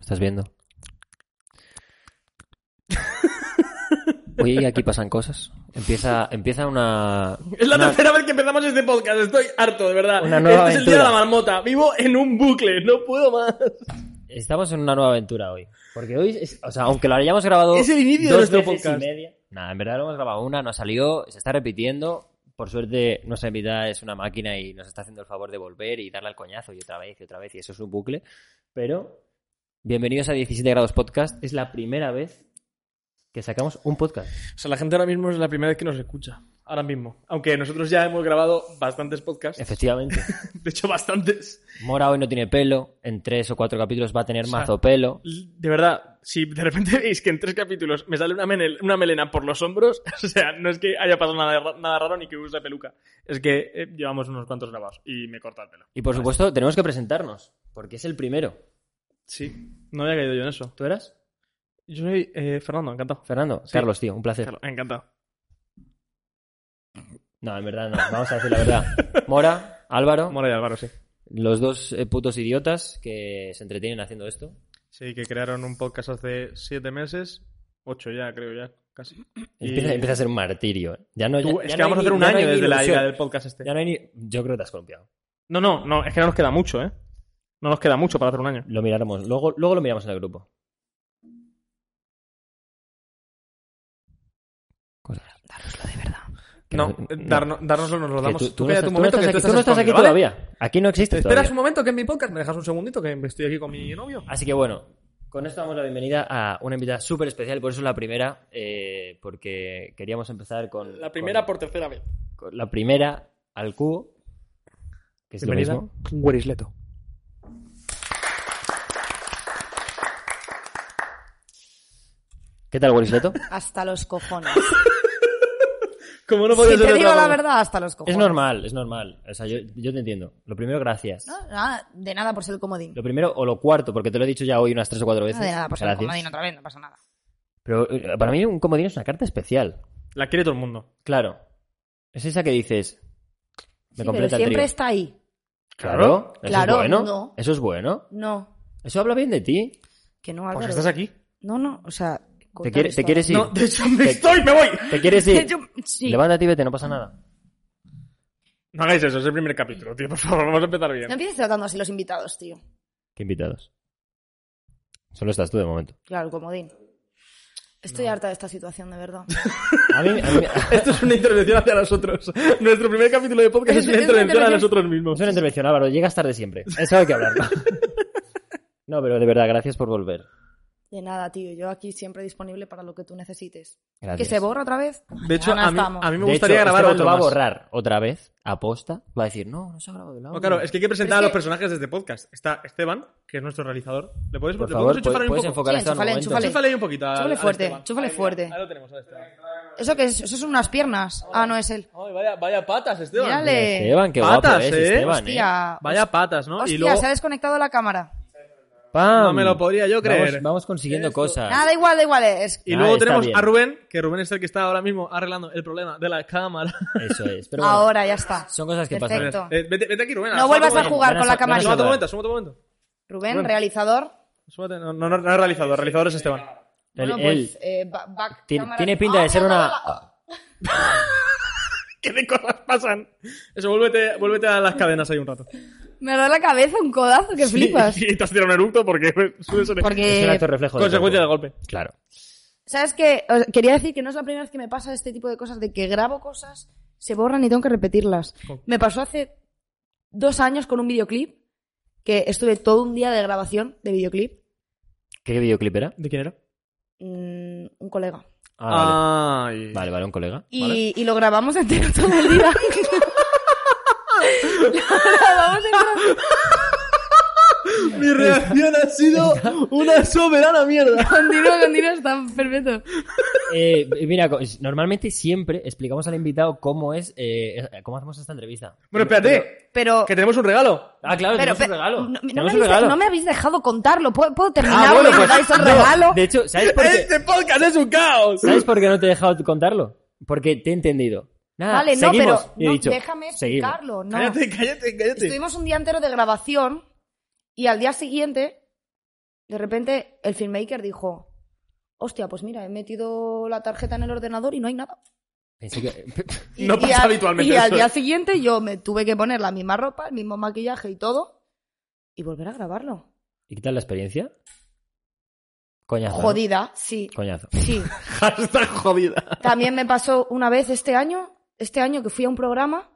estás viendo. Oye, aquí pasan cosas. Empieza, empieza una. Es la una- tercera vez que empezamos este podcast, estoy harto, de verdad. Una nueva este es el día de la aventura. marmota, vivo en un bucle, no puedo más. Estamos en una nueva aventura hoy. Porque hoy, es- o sea, aunque lo hayamos grabado. Es el inicio de dos nuestro veces podcast. y media. Nada, en verdad lo hemos grabado una, no salió, se está repitiendo. Por suerte, nuestra invitada es una máquina y nos está haciendo el favor de volver y darle al coñazo y otra vez y otra vez, y eso es un bucle. Pero, bienvenidos a 17 Grados Podcast. Es la primera vez que sacamos un podcast. O sea, la gente ahora mismo es la primera vez que nos escucha. Ahora mismo. Aunque nosotros ya hemos grabado bastantes podcasts. Efectivamente. De hecho, bastantes. Mora hoy no tiene pelo, en tres o cuatro capítulos va a tener sea, mazo pelo. De verdad, si de repente veis que en tres capítulos me sale una, menel- una melena por los hombros, o sea, no es que haya pasado nada, ra- nada raro ni que use peluca. Es que eh, llevamos unos cuantos grabados y me corta el pelo. Y por supuesto, tenemos que presentarnos, porque es el primero. Sí, no había caído yo en eso. ¿Tú eras? Yo soy eh, Fernando, encantado. Fernando, Sí. Carlos, tío, un placer. Claro, encantado. No, en verdad no, vamos a decir la verdad. Mora, Álvaro, Mora y Álvaro, sí. los dos eh, putos idiotas que se entretienen haciendo esto. Sí, que crearon un podcast hace siete meses, ocho ya, creo ya, casi. Y- Empieza, empieza a ser un martirio. eh. Ya no, Tú, ya- es ya que no vamos a hay hacer ni- un ya no año hay ni desde la ilusión. idea del podcast este. Ya no hay ni- Yo creo que te has columpiado. No, no, no, es que no nos queda mucho, ¿eh? No nos queda mucho para hacer un año. Lo miraremos, luego, luego lo miramos en el grupo. Cosas. Que No, no- eh, no. darno- dárnoslo, nos lo Que damos. tú, tú no Espera estás, un tú no momento, estás que aquí, tú tú no estás aquí escondido, ¿vale? todavía. Aquí no ¿Te existe esperas un momento que en mi podcast me dejas un segundito que estoy aquí con mi novio? Así que bueno, con esto damos la bienvenida a una invitada súper especial, por eso es la primera, eh, porque queríamos empezar con... La primera con- por tercera vez. con la primera al cubo, que es lo mismo. Guerisleto. ¿Qué tal, Borisleto? Hasta los cojones. Como no podía si ser te de digo otra la forma. verdad, hasta los cojones. es normal, es normal. O sea, yo, yo te entiendo. Lo primero, gracias. No, nada, de nada por ser el comodín. Lo primero o lo cuarto, porque te lo he dicho ya hoy unas tres o cuatro veces. Nada, de nada por ser el Gracias. comodín otra vez, no pasa nada. Pero eh, para mí un comodín es una carta especial. La quiere todo el mundo. Claro. Es esa que dices... Me Sí, pero completa siempre el trío. está ahí. Claro, eso Claro, es bueno. no. Eso es bueno. No, Eso habla bien de ti. que no, Álvaro. Pues estás aquí. No, no, o sea... Te, quiere- te cortar quieres esto. ir. No, de hecho, me estoy, me voy. Te quieres ir. Yo- sí. Levántate y vete, no pasa nada. No hagáis eso, es el primer capítulo, tío. Por favor, vamos a empezar bien. No empieces tratando así los invitados, tío. ¿Qué invitados? Solo estás tú de momento. Claro, el comodín. Estoy harta de esta situación, de verdad. A mí, a mí me- Esto es una intervención hacia nosotros. Nuestro primer capítulo de podcast es una Es una intervención a intervención. nosotros mismos. es una intervención, Álvaro. Llegas tarde siempre. Eso hay que hablarlo. No, pero de verdad, gracias por volver. De nada, tío. Yo aquí siempre disponible para lo que tú necesites. Gracias. ¿Que se borra otra vez? De hecho, Mañana a mí, estamos. a mí me De gustaría hecho, grabar Esteban otro lo va a más. borrar otra vez, aposta. Va a decir, no, no se ha grabado el audio. No, claro, es que hay que presentar a Pero los es que- personajes de este podcast. Está Esteban, que es nuestro realizador. ¿Le podéis Por le podemos favor, enchufar puedes, ahí un puedes poco? enfocar Sí, esto en un enchúfale, momento. enchúfale. Enchúfale ahí un poquito. al- Chúfale al fuerte, Esteban. chúfale Ahí, mira, fuerte. Ahí lo tenemos, ahí está. ¿Eso que es? ¿Eso son unas piernas? Ah, no, es él. Ay, vaya, vaya patas, Esteban. Mírale. Esteban, qué Patas, guapo es, ¿eh? Esteban. ¿eh? Hostia. Vaya patas, ¿no? Hostia, y luego. se ha desconectado la cámara. ¡Pam! No me lo podría yo Vamos- creer. Vamos, consiguiendo cosas. Nada, da igual, da igual. eh, Es... Y Ah, luego está tenemos bien. a Rubén, que Rubén es el que está ahora mismo arreglando el problema de la cámara. Eso es. Pero bueno, Ahora ya está. son cosas que Perfecto. pasan. Eh, vete, vete aquí, Rubén. No vuelvas a asómate un jugar ven con a la sa- ven a momento. Asómate un saludar. momento, camarita. asómate un momento. Rubén, realizador. Asómate- No, no, no, no es realizador, realizador es Esteban. El- Bueno, él pues, eh, ba- back tiene, cámara. tiene pinta Ah, de ser mira, una... la- la- ¿Qué de cosas pasan? Eso, vuélvete, vuélvete a las cadenas ahí un rato. Me da la cabeza un codazo que flipas. Y te has tirado un eructo porque suele Es un ser Porque, acto reflejo. del consecuencia del cuerpo. golpe. Claro. ¿sabes qué? O- Quería decir que no es la primera vez que me pasa este tipo de cosas, de que grabo cosas, se borran y tengo que repetirlas. Me pasó hace dos años con un videoclip, que estuve todo un día de grabación de videoclip, ¿Qué videoclip era? ¿De quién era? mm, un colega. Ah, Ay. vale. Vale, vale, un colega. Y, Vale. y lo grabamos entero todo el día. lo grabamos entero. Mi reacción ha sido una soberana mierda. Continúa, continúa, está perfecto. Eh, mira, co- normalmente siempre explicamos al invitado cómo es, eh, cómo hacemos esta entrevista. Bueno, espérate, Pero. que tenemos un regalo. Ah, claro, pero, tenemos pe- un regalo. No, no me Tenemos habéis un de- regalo. no me habéis dejado contarlo. ¿Puedo, puedo terminar? Ah, bueno, ¿Me pues, dais el no, regalo? De hecho, ¿sabes por qué? Este podcast es un caos. ¿Sabes por qué no te he dejado contarlo? Porque te he entendido. Nada, Vale, no, seguimos, pero y he no, dicho, déjame seguimos. explicarlo. No. Cállate, cállate, cállate. Estuvimos un día entero de grabación y al día siguiente De repente el filmmaker dijo, hostia, pues mira, he metido la tarjeta en el ordenador y no hay nada. Pensé que... Y- No y pasa al- habitualmente Y al eso. ¿eh? día siguiente yo me tuve que poner la misma ropa, el mismo maquillaje y todo, y volver a grabarlo. ¿Y qué tal la experiencia? Coñazo. ¿no? Jodida, sí, Coñazo. sí. Hashtag jodida. También me pasó una vez este año, este año que fui a un programa,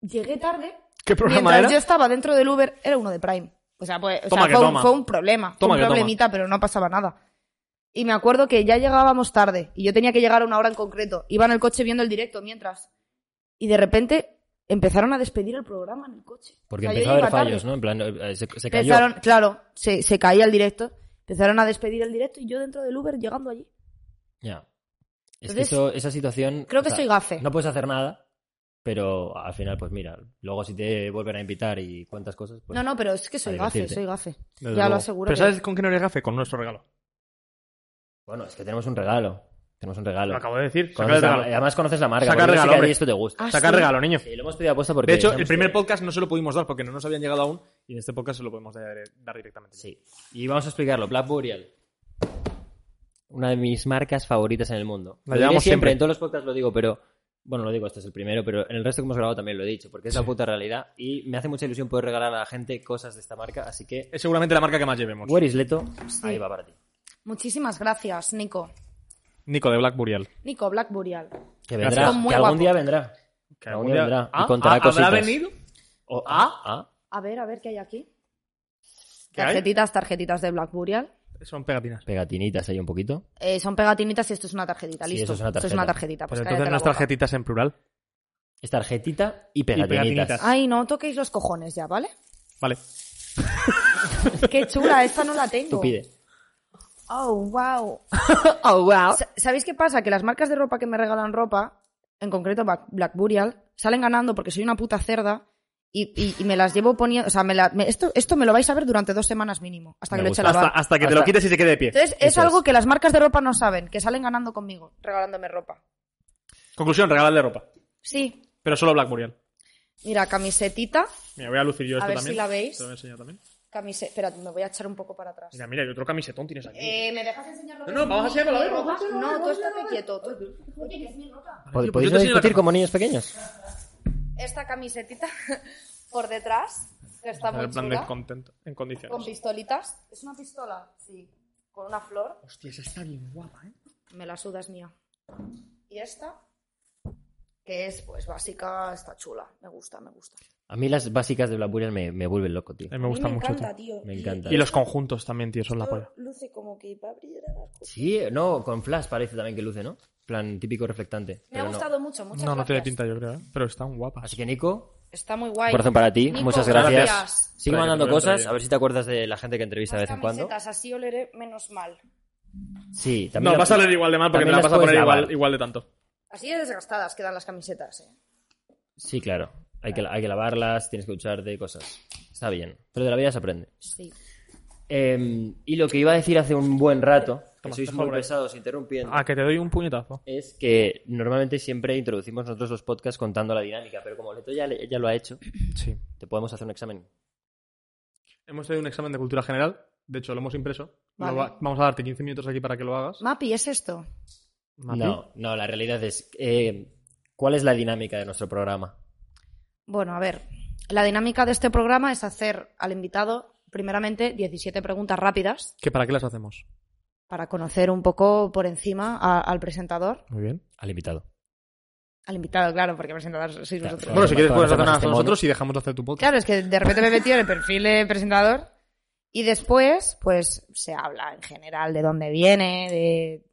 llegué tarde, ¿Qué programa mientras yo era? estaba dentro del Uber, era uno de Prime. O sea, pues, o Toma sea, que fue, un, toma. fue un problema, fue Toma que un toma. problemita, pero no pasaba nada. Y me acuerdo que ya llegábamos tarde y yo tenía que llegar a una hora en concreto. Iba en el coche viendo el directo mientras. Y de repente empezaron a despedir el programa en el coche. Porque O sea, yo empezó a haber iba tarde. fallos, ¿no? En plan, eh, se, se cayó. Empezaron, claro, se, se caía el directo. Empezaron a despedir el directo y yo dentro del Uber llegando allí. Ya. Es que Entonces, eso- esa situación... Creo o que sea, soy gafe. No puedes hacer nada, pero al final, pues mira, luego si te vuelven a invitar y cuántas cosas, pues... no, no, pero es que soy a gafe, divertirte. soy gafe. Desde ya lo luego. aseguro Pero que- ¿sabes con qué no eres gafe? Con nuestro regalo. Bueno, es que tenemos un regalo. Tenemos un regalo. Lo acabo de decir. Sacar Conoces el la- regalo. además conoces la marca. Saca porque yo sé regalo, que a ti hombre. esto te gusta. Ah, Sacar sí. regalo, niño. Sí, lo hemos pedido apuesta porque... De hecho, sabemos el primer que- podcast no se lo pudimos dar porque no nos habían llegado aún. Y en este podcast se lo podemos dar, dar directamente. Sí. Y vamos a explicarlo. Black Burial. Una de mis marcas favoritas en el mundo. La Lo diré llevamos siempre. En todos los podcasts lo digo, pero... Bueno, lo digo, este es el primero, pero en el resto que hemos grabado también lo he dicho, porque es la puta realidad. Y me hace mucha ilusión poder regalar a la gente cosas de esta marca, así que... Es seguramente la marca que más llevemos. Where is Leto? Sí. Ahí va para ti. Muchísimas gracias, Nico. Nico de Black Burial. Nico, Black Burial. Que Gracias. vendrá, Muy que algún guapo. día vendrá. Que Ah, Algún día vendrá y contará ¿Habrá cositas. venido? O- Ah. ah. A ver, a ver qué hay aquí. ¿Qué hay? Tarjetitas, tarjetitas de Black Burial. Son pegatinas. Pegatinitas ahí un poquito. Eh, son pegatinitas y esto es una tarjetita, Sí, listo. eso es una tarjetita. Pues Pero cállate entonces la no es boca. tarjetitas en plural. Es tarjetita y pegatinitas. pegatinitas. Ay, no toquéis los cojones ya, ¿vale? Vale. Qué chula, esta no la tengo. Tú pide. Oh, wow. Oh, wow. Sa- ¿Sabéis qué pasa? Que las marcas de ropa que me regalan ropa, en concreto Ba- Black Burial, salen ganando porque soy una puta cerda y, y- y me las llevo poniendo. O sea, me la- me- esto, esto me lo vais a ver durante dos semanas mínimo, hasta Me que lo eche a gusta. Hasta, lavar. hasta que te lo Hasta- quites y se quede de pie. Entonces, es Eso algo es. que las marcas de ropa no saben, que salen ganando conmigo, regalándome ropa. Conclusión, regalarle ropa. Sí, Pero solo Black Burial. mira, camisetita. Mira, voy a lucir yo A esto ver también. si la veis. Te lo voy a enseñar también. Camise... Espera, me voy a echar un poco para atrás. Mira, mira, y otro camisetón tienes aquí. Eh, ¿Me dejas enseñar No, lo que no, es vamos a mi- enseñarlo, a ver, mi vamos a ropa? enseñarlo, No, vamos tú a estate enseñarlo. quieto. tú. Oye, que es mi ropa. Yo- ¿Podéis Ah, pues yo no te enseño la discutir cara. como niños pequeños? Esta camisetita por detrás, que está En muy el plan chula, de contento, en con condiciones. pistolitas. ¿Es una pistola? Sí. Con una flor. Hostia, esa está bien guapa, ¿eh? Me la sudas mía. Y esta, que es pues básica, está chula. Me gusta, me gusta. A mí las básicas de Black Burial me, me vuelven loco, tío. A mí me gusta me mucho. encanta, tío. tío. Me Y- encanta. Y los conjuntos también, tío, son la polla. Todo Luce como que va a brillar. Sí, no, con flash parece también que luce, ¿no? plan típico reflectante. Me ha pero no. gustado mucho, muchas No, no tiene gracias. pinta, yo creo, ¿eh? Pero están guapas. Así que Nico, Está muy guay. corazón para ti, Nico, muchas gracias. gracias. Sigue Trae, mandando trae, cosas, trae. a ver si te acuerdas de la gente que entrevista Más de vez en cuando. camisetas, así oleré menos mal. Sí, también. No, la- vas a leer igual de mal porque también me la las vas a poner puedes igual, lavar. igual de tanto. Así de desgastadas quedan las camisetas, eh. Sí, claro. Hay que, hay que lavarlas, tienes que ducharte, cosas. Está bien. Pero de la vida se aprende. Sí. Eh, y lo que iba a decir hace un buen rato, que Toma, sois toma muy por ahí. pesados interrumpiendo, Ah, que te doy un puñetazo. es que normalmente siempre introducimos nosotros los podcasts contando la dinámica, pero como Leto ya, le- ya lo ha hecho, Sí. te podemos hacer un examen. Hemos traído un examen de cultura general. De hecho, lo hemos impreso. Lo Vale. va- vamos a darte 15 minutos aquí para que lo hagas. Mapi, ¿es esto? Mati. No, no, la realidad es, eh, ¿cuál es la dinámica de nuestro programa? Bueno, a ver. La dinámica de este programa es hacer al invitado, primeramente, 17 preguntas rápidas ¿Que ¿Para qué las hacemos? para conocer un poco por encima a- al presentador. Muy bien. Al invitado. Al invitado, claro, porque presentador sois Claro. vosotros. Bueno, si quieres Todas puedes las hacer demás una este con mono. nosotros y dejamos de hacer tu podcast. Claro, es que de repente me he metido en el perfil de presentador y después, pues, se habla en general de dónde viene, de...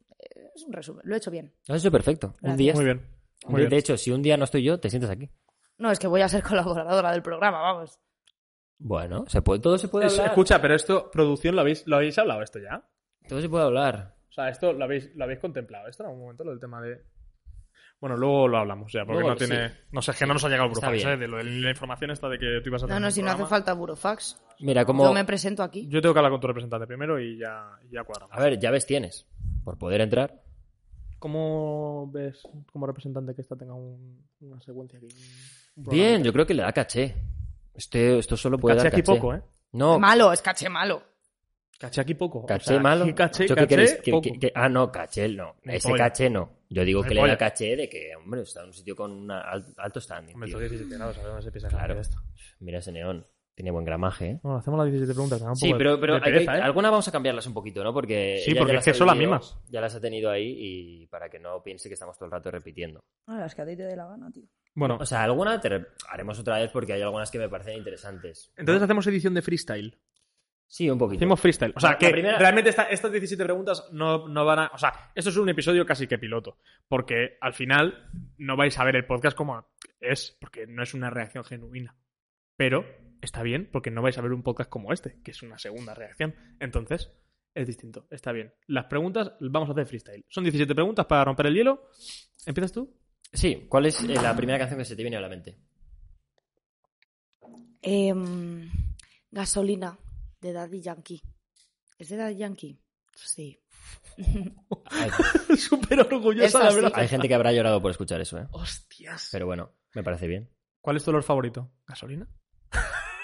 Es un resumen, lo he hecho bien. Lo has hecho Ah, perfecto. Un Gracias. día. Muy bien. un Muy día- bien. De hecho, si un día no estoy yo, te sientas aquí. No, es que voy a ser colaboradora del programa, vamos. Bueno, se puede, todo se puede Es- hablar. escucha, pero esto, producción, ¿lo habéis, ¿lo habéis hablado esto ya? Todo se puede hablar. O sea, esto lo habéis, lo habéis contemplado, esto en algún momento, lo del tema de. Bueno, luego lo hablamos ya, porque Luego, no tiene. sí. No sé, es que no nos ha llegado el Está Burofax, bien. ¿eh? De, lo de la información esta de que tú ibas a hacer. No, no, un si no hace programa. falta burofax. Mira, Yo como. me presento aquí. Yo tengo que hablar con tu representante primero y ya, y ya cuadramos. A ver, llaves tienes. Por poder entrar. ¿Cómo ves como representante que esta tenga un- una secuencia aquí? un- Bien, un programita? yo creo que le da caché. Este, esto solo puede Caché dar aquí caché. poco, ¿eh? No, Malo, es caché malo. Caché aquí poco. ¿Caché O sea, malo? Caché, ¿Yo qué caché queréis? ¿Que- poco. que- que- ah, no, caché no. Ese Repolla. caché no. Yo digo que le da Repolla. caché de que, hombre, está en un sitio con una al- alto standing. Hombre, tío. son 17 grados, a ver, no se piensa Claro. que esto. Mira ese neón. Tiene buen gramaje, ¿eh? Bueno, hacemos las 17 preguntas. me da un Sí, poco de- pero, pero de hay que- pereza, ¿eh? algunas vamos a cambiarlas un poquito, ¿no? Porque Sí, ella porque ya es que ha son las vivido- mismas. Ya las ha tenido ahí y para que no piense que estamos todo el rato repitiendo. Ah, las que a ti te dé la gana, tío. Bueno, O sea, alguna te re- haremos otra vez porque hay algunas que me parecen interesantes. entonces hacemos edición de freestyle. Sí, un poquito. Hacemos freestyle. O sea, La- que la primera- realmente esta- estas 17 preguntas no, no van a. O sea, esto es un episodio casi que piloto. Porque al final no vais a ver el podcast como es, porque no es una reacción genuina. Pero está bien, porque no vais a ver un podcast como este, que es una segunda reacción. Entonces, es distinto. Está bien. Las preguntas vamos a hacer freestyle. Son 17 preguntas para romper el hielo. ¿Empiezas tú? Sí, ¿cuál es eh, la primera canción que se te viene a la mente? Em, gasolina, de Daddy Yankee. ¿Es de Daddy Yankee? Sí. Hay, Súper orgullosa, Esa la sí. verdad. hay gente que habrá llorado por escuchar eso, ¿eh? Hostias. Pero bueno, me parece bien. ¿Cuál es tu olor favorito? ¿Gasolina?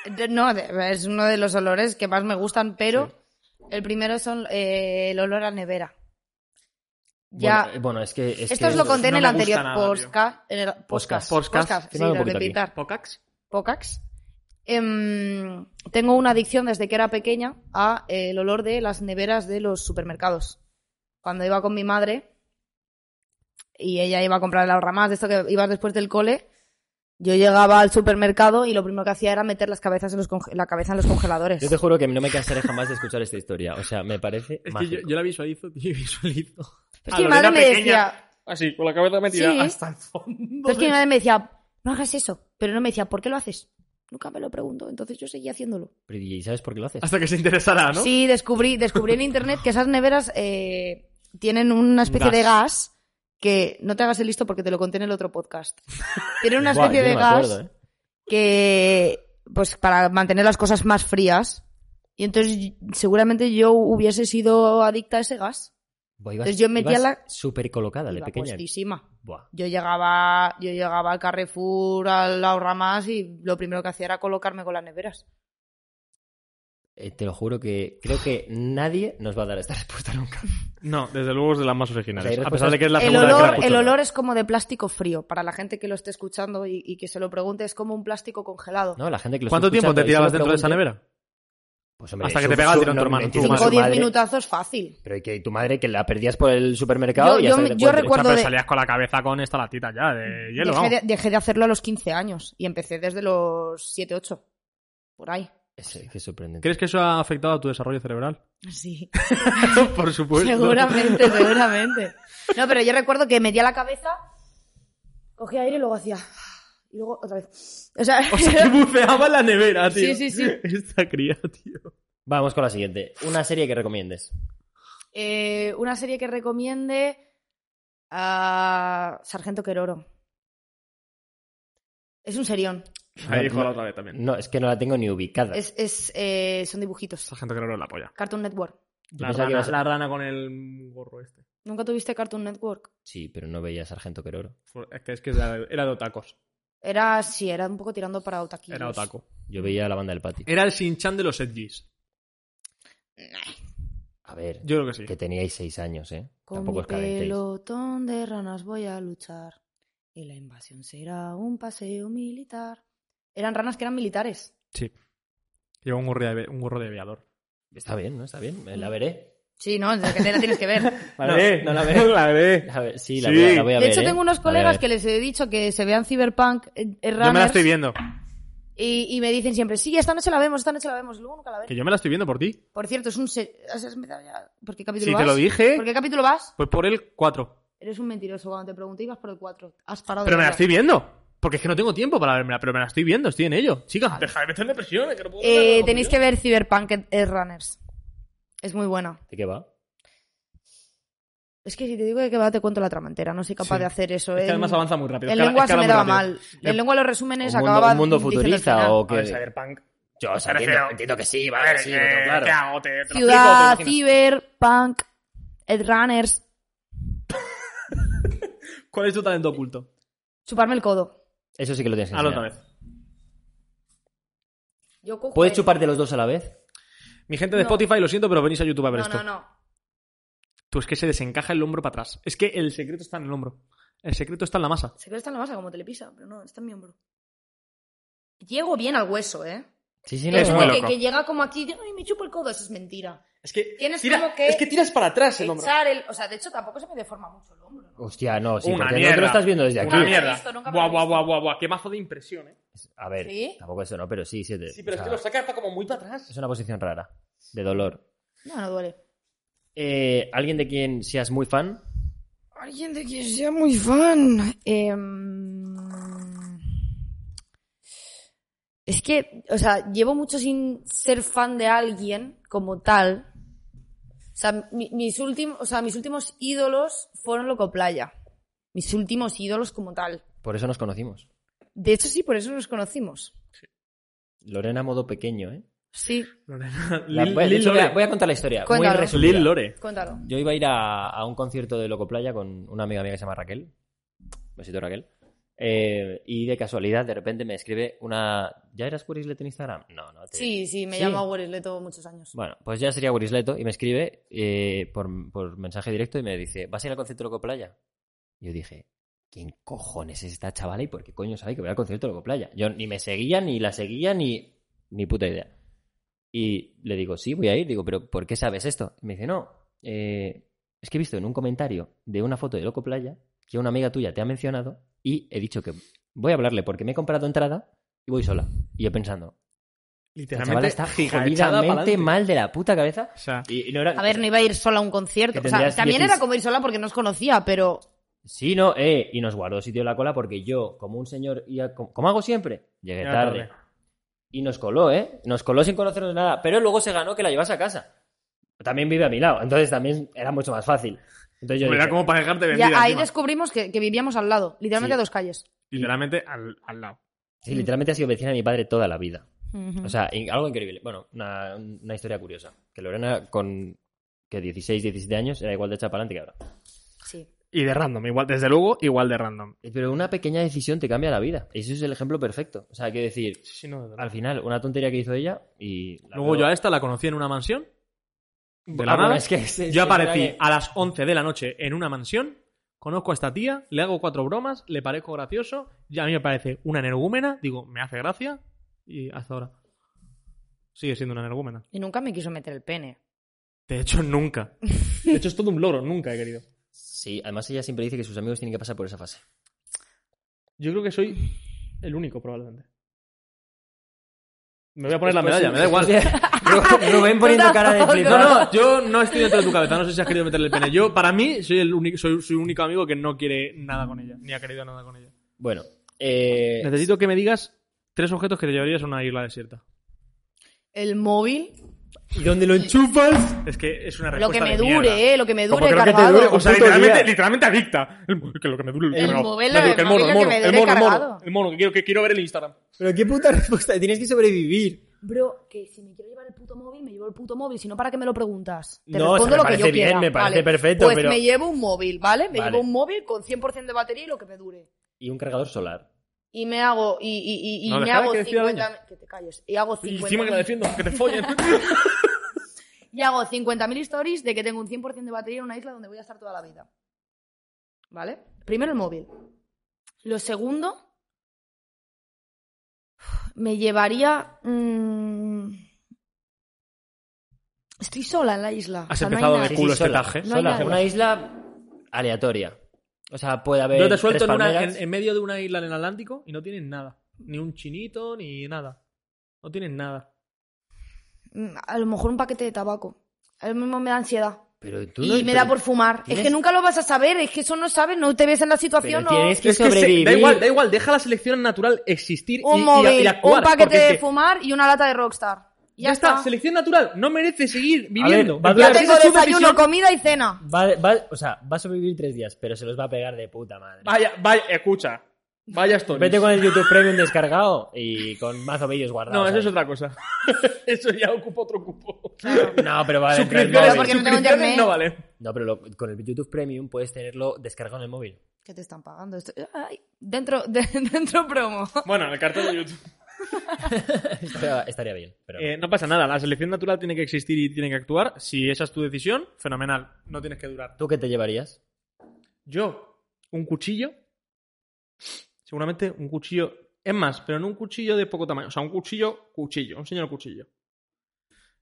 De- No, de- es uno de los olores que más me gustan, pero el primero son eh, el olor a nevera. Ya. Bueno, eh, bueno, es que. Es Esto que os lo conté no en el me gusta anterior nada, tío. posca, en el- podcast. Podcast. sí, Fírmame un lo poquito aquí. repitar. ¿Pocax? Pocax. Em, tengo una adicción desde que era pequeña a eh, el olor de las neveras de los supermercados. Cuando iba con mi madre y ella iba a comprar el ahorramás, de esto que ibas después del cole, yo llegaba al supermercado y lo primero que hacía era meter las cabezas en los conge- la cabeza en los congeladores. Yo te juro que no me cansaré jamás de escuchar esta historia. O sea, me parece. Es que mágico. yo, yo la visualizo, tío, y visualizo. Pues a que mi Lorena madre me pequeña, decía- Así, con la cabeza metida Sí. hasta el fondo. Entonces que mi madre me decía, no hagas eso, pero no me decía, ¿por qué lo haces? Nunca me lo preguntó, entonces yo seguía haciéndolo. Pero, ¿Y sabes por qué lo haces? Hasta que se interesará, ¿no? Sí, descubrí, descubrí en internet que esas neveras eh, tienen una especie de gas que no te hagas el listo porque te lo conté en el otro podcast. Tienen una Buah, especie yo de no me gas acuerdo, ¿eh? que pues para mantener las cosas más frías. Y entonces y- seguramente yo hubiese sido adicta a ese gas. Buah, ibas- Entonces yo metía ibas la- Súper colocada, de Iba pequeña. puestísima. Buah. Yo llegaba, yo llegaba al Carrefour, al Ahorra Más y lo primero que hacía era colocarme con las neveras. Eh, te lo juro que creo que nadie nos va a dar esta respuesta nunca. No, desde luego es de las más O originales. sea, hay a pesar de que es la el segunda vez que la olor, escucho, el ¿no? olor es como de plástico frío. Para la gente que lo esté escuchando y, y que se lo pregunte, es como un plástico congelado. No, la gente que lo ¿Cuánto está tiempo te escuchando y se tirabas lo dentro de esa pregunte- nevera? Pues, hombre, Hasta que su- te pegaba el su- tiro en tu no, hermano. entiendo Cinco que o su diez madre- minutazos fácil. Pero y que tu madre que la perdías por el supermercado Yo- y yo hasta me- que te yo encuentres. O sea, recuerdo- pero de- salías con la cabeza con esta latita ya de hielo, dejé, vamos. de, dejé de hacerlo a los 15 años y empecé desde los 7, 8. Por ahí. Es, es que es sorprendente. ¿Crees que eso ha afectado a tu desarrollo cerebral? Sí. Por supuesto. seguramente, seguramente. No, pero yo recuerdo que metía la cabeza, cogía aire y luego hacía. Y luego otra vez. O sea, O sea, que buceaba en la nevera, tío. Sí, sí, sí. Esta cría, tío. Vamos con la siguiente. Una serie que recomiendes. Eh, una serie que recomiende a Sargento Queroro. Es un serión. No, Ahí dijo no. la otra vez también. No, es que no la tengo ni ubicada. Es, es, eh, son dibujitos. Esa gente que no la apoya. Cartoon Network. Yo La pensaba que rana, ibas a- la rana con el gorro este. ¿Nunca tuviste Cartoon Network? Sí, pero no veía Sargento Queroro. Fue- Es que, es que era, era de otacos. Era, sí, era un poco tirando para Otaki. Era otaco. Yo veía la banda del patio. Era el Shinchan de los edgys. A ver, Yo creo que sí. que teníais seis años, ¿eh? Con Tampoco mi os calentéis. pelotón de ranas voy a luchar. Y la invasión será un paseo militar. Eran ranas que eran militares. Lleva un gorro de, un gorro de aviador. Está bien, ¿no? Está bien. Eh, La veré. Sí, no, desde que te la tienes que ver. La veré, no la veré. La veré. A ver, sí, la, Sí. Voy, a, la voy a De ver. hecho, ¿eh? tengo unos La voy a colegas ver. que les he dicho que se vean Cyberpunk eh, eh, Yo me la runners, estoy viendo. y, y me dicen siempre, sí, esta noche la vemos, esta noche la vemos, y luego nunca la Que vemos. yo me la estoy viendo por ti. Por cierto, es un... se- has empezado ya- ¿Por qué capítulo Si vas? te lo ¿Por dije, qué capítulo vas? pues por el 4. Eres un mentiroso, cuando te pregunté ibas por el 4. Has parado Pero de me la verla. estoy viendo. Porque es que no tengo tiempo para vermela, pero me la estoy viendo, estoy en ello. Chicas, dejad de meterme presiones, que no puedo Eh, tenéis que ver Cyberpunk eh, Runners. Es muy buena. ¿De qué va? Es que si te digo de qué va, te cuento la trama entera. No soy capaz Sí. de hacer eso. Es que En- además avanza muy rápido. En es que lengua se escala me muy daba rápido. mal. Le- En lengua los resúmenes ¿Un mundo, acababa un mundo diciendo el final. futurista o A qué? ver, Cyberpunk. Yo, o sea, Me entiendo, refiero- entiendo que sí, A vale, Ah, ver, sí, lo tengo eh, claro. ¿qué hago? ¿Te- te lo explico, Ciudad, te lo imagino? Cyberpunk, Edrunners. ¿Cuál es tu talento oculto? Chuparme el codo. Eso sí que lo tienes que Hazlo otra enseñar. vez. Yo cojo eh. ¿Puedes el- chuparte los dos a la vez? Mi gente de No. Spotify, lo siento, pero venís a YouTube a ver No, esto. no, no. Tú es que se desencaja el hombro para atrás. Es que el secreto está en el hombro. El secreto está en la masa. Se cree que está en la masa como Telepisa, pero no, está en mi hombro. Llego bien al hueso, ¿eh? Sí, sí, Que no, es es no. como muy que, loco. que llega como aquí, ay, me chupo el codo, eso es mentira. Es que, Tienes tira- como que- es que tiras para atrás Echar el, o sea, de hecho tampoco se me deforma mucho el hombro. ¿no? Hostia, no, sí, Una porque no mierda. te lo estás viendo desde aquí. Una Nunca lo he mierda. visto, nunca me lo Buah, he buah, visto. buah, buah, buah. Qué mazo de impresión, eh. A ver, ¿Sí? tampoco eso no, pero sí, sí. te- Sí, pero o es que sea, lo sacas como muy para atrás. Es una posición rara, de dolor. No, no duele. Eh, ¿Alguien de quien seas muy fan? Alguien de quien sea muy fan. Eh, es que, o sea, llevo mucho sin ser fan de alguien como tal. O sea, mi- mis, últimos, o sea mis últimos ídolos fueron Loco Playa. Mis últimos ídolos como tal. Por eso nos conocimos. De hecho, sí, por eso nos conocimos. Lorena modo pequeño, ¿eh? Sí, La- voy, de hecho, voy a, voy a contar la historia. muy Cuéntalo. resumida. Lore. cuéntalo. Yo iba a ir a, a un concierto de Loco Playa con una amiga mía que se llama Raquel. Besito Raquel. Eh, y de casualidad, de repente me escribe una. ¿Ya eras Curislet en Instagram? No, no. te- Sí, sí, me Sí. llamo Boris Leto muchos años. Bueno, pues ya sería Gurisleto y me escribe eh, por, por mensaje directo y me dice, ¿vas a ir al concierto de Loco Playa? Yo dije, ¿quién cojones es esta chavala y por qué coño sabe que voy al concierto de Loco Playa? Yo ni me seguía, ni la seguía, ni, ni puta idea. Y le digo, sí, voy a ir. Digo, ¿pero por qué sabes esto? Y me dice, no, eh, es que he visto en un comentario de una foto de Loco Playa que una amiga tuya te ha mencionado y he dicho que voy a hablarle porque me he comprado entrada y voy sola. Y yo pensando, la chavala Literalmente está giga echada jodidamente pa'lante. mal de la puta cabeza. O sea, Y no era- A ver, no iba a ir sola a un concierto. Que O sea, tendrías también era 16. como ir sola porque no os conocía, pero Sí, no, eh, y nos guardó sitio en la cola porque yo, como un señor, y a- como, como hago siempre, llegué Llega tarde. tarde. Y nos coló, ¿eh? Nos coló sin conocernos nada, pero luego se ganó que la llevase a casa. También vive a mi lado, entonces también era mucho más fácil. Entonces yo Hombre, era dije, como para dejarte vendida. ya ahí encima. descubrimos que, que vivíamos al lado, literalmente Sí. a dos calles. Literalmente al, al lado. sí, literalmente ha sido vecina de mi padre toda la vida. O sea, in- algo increíble. Bueno, una, una historia curiosa. Que Lorena, con que 16, 17 años, era igual de echar pa'lante que ahora. sí. Y de random, igual, desde luego, igual de random. Eh, Pero una pequeña decisión te cambia la vida. Ese es el ejemplo perfecto. O sea, quiero decir, al final, una tontería que hizo ella y... la Luego veo- yo a esta la conocí en una mansión. De la Ah, bueno, nada. es que es- es- Yo es aparecí verdad a las 11 de la noche en una mansión, conozco a esta tía, le hago cuatro bromas, le parezco gracioso, ya a mí me parece una energúmena, digo, me hace gracia y hasta ahora. Sigue siendo una energúmena. Y nunca me quiso meter el pene. De hecho, nunca. De hecho, es todo un logro, nunca he querido. que- Sí, además ella siempre dice que sus amigos tienen que pasar por esa fase. Yo creo que soy el único, probablemente. Me voy a poner la Pues medalla, sí, me da igual. sí. Ru- Rubén poniendo cara de tampoco. flipado. No, no, yo no estoy dentro de tu cabeza, no sé si has querido meterle el pene. Yo, para mí, soy el único, soy su único amigo que no quiere nada con ella, ni ha querido nada con ella. Bueno, eh, Necesito que me digas tres objetos que te llevarías a una isla desierta. El móvil, ¿Y dónde lo enchufas? Es que es una lo que respuesta me de mierda. dure, eh, lo que me Como dure, creo que te cargado. dure, O sea, Un puto literalmente, día. literalmente adicta. El- que lo que me dure el, El reloj. móvil, Me digo que el móvil que me el dure mono, el mono, cargado. el mono, que quiero, que quiero ver el Instagram. Pero qué puta respuesta, tienes que sobrevivir. Bro, que si me quiero llevar el puto móvil, me llevo el puto móvil, si no, ¿para qué me lo preguntas? Te No, o respondo sea, me lo que yo parece bien, quiera. me parece Vale, perfecto, Pues pero- me llevo un móvil, ¿vale? Me Vale. llevo un móvil con 100% de batería y lo que me dure. Y un cargador solar. Y me hago, y, y, y, y No, me dejad hago que decida 50... Que te calles. Y hago Y 50... encima que la defiendo, que te follen. Y hago 50.000 stories de que tengo un 100% de batería en una isla donde voy a estar toda la vida. ¿Vale? Primero el móvil. Lo segundo, me llevaría... mm, Estoy sola en la isla. Has O sea, no hay empezado de nadie. culo este sola, taje. No hay sola, nadie. una isla aleatoria. O sea, puede haber. Yo te suelto tres en, una- palmeras. en- en medio de una isla en el Atlántico y no tienes nada. Ni un chinito, ni nada. No tienes nada. Mm, A lo mejor un paquete de tabaco. A lo mismo me da ansiedad. Pero tú Y no- me pero- da por fumar. tienes- Es que nunca lo vas a saber. Es que eso no sabes. No te ves en la pero situación. no- tienes que se- sobrevivir. da igual, da igual, deja la selección natural existir y- Un y, y móvil, actuar. un paquete porque es de que fumar y una lata de Rockstar. Y Ya, está, selección natural, no merece seguir viviendo. va a Ya durar- tengo Esa es tu desayuno, decisión. comida y cena. Va- va- o sea, va a sobrevivir tres días, pero se los va a pegar de puta madre. Vaya, vaya, escucha. Vaya stories. Vete con el YouTube Premium descargado y con mazo vídeos guardados. No, eso es ahí. otra cosa. eso ya ocupa otro cupo. No, pero vale. Suscripciones, porque no tengo suscripciones internet. no valen. No, pero lo- con el YouTube Premium puedes tenerlo descargado en el móvil. ¿Qué te están pagando? Esto- ay, dentro, de- dentro promo. Bueno, en el cartel de YouTube. estaría, estaría bien. Pero Eh, no pasa nada, la selección natural tiene que existir y tiene que actuar. Si esa es tu decisión, fenomenal. No tienes que durar. ¿Tú qué te llevarías? Yo, un cuchillo. Seguramente un cuchillo. Es más, pero no un cuchillo de poco tamaño. O sea, un cuchillo, cuchillo, un señor cuchillo.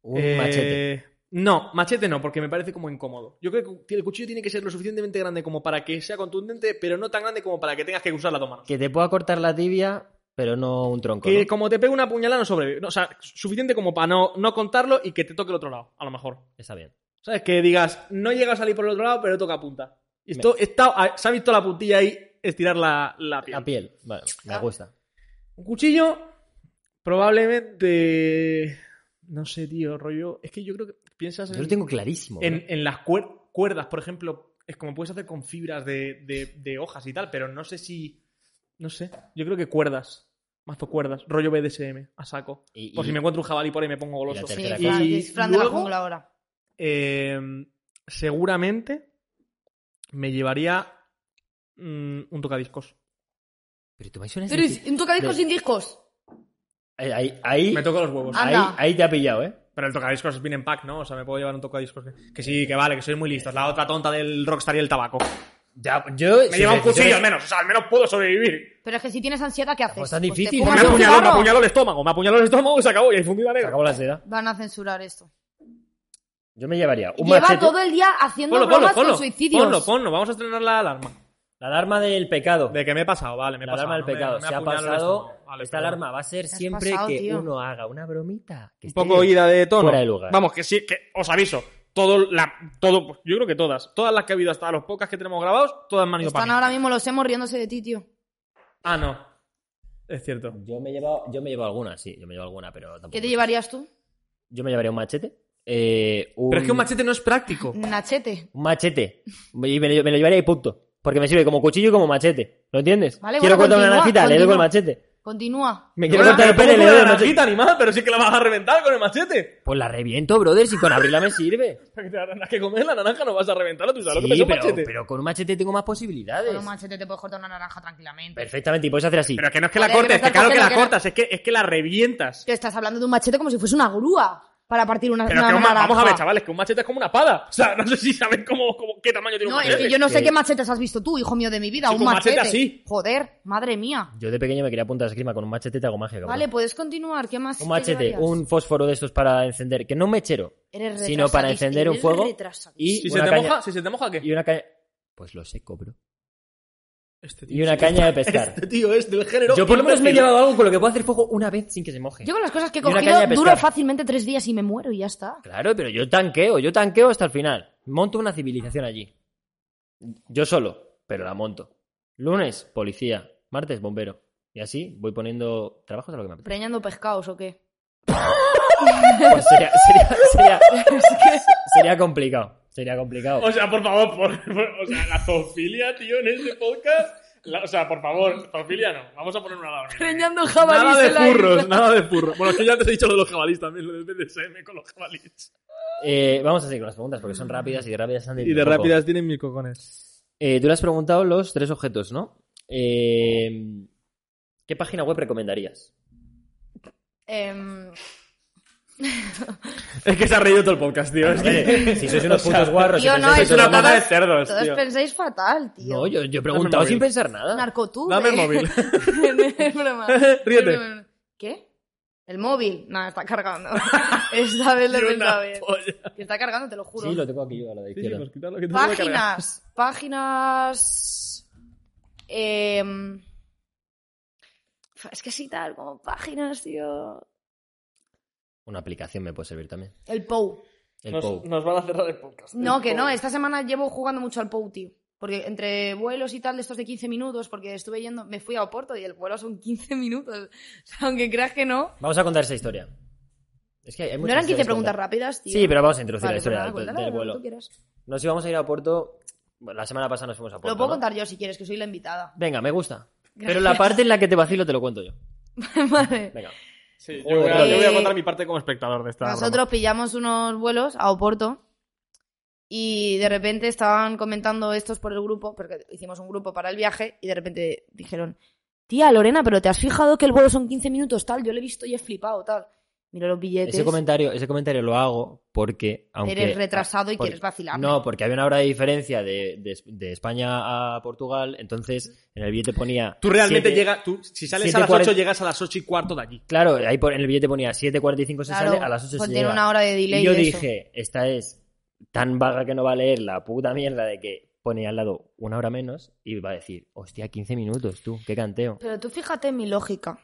Un Eh, machete. No, machete no, porque me parece como incómodo. Yo creo que el cuchillo tiene que ser lo suficientemente grande como para que sea contundente, pero no tan grande como para que tengas que usar las dos manos. Que te pueda cortar la tibia, pero no un tronco. Que ¿no? como te pega una puñalada no sobrevive. No, o sea, suficiente como para no, no contarlo y que te toque el otro lado, a lo mejor. Está bien. ¿Sabes? Que digas, no llega a salir por el otro lado, pero toca punta. Y esto, está, ah, se ha visto la puntilla ahí estirar la, la piel. La piel. Vale, me Ah. gusta. Un cuchillo, probablemente. No sé, tío, rollo. Es que yo creo que piensas en, Yo lo tengo ¿eh? clarísimo. ¿no? en, en las cuer- cuerdas, por ejemplo. Es como puedes hacer con fibras de, de- de hojas y tal, pero no sé si. No sé. Yo creo que cuerdas. Mazo cuerdas. Rollo BDSM, a saco. Y- Por y- si me encuentro un jabalí por ahí me pongo goloso. tercera Sí, Espera, Fran, y es Fran de la luego- jungla ahora. Eh, seguramente me llevaría mm, un tocadiscos. Pero tú vais a una Pero sensi- ¿y un tocadiscos de- sin discos. Ahí, ahí, ahí, Me toco los huevos. Ah. Anda. ahí te ha pillado, ¿eh? Pero el tocadiscos viene en pack, ¿no? O sea, me puedo llevar un tocadiscos. que- Que sí, que vale, que soy muy listo. Es la otra tonta del rockstar y el tabaco. Ya, yo, Me lleva un cuchillo al menos. O sea, al menos puedo sobrevivir. Pero es que si tienes ansiedad, ¿qué haces? Pues tan Pues te difícil, Me ¿no? fumas un apuñaló, me cigarro. apuñaló el estómago. Me apuñaló el estómago y se acabó. Y ahí fundida Se negra. acabó la seda. Van a censurar esto. Yo me llevaría un Lleva machete. todo el día haciendo Ponlo, ponlo, bromas ponlo. con suicidios. Ponlo, ponlo. Vamos a estrenar la alarma. La alarma del pecado. De que me he pasado, vale, me he la pasado. alarma del no me- pecado. no me Se ha apuñaló el pasado. estómago. Vale, Esta perdón. alarma va a ser has siempre pasado, que tío. uno haga una bromita. que un esté- poco ida de tono. fuera de lugar. Vamos, que sí, que os aviso. Todo la, todo, yo creo que todas, todas las que ha habido hasta los pocas que tenemos grabados, todas me han ido Están para mí. ahora mismo los hemos riéndose de ti, tío. Ah, no. Es cierto. Yo me, llevo, yo me llevo alguna, sí, yo me llevo alguna, pero tampoco. ¿Qué te llevarías tú? Yo me llevaría un machete. eh, un... Pero es que un machete no es práctico. Nachete. un machete. Y me lo, me lo llevaría y punto. Porque me sirve como cuchillo y como machete. ¿Lo entiendes? Vale, quiero bueno, cortar una continúa, naranjita, le doy con el continúa. machete. Continúa. Me quiero Bueno, cortar el pero pene, le ¿cómo doy el con la machete. naranjita, animal, pero sí que la vas a reventar con el machete. Pues la reviento, brother, si con abrirla me sirve. Para que te la tengas que comer la naranja no vas a reventarla, tú sabes lo que Sí, pesa un pero, machete. pero con un machete tengo más posibilidades. Con un machete te puedes cortar una naranja tranquilamente. Perfectamente, y puedes hacer así. Pero que no es que Vale, la cortes, que me que estás claro que la cogiendo, que no- cortas, es que, es que la revientas. Que estás hablando de un machete como si fuese una grúa para partir una, Pero una que un ma- naranja. vamos a ver, chavales, que un machete es como una espada. O sea, no sé si sabéis cómo, cómo- qué tamaño tiene No, un es machete. que yo no sé que- qué machetes has visto tú, hijo mío de mi vida. Sí, un con machete machete. así. Joder, madre mía. Yo de pequeño me quería apuntar a esgrima con un machete te hago magia, cabrón. Vale, puedes continuar. ¿Qué más? un te machete, llevarías? un fósforo de estos para encender, que no un mechero, Eres sino para retrasadis- encender un eres fuego retrasadis. y Si se una te caña moja, si se te moja, ¿qué? y una caña pues lo seco, bro. Este tío Y una sí que caña de está- pescar. Este tío es del género. Yo por lo menos me he imbécil. llevado algo con lo que puedo hacer fuego una vez sin que se moje. Yo con las cosas que he Y una cogido caña de duro pescar. fácilmente tres días y me muero y ya está. Claro, pero yo tanqueo, yo tanqueo hasta el final. Monto una civilización allí. Yo solo, pero la monto. Lunes, policía. Martes, bombero. Y así voy poniendo trabajos a lo que me apetece. ¿Preñando pescados o qué? Pues sería, sería, sería, sería complicado. Sería complicado. O sea, por favor, por- por- o sea, la zoofilia, tío, en este podcast. la- o sea, por favor, zoofilia no. Vamos a poner una palabra. Preñando jabalíes en la isla. nada de furros. Bueno, es que ya antes he dicho lo de los jabalíes también, lo del BDSM con los jabalíes. Eh, vamos a seguir con las preguntas porque son rápidas y de rápidas han Y ido de un poco. rápidas tienen mil cojones. Eh, tú le has preguntado los tres objetos, ¿no? Eh, ¿Qué página web recomendarías? Em, Es que se ha reído todo el podcast, tío. Es, que- Oye, si sois unos putos guarros, si tío, pensáis no, que es eso todo una lo malo- pata de todas- cerdos, todos tío. pensáis fatal, tío. ¿eh? No, yo, yo he preguntado móvil. sin pensar nada. Narcotube. Dame el móvil. Es broma. Ríete. Es broma. ¿Qué? ¿El móvil? Nada, está cargando. Esta vez lo he Tío, pensado una bien. polla. Que está cargando, te lo juro. Sí, lo tengo aquí yo a la de Sí, sí, izquierda. pues quita lo que te voy a cargar. Páginas. Páginas. em, es que sí, tal, como páginas, tío. Una aplicación me puede servir también. El POU. El Nos, Pou. nos van a cerrar el podcast. No, El que no, Pou. esta semana llevo jugando mucho al POU, tío. Porque entre vuelos y tal, de estos de 15 minutos, porque estuve yendo, me fui a Oporto y el vuelo son 15 minutos. O sea, aunque creas que no. Vamos a contar esa historia. Es que hay No muchas eran 15 historias que preguntas contar. rápidas, tío. Sí, pero vamos a introducir Vale, la pues historia nada, del- cuéntala, del lo que vuelo. tú quieras. Nos íbamos a ir a Porto. bueno, la semana pasada nos fuimos a Porto. Lo puedo ¿no? contar yo si quieres, que soy la invitada. Venga, me gusta. Pero Gracias. la parte en la que te vacilo te lo cuento yo. vale. Venga. Sí, yo, Joder, voy a, yo voy a eh, contar mi parte como espectador de esta. Nosotros pillamos unos vuelos a Oporto y de repente estaban comentando estos por el grupo, porque hicimos un grupo para el viaje y de repente dijeron, tía, Lorena, pero ¿te has fijado que el vuelo son 15 minutos, tal? Yo lo he visto y he flipado, tal. Miro los billetes. Ese comentario, ese comentario lo hago porque, aunque... Eres retrasado y porque- quieres vacilar. No, porque había una hora de diferencia de, de- de España a Portugal, entonces en el billete ponía... Tú realmente siete- llegas, tú, si sales siete a las cuarenta- 8, llegas a las 8 y cuarto de allí. Claro, ahí por- en el billete ponía 7.45 se sale, a las 8 se tiene llega. una hora de delay. Y yo de eso. dije, esta es tan vaga que no va a leer la puta mierda de que pone al lado una hora menos y va a decir, hostia, 15 minutos, tú, qué canteo. Pero tú fíjate en mi lógica.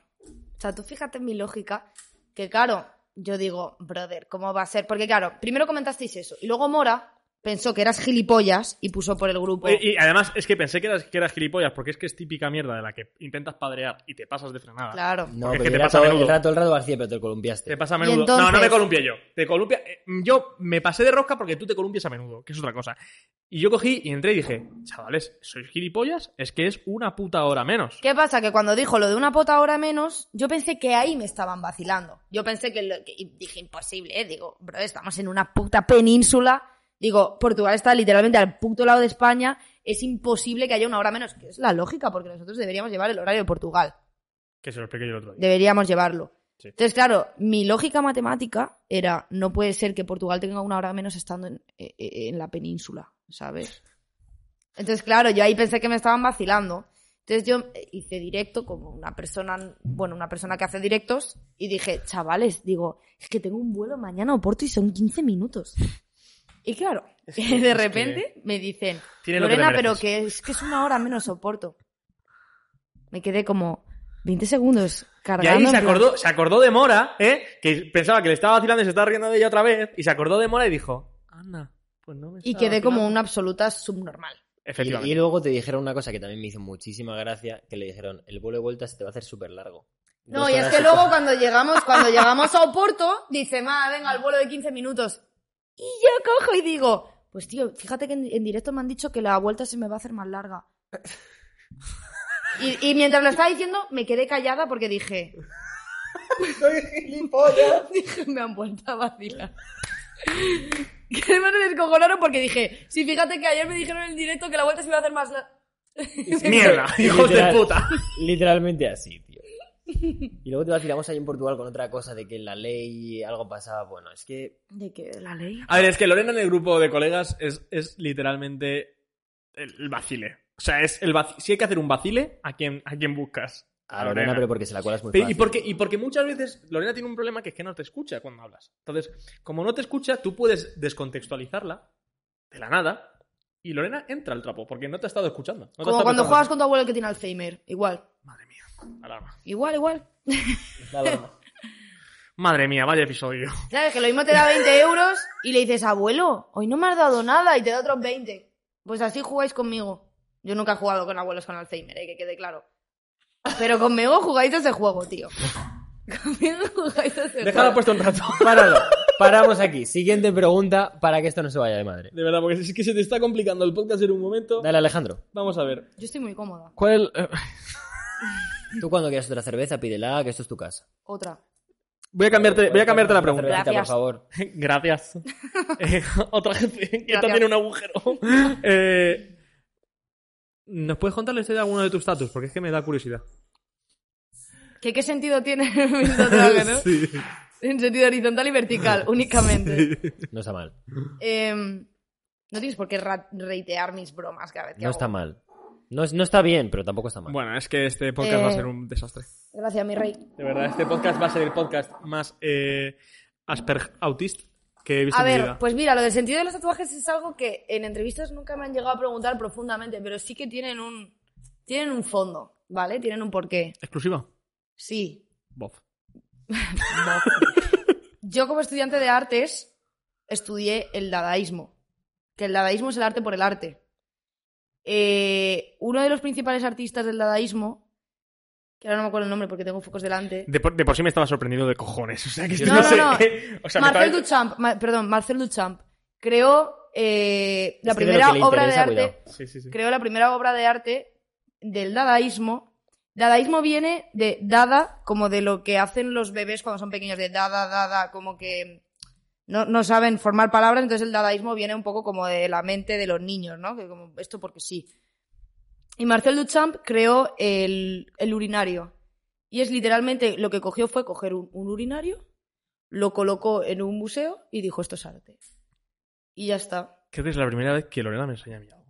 O sea, tú fíjate en mi lógica. Que claro, yo digo, brother, ¿cómo va a ser? Porque claro, primero comentasteis eso. Y luego Mora pensó que eras gilipollas y puso por el grupo. Eh, Y, y además, es que pensé que eras, que eras gilipollas, porque es que es típica mierda de la que intentas padrear y te pasas de frenada. Claro. No, Porque pero es que te era pasa todo, a menudo. era todo el rato García, pero te columpiaste. Te pasa a menudo. entonces- No, no me columpié yo. Te columpia. eh, Yo me pasé de rosca porque tú te columpias a menudo, que es otra cosa. Y yo cogí y entré y dije, chavales, ¿sois gilipollas? Es que es una puta hora menos. ¿Qué pasa? Que cuando dijo lo de una pota hora menos, yo pensé que ahí me estaban vacilando. Yo pensé que, lo- que- y dije imposible, ¿eh? Digo, bro, estamos en una puta península. Digo, Portugal está literalmente al puto lado de España. Es imposible que haya una hora menos. Que es la lógica, porque nosotros deberíamos llevar el horario de Portugal. Que se lo expliqué yo el otro día. Deberíamos llevarlo. Sí. Entonces, claro, mi lógica matemática era, no puede ser que Portugal tenga una hora menos estando en, eh, eh, en la península, ¿sabes? Entonces, claro, yo ahí pensé que me estaban vacilando. Entonces yo eh, hice directo como una persona, bueno, una persona que hace directos y dije, chavales, digo, es que tengo un vuelo mañana a Oporto y son 15 minutos. Y claro, que- de es repente me dicen, Tiene lo que te Lorena, pero mereces. que es que es una hora menos soporto. Me quedé como 20 segundos Y cargando. ahí se en plan- acordó, se acordó de Mora, ¿eh? Que pensaba que le estaba vacilando y se estaba riendo de ella otra vez. Y se acordó de Mora y dijo, anda, pues no me Y estaba quedé como vacilando". una absoluta subnormal. Y, Efectivamente. y luego te dijeron una cosa que también me hizo muchísima gracia, que le dijeron, el vuelo de vuelta se te va a hacer súper largo. No, Dos y es horas que y luego cua- cuando llegamos, cuando llegamos a Oporto, dice, ma, venga, al vuelo de 15 minutos. Y yo cojo y digo, pues tío, fíjate que en, en directo me han dicho que la vuelta se me va a hacer más larga. Y, y mientras lo estaba diciendo, me quedé callada porque dije, dije, me han vuelto a vacilar. Que me descojonaron porque dije, sí, fíjate que ayer me dijeron en el directo que la vuelta se me iba a hacer más larga. Mierda, hijos de Literal. puta. Literalmente así, tío. Y luego te vacilamos ahí en Portugal con otra cosa de que la ley algo pasaba. Bueno, es que De que la ley. A ver, es que Lorena en el grupo de colegas es, es literalmente el, el vacile. O sea, es el vaci- si hay que hacer un vacile, ¿a quién, a quién buscas? a Lorena, pero porque se la cuelas muy Pe- fácil. Y porque, y porque muchas veces Lorena tiene un problema que es que no te escucha cuando hablas. Entonces, como no te escucha, tú puedes descontextualizarla de la nada y Lorena entra al trapo porque no te ha estado escuchando. No te ha Como estado cuando prestando juegas con tu abuelo que tiene Alzheimer. Igual. atención. Madre mía, alarma. Igual, igual. La broma. Madre mía, vaya episodio. Sabes que lo mismo te da 20 euros y le dices, abuelo, hoy no me has dado nada y te da otros 20. Pues así jugáis conmigo. Yo nunca he jugado con abuelos con Alzheimer, eh, que quede claro. Pero conmigo jugáis ese juego, tío. Conmigo jugáis ese Déjala juego. puesto un rato. Páralo. Paramos aquí. Siguiente pregunta para que esto no se vaya de madre. De verdad, porque es que se te está complicando el podcast en un momento. Dale, Alejandro. Vamos a ver. Yo estoy muy cómoda. ¿Cuál eh, es el- Tú cuando quieras otra cerveza, pídela, que esto es tu casa. Otra. Voy a cambiarte, voy a cambiarte la pregunta. Cervecita, Gracias. por favor. Gracias. Eh, otra gente que Gracias. esta tiene un agujero. Eh, ¿Nos puedes contar la historia de alguno de tus status? Porque es que me da curiosidad. ¿Qué, qué sentido tiene mi tatuaje, no? Sí. En sentido horizontal y vertical, únicamente. No está mal. Em, no tienes por qué ra- reitear mis bromas cada vez que No hago. está mal. No, es- no está bien, pero tampoco está mal. Bueno, es que este podcast Eh. va a ser un desastre. Gracias, mi rey. De verdad, este podcast va a ser el podcast más eh, Asperg Autist que he visto A en mi ver, vida. pues mira, lo del sentido de los tatuajes es algo que en entrevistas nunca me han llegado a preguntar profundamente, pero sí que tienen un, tienen un fondo, ¿vale? Tienen un porqué. Exclusiva. Sí. Bof. Yo como estudiante de artes estudié el dadaísmo, que el dadaísmo es el arte por el arte. Eh, uno de los principales artistas del dadaísmo, que ahora no me acuerdo el nombre porque tengo focos delante, De por, de por sí me estaba sorprendido de cojones. O sea, que No, yo no, no, sé. no. qué- O sea, me Marcel parece- Duchamp, ma- perdón, Marcel Duchamp creó eh, la Es que de lo primera que le obra de interesa, arte. cuidado. Sí, sí, sí. creó la primera obra de arte del dadaísmo. Dadaísmo viene de dada, como de lo que hacen los bebés cuando son pequeños, de dada, dada, como que no, no saben formar palabras, entonces el dadaísmo viene un poco como de la mente de los niños, ¿no? Que como esto porque sí. Y Marcel Duchamp creó el, el urinario. Y es literalmente lo que cogió fue coger un, un urinario, lo colocó en un museo y dijo esto es arte. Y ya está. Creo que es la primera vez que Lorena me enseña a mí algo.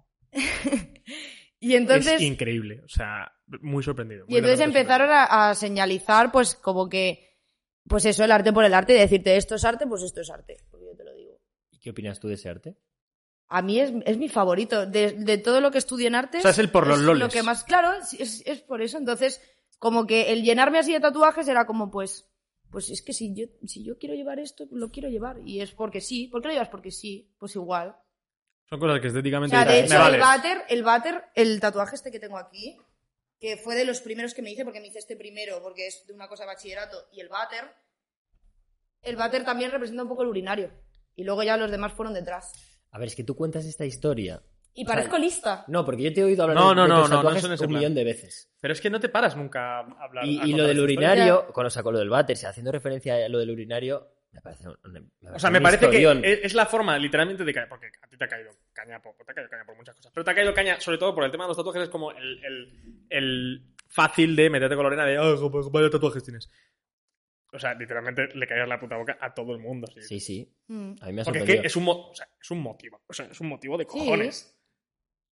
Y entonces, es increíble, o sea, muy sorprendido. y entonces empezaron a, a señalizar, pues, como que, pues eso, el arte por el arte, y decirte esto es arte, pues esto es arte. Porque yo te lo digo. ¿Y qué opinas tú de ese arte? A mí es, es mi favorito. De, de todo lo que estudio en artes. O sea, es el por los loles. Lo que más, claro, es, es- es por eso. Entonces, como que el llenarme así de tatuajes era como, pues, pues es que si yo, si yo quiero llevar esto, lo quiero llevar. Y es porque sí. ¿Por qué lo llevas? Porque sí. Pues igual. Son cosas que O estéticamente sea, de eh, dices, hecho, me el vale. váter, el váter, el tatuaje este que tengo aquí, que fue de los primeros que me hice, porque me hice este primero, porque es de una cosa de bachillerato, y el váter, el váter también representa un poco el urinario. Y luego ya los demás fueron detrás. A ver, es que tú cuentas esta historia. Y sea, parezco lista. No, porque yo te he oído hablar No, de, no, de no, tus no, no tatuajes son ese un plan. millón de veces. Pero es que no te paras nunca a hablar. Y, a y lo contar del esta historia. urinario, con, o sea, con lo del váter, o sea, haciendo referencia a lo del urinario, me parece un, un- O sea, un me parece que e-, historión. es es la forma literalmente de caer, porque a ti te ha caído caña por, te ha caído caña por muchas cosas, pero te ha caído caña sobre todo por el tema de los tatuajes, es como el, el- el fácil de meterte con Lorena de, oh, jo, vaya tatuajes tienes. O sea, literalmente le caías la puta boca a todo el mundo. sí. Sí, sí, Mm. a mí me ha Porque es sorprendido. que es un, mo- o sea, es un motivo, o sea, es un motivo de cojones.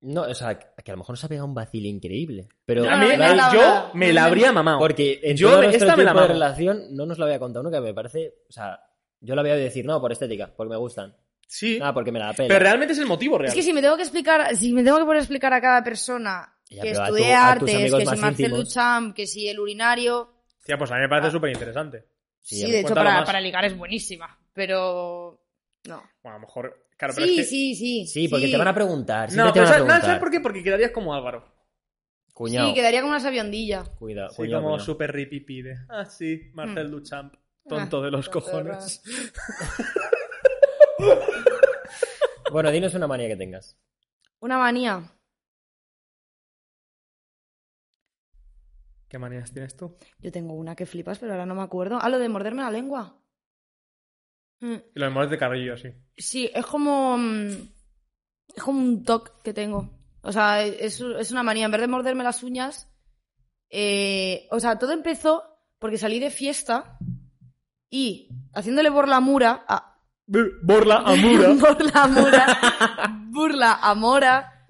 No, o sea, que a lo mejor nos ha pegado un vacil increíble. Pero No, a mí, no, no, no, yo no, me no, la no. habría mamado. Porque en Yo todo de- nuestro esta me la tiempo de mamo. relación no nos la había contado nunca, me parece, o sea, yo la voy a decir, no, por estética, porque me gustan. sí, Nada, porque me la pela. pero realmente es el motivo real. Es que si me tengo que explicar, si me tengo que poner a explicar a cada persona Ya, que pero a estudié tu- a tus artes, amigos que si más Marcel íntimos. Duchamp, que si el urinario. Tía, pues a mí me Ah. parece súper interesante. Sí, Sí, ya me- de hecho, cuéntalo para, más. para ligar es buenísima. Pero. No. Bueno, a lo mejor, claro, pero Sí, es que... sí, sí. Sí, porque te van a preguntar, siempre No, te pero van a ¿sabes, no, preguntar. ¿sabes por qué? Porque quedarías como Álvaro. Cuñao, Sí, quedaría como una sabiondilla. cuidado, Sí, cuñao, como cuñao. súper ripipi de, Ah, sí, Marcel Duchamp, Ah, tonto de los tonto cojones. Bueno, dinos una manía que tengas. Una manía. ¿Qué manías tienes tú? Yo tengo una que flipas, pero ahora no me acuerdo. Ah, lo de morderme la lengua. Mm, Y los demás de cabello, sí. Sí, es como. mm, Es como un toc que tengo. O sea, es, es una manía. En vez de morderme las uñas. eh, o sea, todo empezó porque salí de fiesta y haciéndole borlamura a, Borla Amura. burla a Mura, burla a Mora,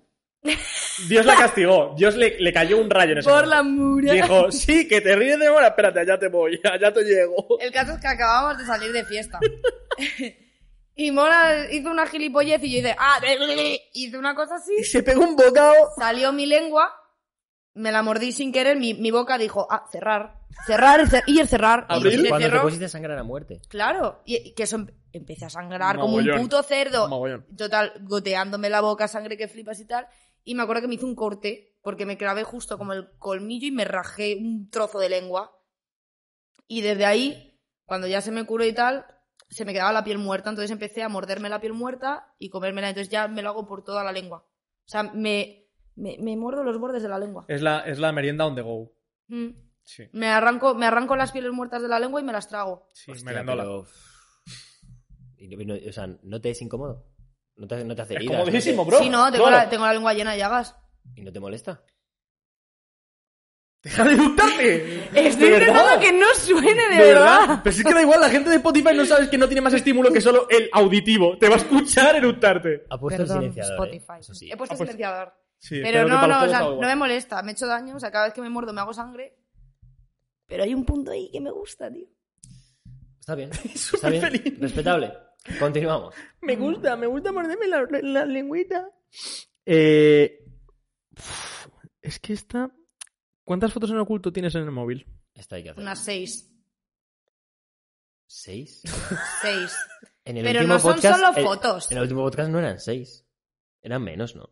Dios la castigó. Dios le, le cayó un rayo en ese burla a momento. Mura. Dijo, sí, que te ríes de Mora. Espérate, allá te voy, allá te llego. El caso es que acabamos de salir de fiesta. y Mora hizo una gilipollez y yo hice, ah, hice una cosa así. Y se pegó un bocado. Salió mi lengua, me la mordí sin querer, mi, mi boca dijo, ah, cerrar, cerrar cer- y el cerrar. Y ¿Abril? le Cuando te cerró, pusiste a sangrar a muerte. Claro, y, y que eso em- empecé a sangrar como un Mogollón. puto cerdo. Mogollón. total, goteándome la boca, sangre que flipas y tal. Y me acuerdo que me hizo un corte, porque me clavé justo como el colmillo y me rajé un trozo de lengua. Y desde ahí, cuando ya se me curó y tal, se me quedaba la piel muerta. Entonces empecé a morderme la piel muerta y comérmela. Entonces ya me lo hago por toda la lengua. O sea, me, me, me muerdo los bordes de la lengua. Es la, es la merienda on the go. Mm. Sí, Me arranco, me arranco las pieles muertas de la lengua y me las trago. sí, Hostia, merendola. pero- Y no- no- o sea, ¿no te es incómodo? ¿No te, no te hace Es heridas? ¿No te- comodísimo, bro. sí, no, tengo, Claro. la, tengo la lengua llena de llagas. ¿Y no te molesta? ¡Deja de dudarte! Estoy ¿De intentando verdad? que no suene de, De verdad. verdad. Pero si es que da igual, la gente de Spotify no sabes que no tiene más estímulo que solo el auditivo. Te va a escuchar eructarte. Ha puesto Perdón, el silenciador. ¿eh? Spotify. Eso sí. He puesto Ha puesto- silenciador. Ah, pues, Sí, Pero espero que no, para no, o ustedes sea, da no igual. me molesta. Me he hecho daño. O sea, cada vez que me muerdo me hago sangre. Pero hay un punto ahí que me gusta, tío. Está bien. Está súper bien. feliz. Respetable. Continuamos. Me gusta, me gusta morderme la, lengüita. Eh, es que esta. ¿Cuántas fotos en oculto tienes en el móvil? Esta hay que hacer. Unas seis. ¿Seis? Seis. En el Pero último no son podcast, solo eh, fotos. En el último podcast no eran seis. Eran menos, ¿no?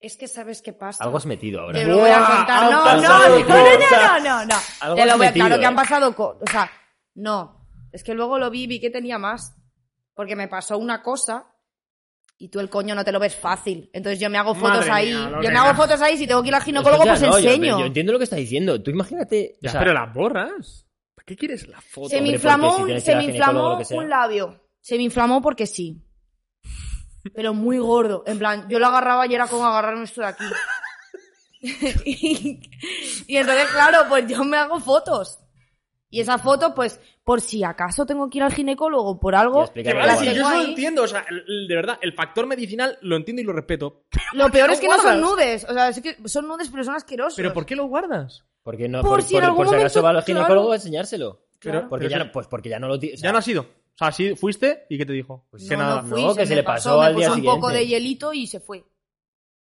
Es que sabes qué pasa. Algo has metido ahora. Te lo voy a Buah, contar. han No, no, pasado no, no, cosas. no, no, no. Algo Te lo has voy a- metido, Claro que eh. han pasado co- O sea, no. Es que luego lo vi y vi que tenía más. Porque me pasó una cosa y tú el coño no te lo ves fácil. Entonces yo me hago Madre fotos mía, ahí. yo me Lorena. hago fotos ahí. Si tengo que ir al Escucha, ginecólogo, pues no, yo- enseño. Yo, entiendo lo que está diciendo. Tú imagínate. o sea, pero las borras. ¿Para qué quieres la foto? Se me Hombre, porque inflamó, si un- tienes que se ir me al ginecólogo o inflamó lo que sea. un labio. Se me inflamó porque sí. Pero muy gordo. En plan, yo lo agarraba y era como agarrarme esto de aquí. y, y entonces, claro, pues yo me hago fotos. Y esas fotos, pues, por si acaso tengo que ir al ginecólogo por Y algo, explicar Que Ya vale, lo guardo. sí, yo eso lo ahí. entiendo, o sea, el- el- de verdad, el factor medicinal lo entiendo y lo respeto. Lo peor es que no pues son guardas? nudes. O sea, es que son nudes, pero son asquerosos. ¿Pero por qué lo guardas? Porque no, Por por, si por, en algún por si acaso momento, va al claro. ginecólogo a enseñárselo. Pero- Porque pero ya sí. no, pues porque ya no lo tiene. Ya no ha sido. O sea, sí, fuiste y ¿qué te dijo? Pues que no, nada. no. que se me le pasó me al día puso un poco de siguiente. hielito y se fue.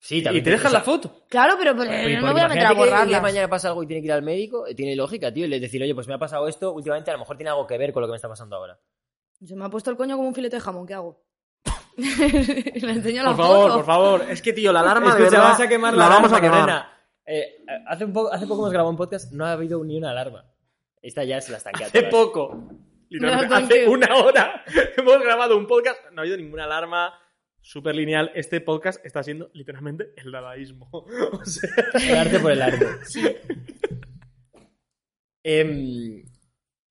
Sí, Y también. te dejas o sea, la foto. Claro, pero, pero Pero, pero no me voy a meter Imagínate que a el día de borrarlas. mañana pasa algo y tiene que ir al médico, eh, tiene lógica, tío, y le decir, oye, pues me ha pasado esto, últimamente a lo mejor tiene algo que ver con lo que me está pasando ahora. Se me ha puesto el coño como un filete de jamón, ¿qué hago? Le enseño la Por favor, foto. por favor. Es que, tío, la alarma de Escucha, verdad, vas a quemar la, la vamos a alarma, quemar. Carolina. Eh, hace, un poco, hace poco hemos grabado un podcast, no ha habido ni una alarma. Esta ya se la están Hace poco. Literalmente, No, hace tío. una hora hemos grabado un podcast. No ha habido ninguna alarma. Súper lineal. Este podcast está siendo literalmente el dadaísmo. O sea, El arte por el arte. Em,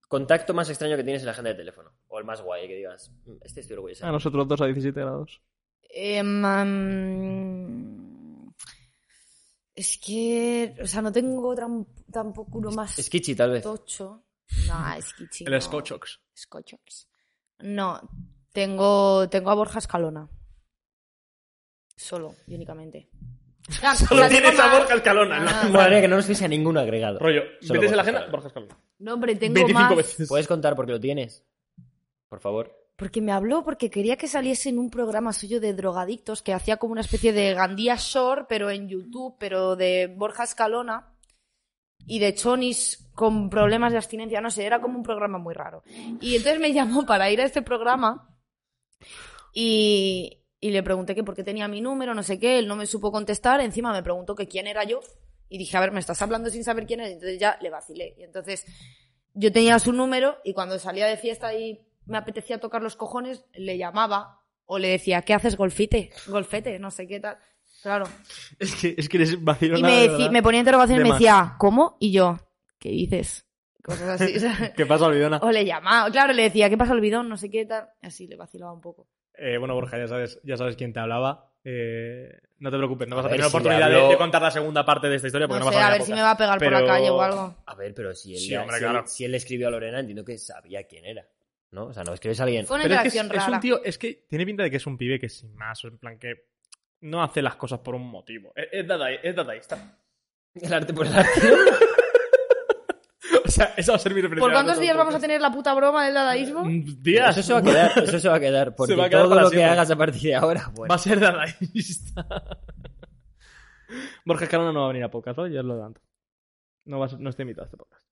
contacto más extraño que tienes en la agenda de teléfono. O el más guay, que digas, "Mm, este estoy orgulloso. Ah, a nosotros dos a 17 grados. Em, am, es que, o sea, no tengo tan- tampoco uno más Skitchy, tal vez. tocho. No, es que chico. El Scotchox. Scotchox. No, tengo, tengo a Borja Escalona. Solo y únicamente. Claro, Solo la tienes tengo a más- Borja Escalona. Ah. ¿no? Madre mía, que no nos fuese a ningún agregado. Rollo, Solo metes en Borja la agenda, Escalona. Borja Escalona. No, hombre, tengo 25 más. veces. Puedes contar porque lo tienes. Por favor. Porque me habló porque quería que saliese en un programa suyo de drogadictos que hacía como una especie de Gandía Shore, pero en YouTube, pero de Borja Escalona y de chonis con problemas de abstinencia, no sé, era como un programa muy raro. Y entonces me llamó para ir a este programa y, y le pregunté que por qué tenía mi número, no sé qué, él no me supo contestar, encima me preguntó que quién era yo y dije, a ver, me estás hablando sin saber quién eres, entonces ya le vacilé. Y entonces yo tenía su número y cuando salía de fiesta y me apetecía tocar los cojones, le llamaba o le decía, ¿qué haces golfite? Golfete, no sé qué tal. Claro. Es que, es que eres vacilona, Y me, de decí- verdad. me ponía interrogaciones y De me más. decía, ¿cómo? Y yo, ¿qué dices? Cosas así. o sea, ¿Qué pasa, Olvidona? o le llamaba, claro, le decía, ¿qué pasa el bidón? No sé qué tal. Así le vacilaba un poco. Eh, bueno, Borja, ya sabes, ya sabes quién te hablaba. Eh, no te preocupes, no vas a, A ver tener la si le oportunidad de- habló- de, contar la segunda parte de esta historia No, porque no, sé, vas a a abrir ver la si boca. me va a pegar por Pero- la calle o algo. A ver, pero si él, Sí, le- hombre, si él- claro. si él le escribió a Lorena, entiendo que sabía quién era. ¿No? O sea, no escribes a alguien. Fue una Pero es que es, interacción es rara. un tío, es que tiene pinta de que es un pibe que sin más, en plan que no hace las cosas por un motivo. Es, es, dadai- es dadaísta. El arte por el arte. O sea, eso va a ser mi referencia. ¿Por cuántos días vamos a tener la puta broma del dadaísmo? Mm, Eso Días. se va a quedar, eso se va a quedar. Porque va a quedar todo para lo que siempre. hagas a partir de ahora, bueno. Va a ser dadaísta. Borja Escalona no va a venir a podcast, ¿no? ya os lo adelanto. No, vas, no está invitado a este podcast.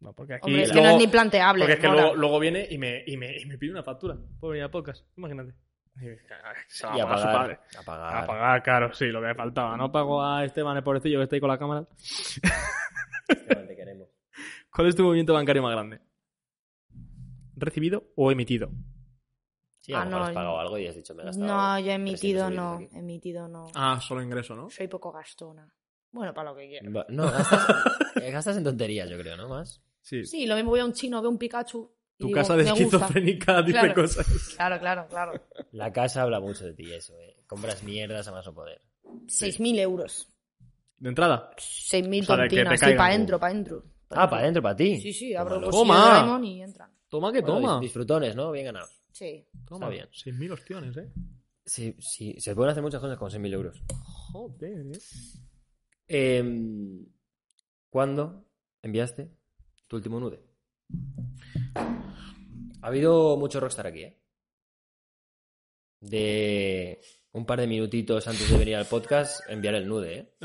No, porque aquí Hombre, es que luego- no es ni planteable. Porque es que mola. luego, luego viene y me, y, me, y me pide una factura por venir a podcast. Imagínate. Y me- Se la va Y a pagar su padre. A pagar. A pagar, claro, sí, lo que me faltaba. No pago a Esteban, el pobrecillo que está ahí con la cámara. Esteban, Este te queremos. ¿Cuál es tu movimiento bancario más grande? ¿Recibido o emitido? Sí, a Ah, lo mejor no, has pagado yo- algo y has dicho, me he gastado. No, yo he 300 emitido euros no, aquí. he emitido no. Ah, solo ingreso, ¿no? Soy poco gastona. Bueno, para lo que Mm. quiera. Va- No, gastas, eh, gastas en tonterías, yo creo, ¿no? Más. Sí. Sí, lo mismo voy a un chino, veo un Pikachu. y tu digo, casa de "Me gusta". esquizofrénica dice Claro. cosas. Claro, claro, claro. La casa habla mucho de ti, eso, ¿eh? Compras mierdas a más no poder. 6.000 euros. De entrada. 6.000 O sea, de que te tontinas. Sí, caigan, para uh. adentro, para adentro. Ah, para adentro, para ti. Sí, sí, abro el Tómalo. bolsillo de Toma. Doraemon y entran. Toma que Bueno, toma. dis- Disfrutones, ¿no? Bien ganado. Sí. Toma bien. 6.000 opciones, ¿eh? Sí, sí, se pueden hacer muchas cosas con 6.000 euros. Joder, ¿eh? Em, ¿Cuándo enviaste tu último nude? Ha habido mucho rockstar aquí, ¿eh? De un par de minutitos antes de venir al podcast, enviar el nude, ¿eh?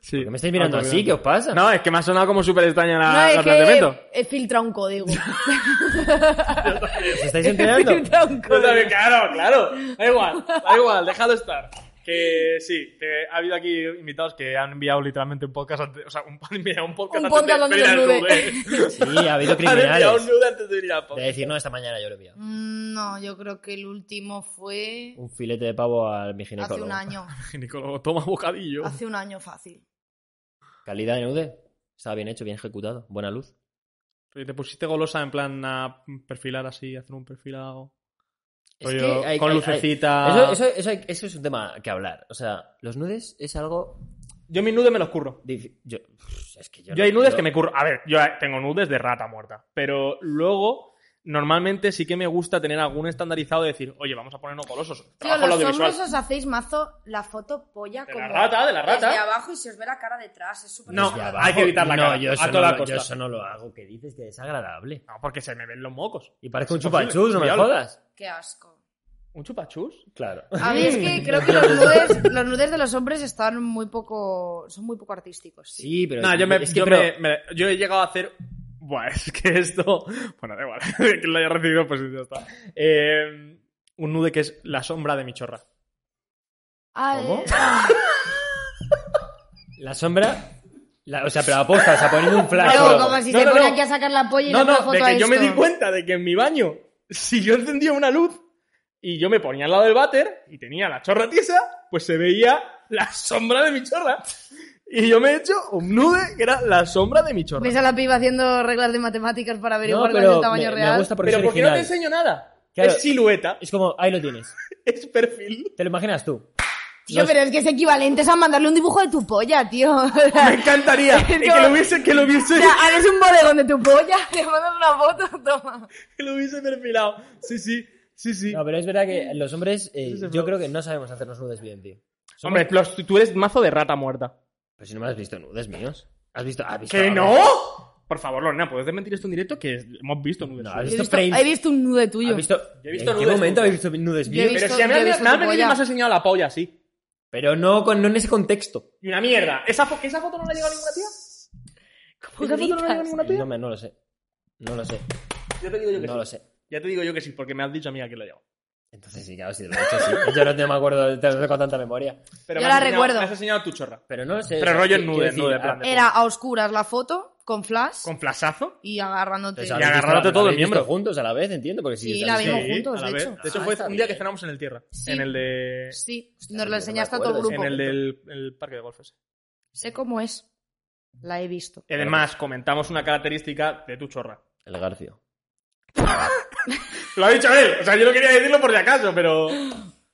Sí. ¿Por qué me estáis mirando Ah, está así? bien. ¿Qué os pasa? No, es que me ha sonado como súper extraña la, no, la es planteamiento. que he filtrado un código. ¿Os estáis He enterando? filtrado un Yo también, código. claro, claro. Da igual, da igual, déjalo estar. Que sí, que ha habido aquí invitados que han enviado literalmente un podcast antes, o sea, un, han enviado un podcast Un antes podcast de donde venir al desnude. club, eh. Sí, ha habido Han enviado un criminales. nude antes de venir al De podcast. decir, no, esta mañana yo lo he enviado. Mm, No, yo creo que el último fue Un filete de pavo al mi hace ginecólogo. un año. Ginecólogo, Eh, toma bocadillo. Hace un año fácil. ¿Calidad de nude? Estaba bien hecho, bien ejecutado. Buena luz. Oye, te pusiste golosa en plan a perfilar así, hacer un perfilado. Es Rollo, que hay- con hay- hay- lucecita. Eso, eso- eso hay- eso es un tema que hablar. O sea, los nudes es algo. Yo mis nudes me los curro. Dif- Yo, Pff, es que yo, Yo no- hay nudes yo- que me curro. A ver, yo tengo nudes de rata muerta. Pero luego, normalmente sí que me gusta tener algún estandarizado de decir, oye, vamos a ponernos golosos. Tío, Trabajo en lo los audiovisual. hombres os hacéis mazo la foto polla De como... la rata, de la rata. Desde abajo y se os ve la cara detrás. Es súper No, Desde desagradable. abajo. hay que evitar la no, cara, Yo a eso toda no, lo- costa. Yo eso no lo hago. ¿Qué dices? Que desagradable. No, porque se me ven los mocos. Y parezco un Es posible. chupachus, no me Diablo. jodas. Qué asco. ¿Un chupachus? Claro. A mí es que creo que los nudes, los nudes de los hombres están muy poco... Son muy poco artísticos. tío. Sí, pero. No, yo, me, es que, yo, pero- me- me- yo he llegado a hacer. Buah, es que esto. Bueno, da igual. que lo haya recibido, pues ya está. Eh, un nude que es la sombra de mi chorra. Ah, eh, ¿Cómo? La sombra. la- o sea, pero aposta, o sea, poniendo un flash. Pero o algo. como si No, te no, ponen no. aquí a sacar la polla y No, le pones no, de foto a que yo me esto. di cuenta de que en mi baño, si yo encendía una luz y yo me ponía al lado del váter y tenía la chorra tiesa, pues se veía la sombra de mi chorra. Y yo me he hecho un nude que era la sombra de mi chorra. Ves a la piba haciendo reglas de matemáticas para No, averiguar cuál es pero el tamaño me, me real. gusta porque Pero es ¿por qué no original. te enseño nada? Claro. Es silueta, Es como, ahí lo tienes. es perfil. Te lo imaginas tú. Tío, Los- pero es que es equivalente a mandarle un dibujo de tu polla, tío. O Me sea, encantaría. Es Y que como- lo hubiese, que lo hubiese, haces un bodegón de tu polla, te mandas una foto, toma. que lo hubiese perfilado. Sí, sí, sí, sí. No, pero es verdad que los hombres, eh, Sí, sí, yo pero- creo que no sabemos hacernos nudes bien, tío. Somos- Hombre, Plos, tú- tú eres mazo de rata muerta. Pero si no me has visto nudes míos. ¿Has visto? ¿Has visto ¿Que algo? no? Por favor, Lorena, ¿puedes desmentir esto en directo? Que hemos visto nudes. No, suyas. has He visto visto, frames? he visto un nude tuyo. ¿Has visto? Yo he visto ¿En qué nudes momento tuyos. habéis visto nudes Yo he míos? visto- Pero si a mí yo he me visto has tu polla. venido y me has enseñado la polla, sí. Pero no, con, no en ese contexto. Y una mierda. ¿Esa, fo- que ¿Esa foto no le ha llegado a ninguna tía? ¿Cómo ¿Esa Pues foto no le ha llegado a gritas? ninguna tía? No, me, no lo sé. No lo sé. Yo te digo yo que No sí. lo sé. Ya te digo yo que sí, porque me has dicho a mí a que lo llevo. Entonces sí, claro, si lo he hecho, sí. Yo no te- me acuerdo, te lo tengo con tanta memoria. Pero Yo me has la enseñado- recuerdo. Me has enseñado tu chorra. Pero no lo sé. Pero o sea, rollo qui- nude, quiero decir, nude, en plan ah, de- Era a oscuras la foto, con flash, Con flasazo. y agarrándote. pues Y habéis visto- agarrándote todo el habéis visto miembro. juntos a la vez, entiendo, porque si Sí, os la habéis- vimos Sí, juntos, a la de vez. hecho. De hecho, Ah, fue está un día que bien. cenamos en el Tierra. Sí. En el de... Sí, Hostia, nos no lo me enseñaste a todo acuerdo, el sí. grupo. En el del el parque de golf ese. Sé cómo es. La he visto. Y Además, comentamos una característica de tu chorra. El garcio. Lo ha dicho él. O sea, yo no quería decirlo por si acaso, pero.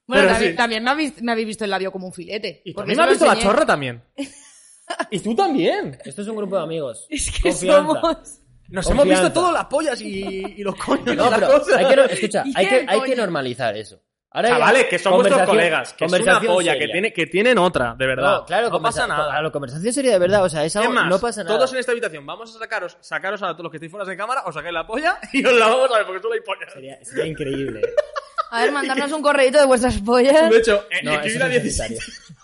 Bueno, Pero también, sí. también me, habéis, me habéis visto el labio como un filete. Y porque también me ha se lo visto la enseñé. chorra también. Y tú también. Esto es un grupo de amigos. Es que Confianza. somos... Nos Confianza. hemos visto todas las pollas y, y los coños. y No, las pero cosas. hay que, no- escucha, ¿Y hay qué, que, hay que coño? normalizar eso. Ahora ya- Chavales, que son vuestros conversación- colegas. Que es una conversación polla, que, seria. tiene, que tienen otra, de verdad. No, claro, no pasa conversa- nada. A la conversación sería de verdad, o sea, es Es algo, más, no pasa nada. todos en esta habitación, vamos a sacaros, sacaros a todos los que estáis fuera de cámara, os saquéis la polla y os la vamos a ver, porque solo hay pollas. Sería, sería increíble. A ver, mandarnos un correíto de vuestras pollas. De hecho, eh, No, escribid eso a es 17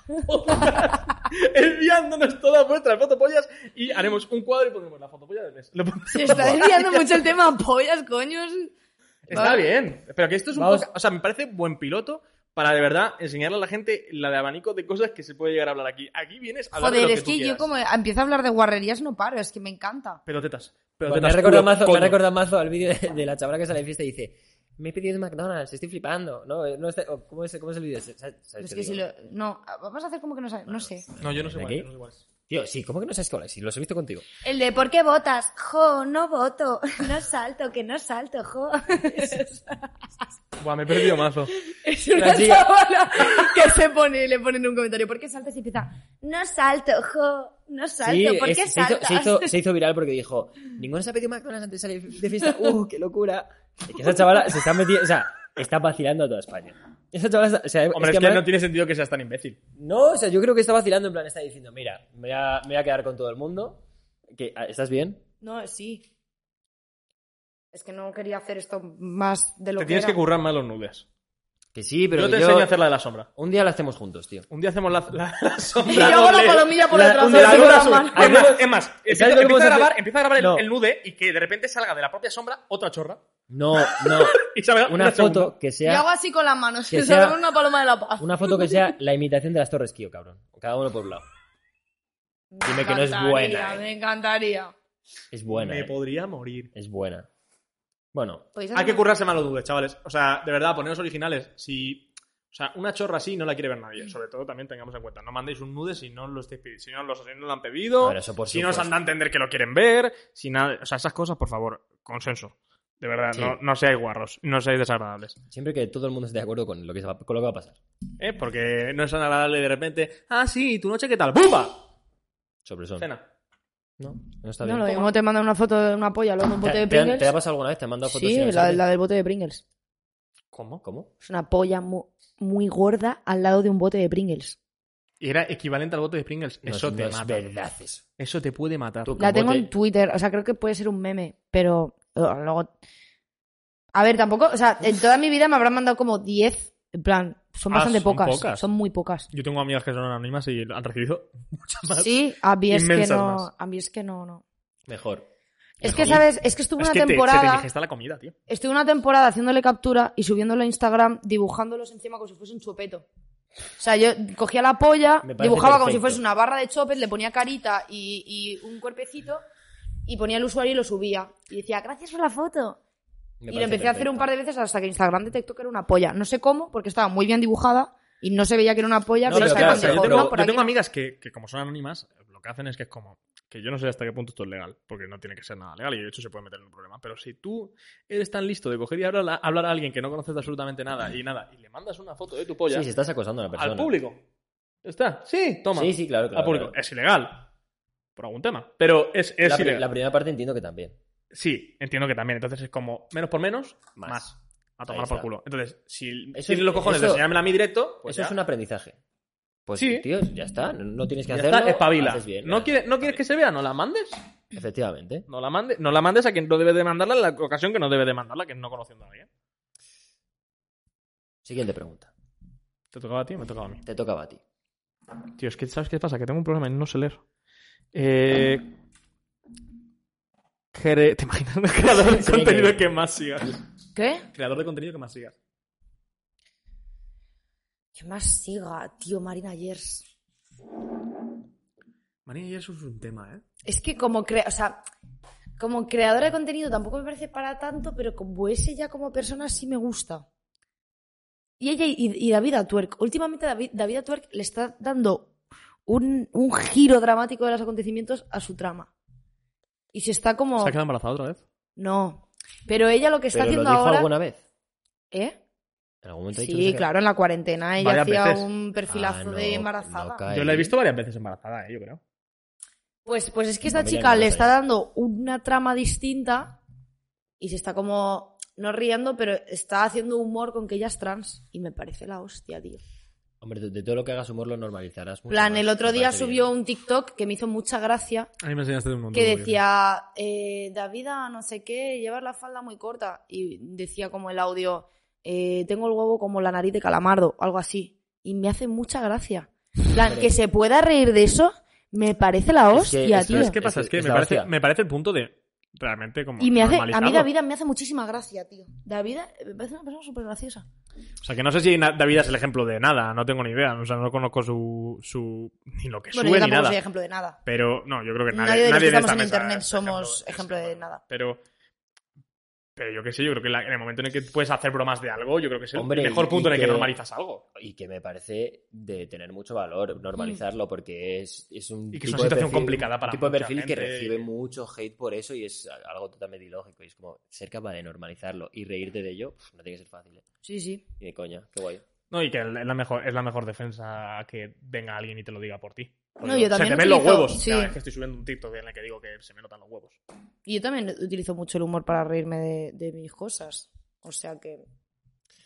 enviándonos todas vuestras fotopollas y haremos un cuadro y pondremos la fotopolla del mes. Lo pondremos- Se está desviando mucho el tema pollas, coños. Está bien, pero que esto es un Vamos. poco... O sea, me parece buen piloto para de verdad enseñarle a la gente la de abanico de cosas que se puede llegar a hablar aquí. Aquí vienes a hablar de Joder, lo es tú que yo quieras. como empiezo a hablar de guarrerías no paro, es que me encanta. Pelotetas. Bueno, pelotetas me, recuerda culo, mazo, me coño. recuerda mazo al vídeo de, de la chavala que sale de fiesta y dice me he pedido un McDonald's, estoy flipando. No, eh, no está- o, ¿cómo, es, ¿Cómo es el vídeo? ese? ¿Sabes- sabes Es qué que si digo? lo... No, vamos a hacer como que no sabes, no sé. No, yo no sé ¿De cuál, aquí? yo no sé cuál es. Tío, sí, ¿cómo que no sabes cuál es? Si los he visto contigo. El de ¿por qué votas? Jo, no voto, no salto, que no salto, jo. Buah, me he perdido mazo. Es una chica. chavala que se pone, le ponen un comentario, ¿por qué saltas? Y empieza, no salto, jo, no salto, sí, ¿por es- qué se, hizo, saltas? se hizo- se hizo viral porque dijo ninguno se ha pedido McDonald's antes de salir de fiesta. ¡Uh, qué locura! Es que esa chavala se está metiendo, o sea, está vacilando a toda España. Esa chavala, está- o sea, Hombre, es que no tiene sentido que seas tan imbécil. No, o sea, yo creo que está vacilando, en plan, está diciendo, mira, me voy a, me voy a quedar con todo el mundo. Que, ah, ¿Estás bien? No, sí. Es que no quería hacer esto más de lo Te que tienes era. que currar más los nudes. Que sí, pero yo te yo- enseño a hacer la de la sombra. Un día lo hacemos juntos, tío. Un día hacemos la, la, la Y sombra. yo hago la doble. palomilla por la- detrás. un De la Hacemos luna la azul. mano. Es más, es más, empieza, lo que empieza a podemos grabar, hacer? empieza a grabar el, No. el nude y que de repente salga de la propia sombra otra chorra. No, no. Y salga Una segunda. foto que Y hago sea. así con las manos, Que que se sea- una paloma de la paz. Una foto que sea la imitación de las Torres Kio, cabrón. Cada uno por un lado. Me Dime que no es encantaría, buena, eh. Me encantaría. Es buena. Me eh. podría morir. Es buena. Bueno, Podéis Hay hacer que una- currarse más los nudes, chavales. O sea, de verdad, poneros originales. Si, o sea, una chorra así no la quiere ver Mm. nadie. Sobre todo también tengamos en cuenta. No mandéis un nude si no lo estáis pidiendo, si no los si no lo han pedido, A ver, eso por si no os supuesto. han dado a entender que lo quieren ver, si nada. O sea, esas cosas, por favor, consenso. De verdad, Sí. no, no seáis guarros, no seáis desagradables. siempre que todo el mundo esté de acuerdo con lo que, se va- con lo que va a pasar. ¿Eh? Porque no es agradable de repente. Ah, sí, tu noche, ¿qué tal? ¡Bumba! Sobresón. Cena. No, no está No, bien. lo mismo te mandan una foto de una polla, luego de un bote ¿Te, de te han- Pringles. te ha pasado alguna vez? ¿Te han mandado fotos? sí, sin la, avisarte? la del bote de Pringles. ¿Cómo? ¿Cómo? Es una polla mu- muy gorda al lado de un bote de Pringles. Y era equivalente al bote de Pringles. No es- eso te no es mata. verdad eso. Eso te puede matar. Tú- La Con tengo bote. en Twitter, o sea, creo que puede ser un meme, pero uh, luego... A ver, tampoco, o sea, en toda mi vida me habrán mandado como 10, en plan, son Ah, bastante son pocas, pocas. son muy pocas. Yo tengo amigas que son anónimas y han recibido muchas más. Sí, a mí es que Inmensas no, más. a mí es que no, no. Mejor. Es Mejor. que, ¿sabes? Es que estuve Es una que te- se te temporada, digesta la comida, tío. estuve una temporada haciéndole captura y subiéndolo a Instagram, dibujándolos encima como si fuese un chupeto. O sea, yo cogía la polla, Me dibujaba parece como si perfecto. fuese una barra de chopes, le ponía carita y, y un cuerpecito y ponía el usuario y lo subía. Y decía, gracias por la foto. Me y lo parece empecé a hacer un perfecto. par de veces hasta que Instagram detectó que era una polla. No sé cómo, porque estaba muy bien dibujada y no se veía que era una polla. No, pero ¿Sabes pero qué estaba claro, pero pasa? Yo mejor, tengo, ¿no? Por yo aquí tengo no. amigas que, que como son anónimas, lo que hacen es que es como que yo no sé hasta qué punto esto es legal, porque no tiene que ser nada legal y de hecho se puede meter en un problema. Pero si tú eres tan listo de coger y hablar a, hablar a alguien que no conoces de absolutamente nada y nada, y le mandas una foto de tu polla Sí, si estás acosando a la persona. al público. ¿Está? Sí, toma. Sí, sí, claro, claro. al público. claro. Es ilegal. Por algún tema. Pero es, es la, pri- ilegal. la primera parte entiendo que también. Sí, entiendo que también. Entonces es como menos por menos, Más. más. A Ahí tomar está. por culo. Entonces, si Eso tienes es- los cojones de eso- enseñármela a mí directo, pues Eso ya. es un aprendizaje. Pues Sí. tío, ya está. No, no tienes que Ya hacerlo. está, espabila. haces bien, ¿No, claro. quieres, ¿No quieres que se vea? ¿No la mandes? Efectivamente. No la, mandes no la mandes a quien no debes de mandarla en la ocasión que no debes de mandarla, que no conociendo a nadie. Siguiente pregunta. ¿Te tocaba a ti o me tocaba a mí? Te tocaba a ti. Tío, es que ¿sabes qué pasa? Que tengo un problema en no sé leer. Eh... cre- ¿Te imaginas? Creador de Sí, contenido que- que más sigas. ¿Qué? Creador de contenido que más sigas. ¿Qué más siga, tío? Marina Yers. María, ya eso es un tema, ¿eh? Es que como crea, o sea, como creadora de contenido tampoco me parece para tanto, pero como ese ya como persona sí me gusta. Y ella y, y David Atwerk. Últimamente David, David Atwerk le está dando un, un giro dramático de los acontecimientos a su trama. Y se está como... ¿Se ha quedado embarazada otra vez? No. Pero ella lo que está Pero lo haciendo dijo ahora... alguna vez. ¿Eh? En algún momento ha dicho que Sí, se- claro, en la cuarentena ella Varias hacía veces. un perfilazo Ah, no, de embarazada. no cae. Yo la he visto varias veces embarazada, ¿eh? Yo creo. Pues, pues es que esta No, mira, chica no le lo está sabía. dando una trama distinta y se está como, no riendo, pero está haciendo humor con que ella es trans. Y me parece la hostia, tío. Hombre, de, de todo lo que hagas humor lo normalizarás. mucho plan, más. el otro Me día parece subió bien. un TikTok que me hizo mucha gracia, A mí me enseñaste de un montón. que decía, eh, Davida, no sé qué, llevas la falda muy corta. Y decía como el audio, eh, tengo el huevo como la nariz de calamardo, algo así. Y me hace mucha gracia. Plan, Hombre. que se pueda reír de eso, me parece la Es que- hostia, es que- tío. ¿Sabes qué pasa? Es que Es me la parece, hostia. me parece el punto de realmente como Y me hace, a mí normalizarlo. David me hace muchísima gracia, tío. David eh, me parece una persona súper graciosa. O sea, que no sé si na- David es el ejemplo de nada, no tengo ni idea. O sea, no conozco su, su ni lo que sube Bueno, yo ni tampoco nada. soy ejemplo de nada. Pero no, yo creo que nadie, Nadie de los que nadie en estamos esta en mesa internet es somos es ejemplo de nada. Pero pero yo qué sé, yo creo que la- en el momento en el que puedes hacer bromas de algo, yo creo que es el Hombre, mejor y- y punto en el que que- normalizas algo. Y que me parece de tener mucho valor Mm. normalizarlo porque es, es un. Y que es tipo una de situación perfil- complicada un para tipo de mucha perfil que gente. recibe mucho hate por eso y es algo totalmente ilógico. Y es como ser capaz de normalizarlo y reírte de ello, pf, no tiene que ser fácil. ¿eh? Sí, sí. Ni de coña, qué guay. No, y que es la mejor, es la mejor defensa que venga alguien y te lo diga por ti. Porque No, yo también Se te ven los utilizo- huevos. sí. Cada vez que estoy subiendo un TikTok en el que digo que se me notan los huevos. Y yo también utilizo mucho el humor para reírme de, de mis cosas. O sea que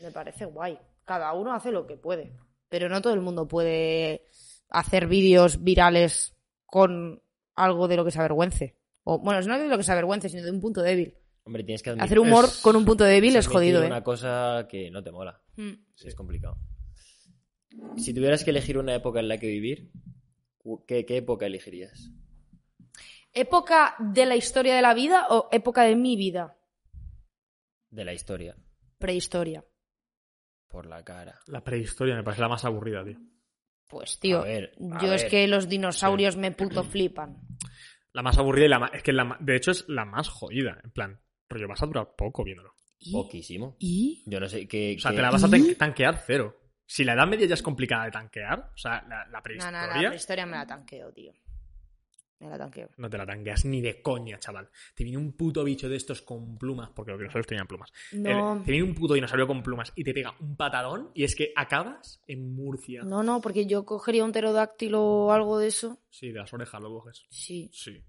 me parece guay. Cada uno hace lo que puede. Pero no todo el mundo puede hacer vídeos virales con algo de lo que se avergüence. O, bueno, no de lo que se avergüence, sino de un punto débil. Hombre, tienes que admitir- Hacer humor es- con un punto débil es admitir jodido, una ¿eh? cosa que no te mola. Mm. Es complicado. Si tuvieras que elegir una época en la que vivir, cu- ¿qué, qué época elegirías? ¿Época de la historia de la vida o época de mi vida? De la historia. Prehistoria. Por la cara. La prehistoria me parece la más aburrida, tío. Pues tío, A ver, a yo es ver. que los dinosaurios me puto flipan. La más aburrida y la más. Es que la ma- de hecho es la más jodida. En plan, rollo, vas a durar poco viéndolo. ¿Y? Poquísimo. ¿Y? Yo no sé qué. O sea, qué- te la vas a ¿Y? tan- tanquear cero. Si la edad media ya es complicada de tanquear, o sea, la, la No, no, prehistoria. no, la prehistoria me la tanqueo, tío. Me la tanqueo. No te la tanqueas ni de coña, chaval. Te viene un puto bicho de estos con plumas, porque los dinosaurios tenían plumas. No, El- te viene un puto dinosaurio con plumas y te pega un patadón y es que acabas en Murcia. no, no, porque yo cogería un pterodáctilo o algo de eso. Sí, de las orejas lo coges. Sí. Sí.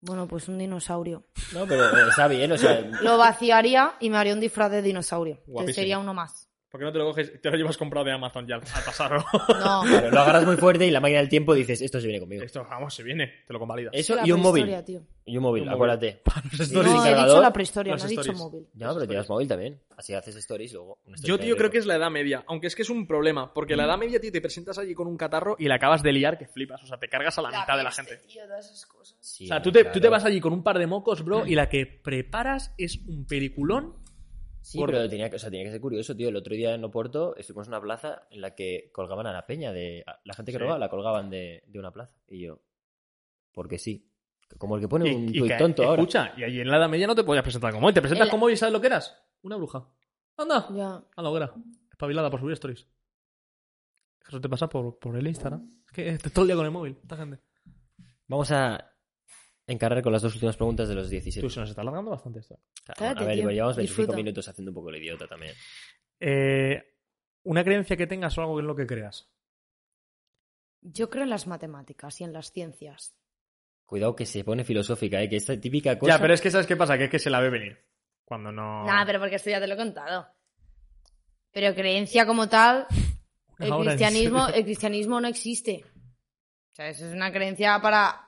Bueno, pues un dinosaurio. No, pero eh, está bien, o sea, Lo vaciaría y me haría un disfraz de dinosaurio. Que Guapísimo. sería uno más. ¿Por qué no te lo coges? Te lo llevas comprado de Amazon ya al al pasarlo. No. claro, lo agarras muy fuerte y la máquina del tiempo dices, esto se viene conmigo. Esto, vamos, se viene. Te lo convalidas. Eso La y un móvil. prehistoria, tío. Y un móvil, Un móvil. acuérdate. No, Stories sin he dicho cargador, la prehistoria, los no he dicho stories. móvil. Ya, pero llevas móvil también. Así haces stories luego. una story Yo, tío, de- creo que es la edad media. Aunque es que es un problema. Porque la edad media, tío, te presentas allí con un catarro y la acabas de liar que flipas. O sea, te cargas a la, mitad de la gente. Sí, O sea, tú te, claro. tú te vas allí con un par de mocos, bro, y la que preparas es un peliculón. Sí, Gordo. pero tenía que, o sea, tenía que ser curioso, tío. El otro día en Oporto estuvimos en una plaza en la que colgaban a la peña de. a- La gente que Sí. robaba la colgaban de, de una plaza. Y yo. Porque sí. Como el que pone Y- un y tuit que- tonto ahora. Escucha, y allí en la edad media no te podías presentar como hoy. Te presentas El- como hoy y ¿sabes lo que eras? Una bruja. Anda. Ya. A la hoguera. Espabilada por subir stories. Eso te pasa por, por el Instagram. Es que eh, todo el día con el móvil, esta gente. Vamos a encargar con las dos últimas preguntas de los 17. Tú se nos está alargando bastante esto. Claro, Cállate, a ver, tío. pero llevamos 25 Disfruta. minutos haciendo un poco el idiota también. Eh, una creencia que tengas o algo en lo que creas. Yo creo en las matemáticas y en las ciencias. Cuidado que se pone filosófica, ¿eh? que esta típica cosa. Ya, pero es que ¿sabes qué pasa? Que es que se la ve venir. Cuando no... Nada, pero porque esto ya te lo he contado. Pero creencia como tal, el Ahora, en cristianismo, serio. el cristianismo no existe. O sea, eso es una creencia para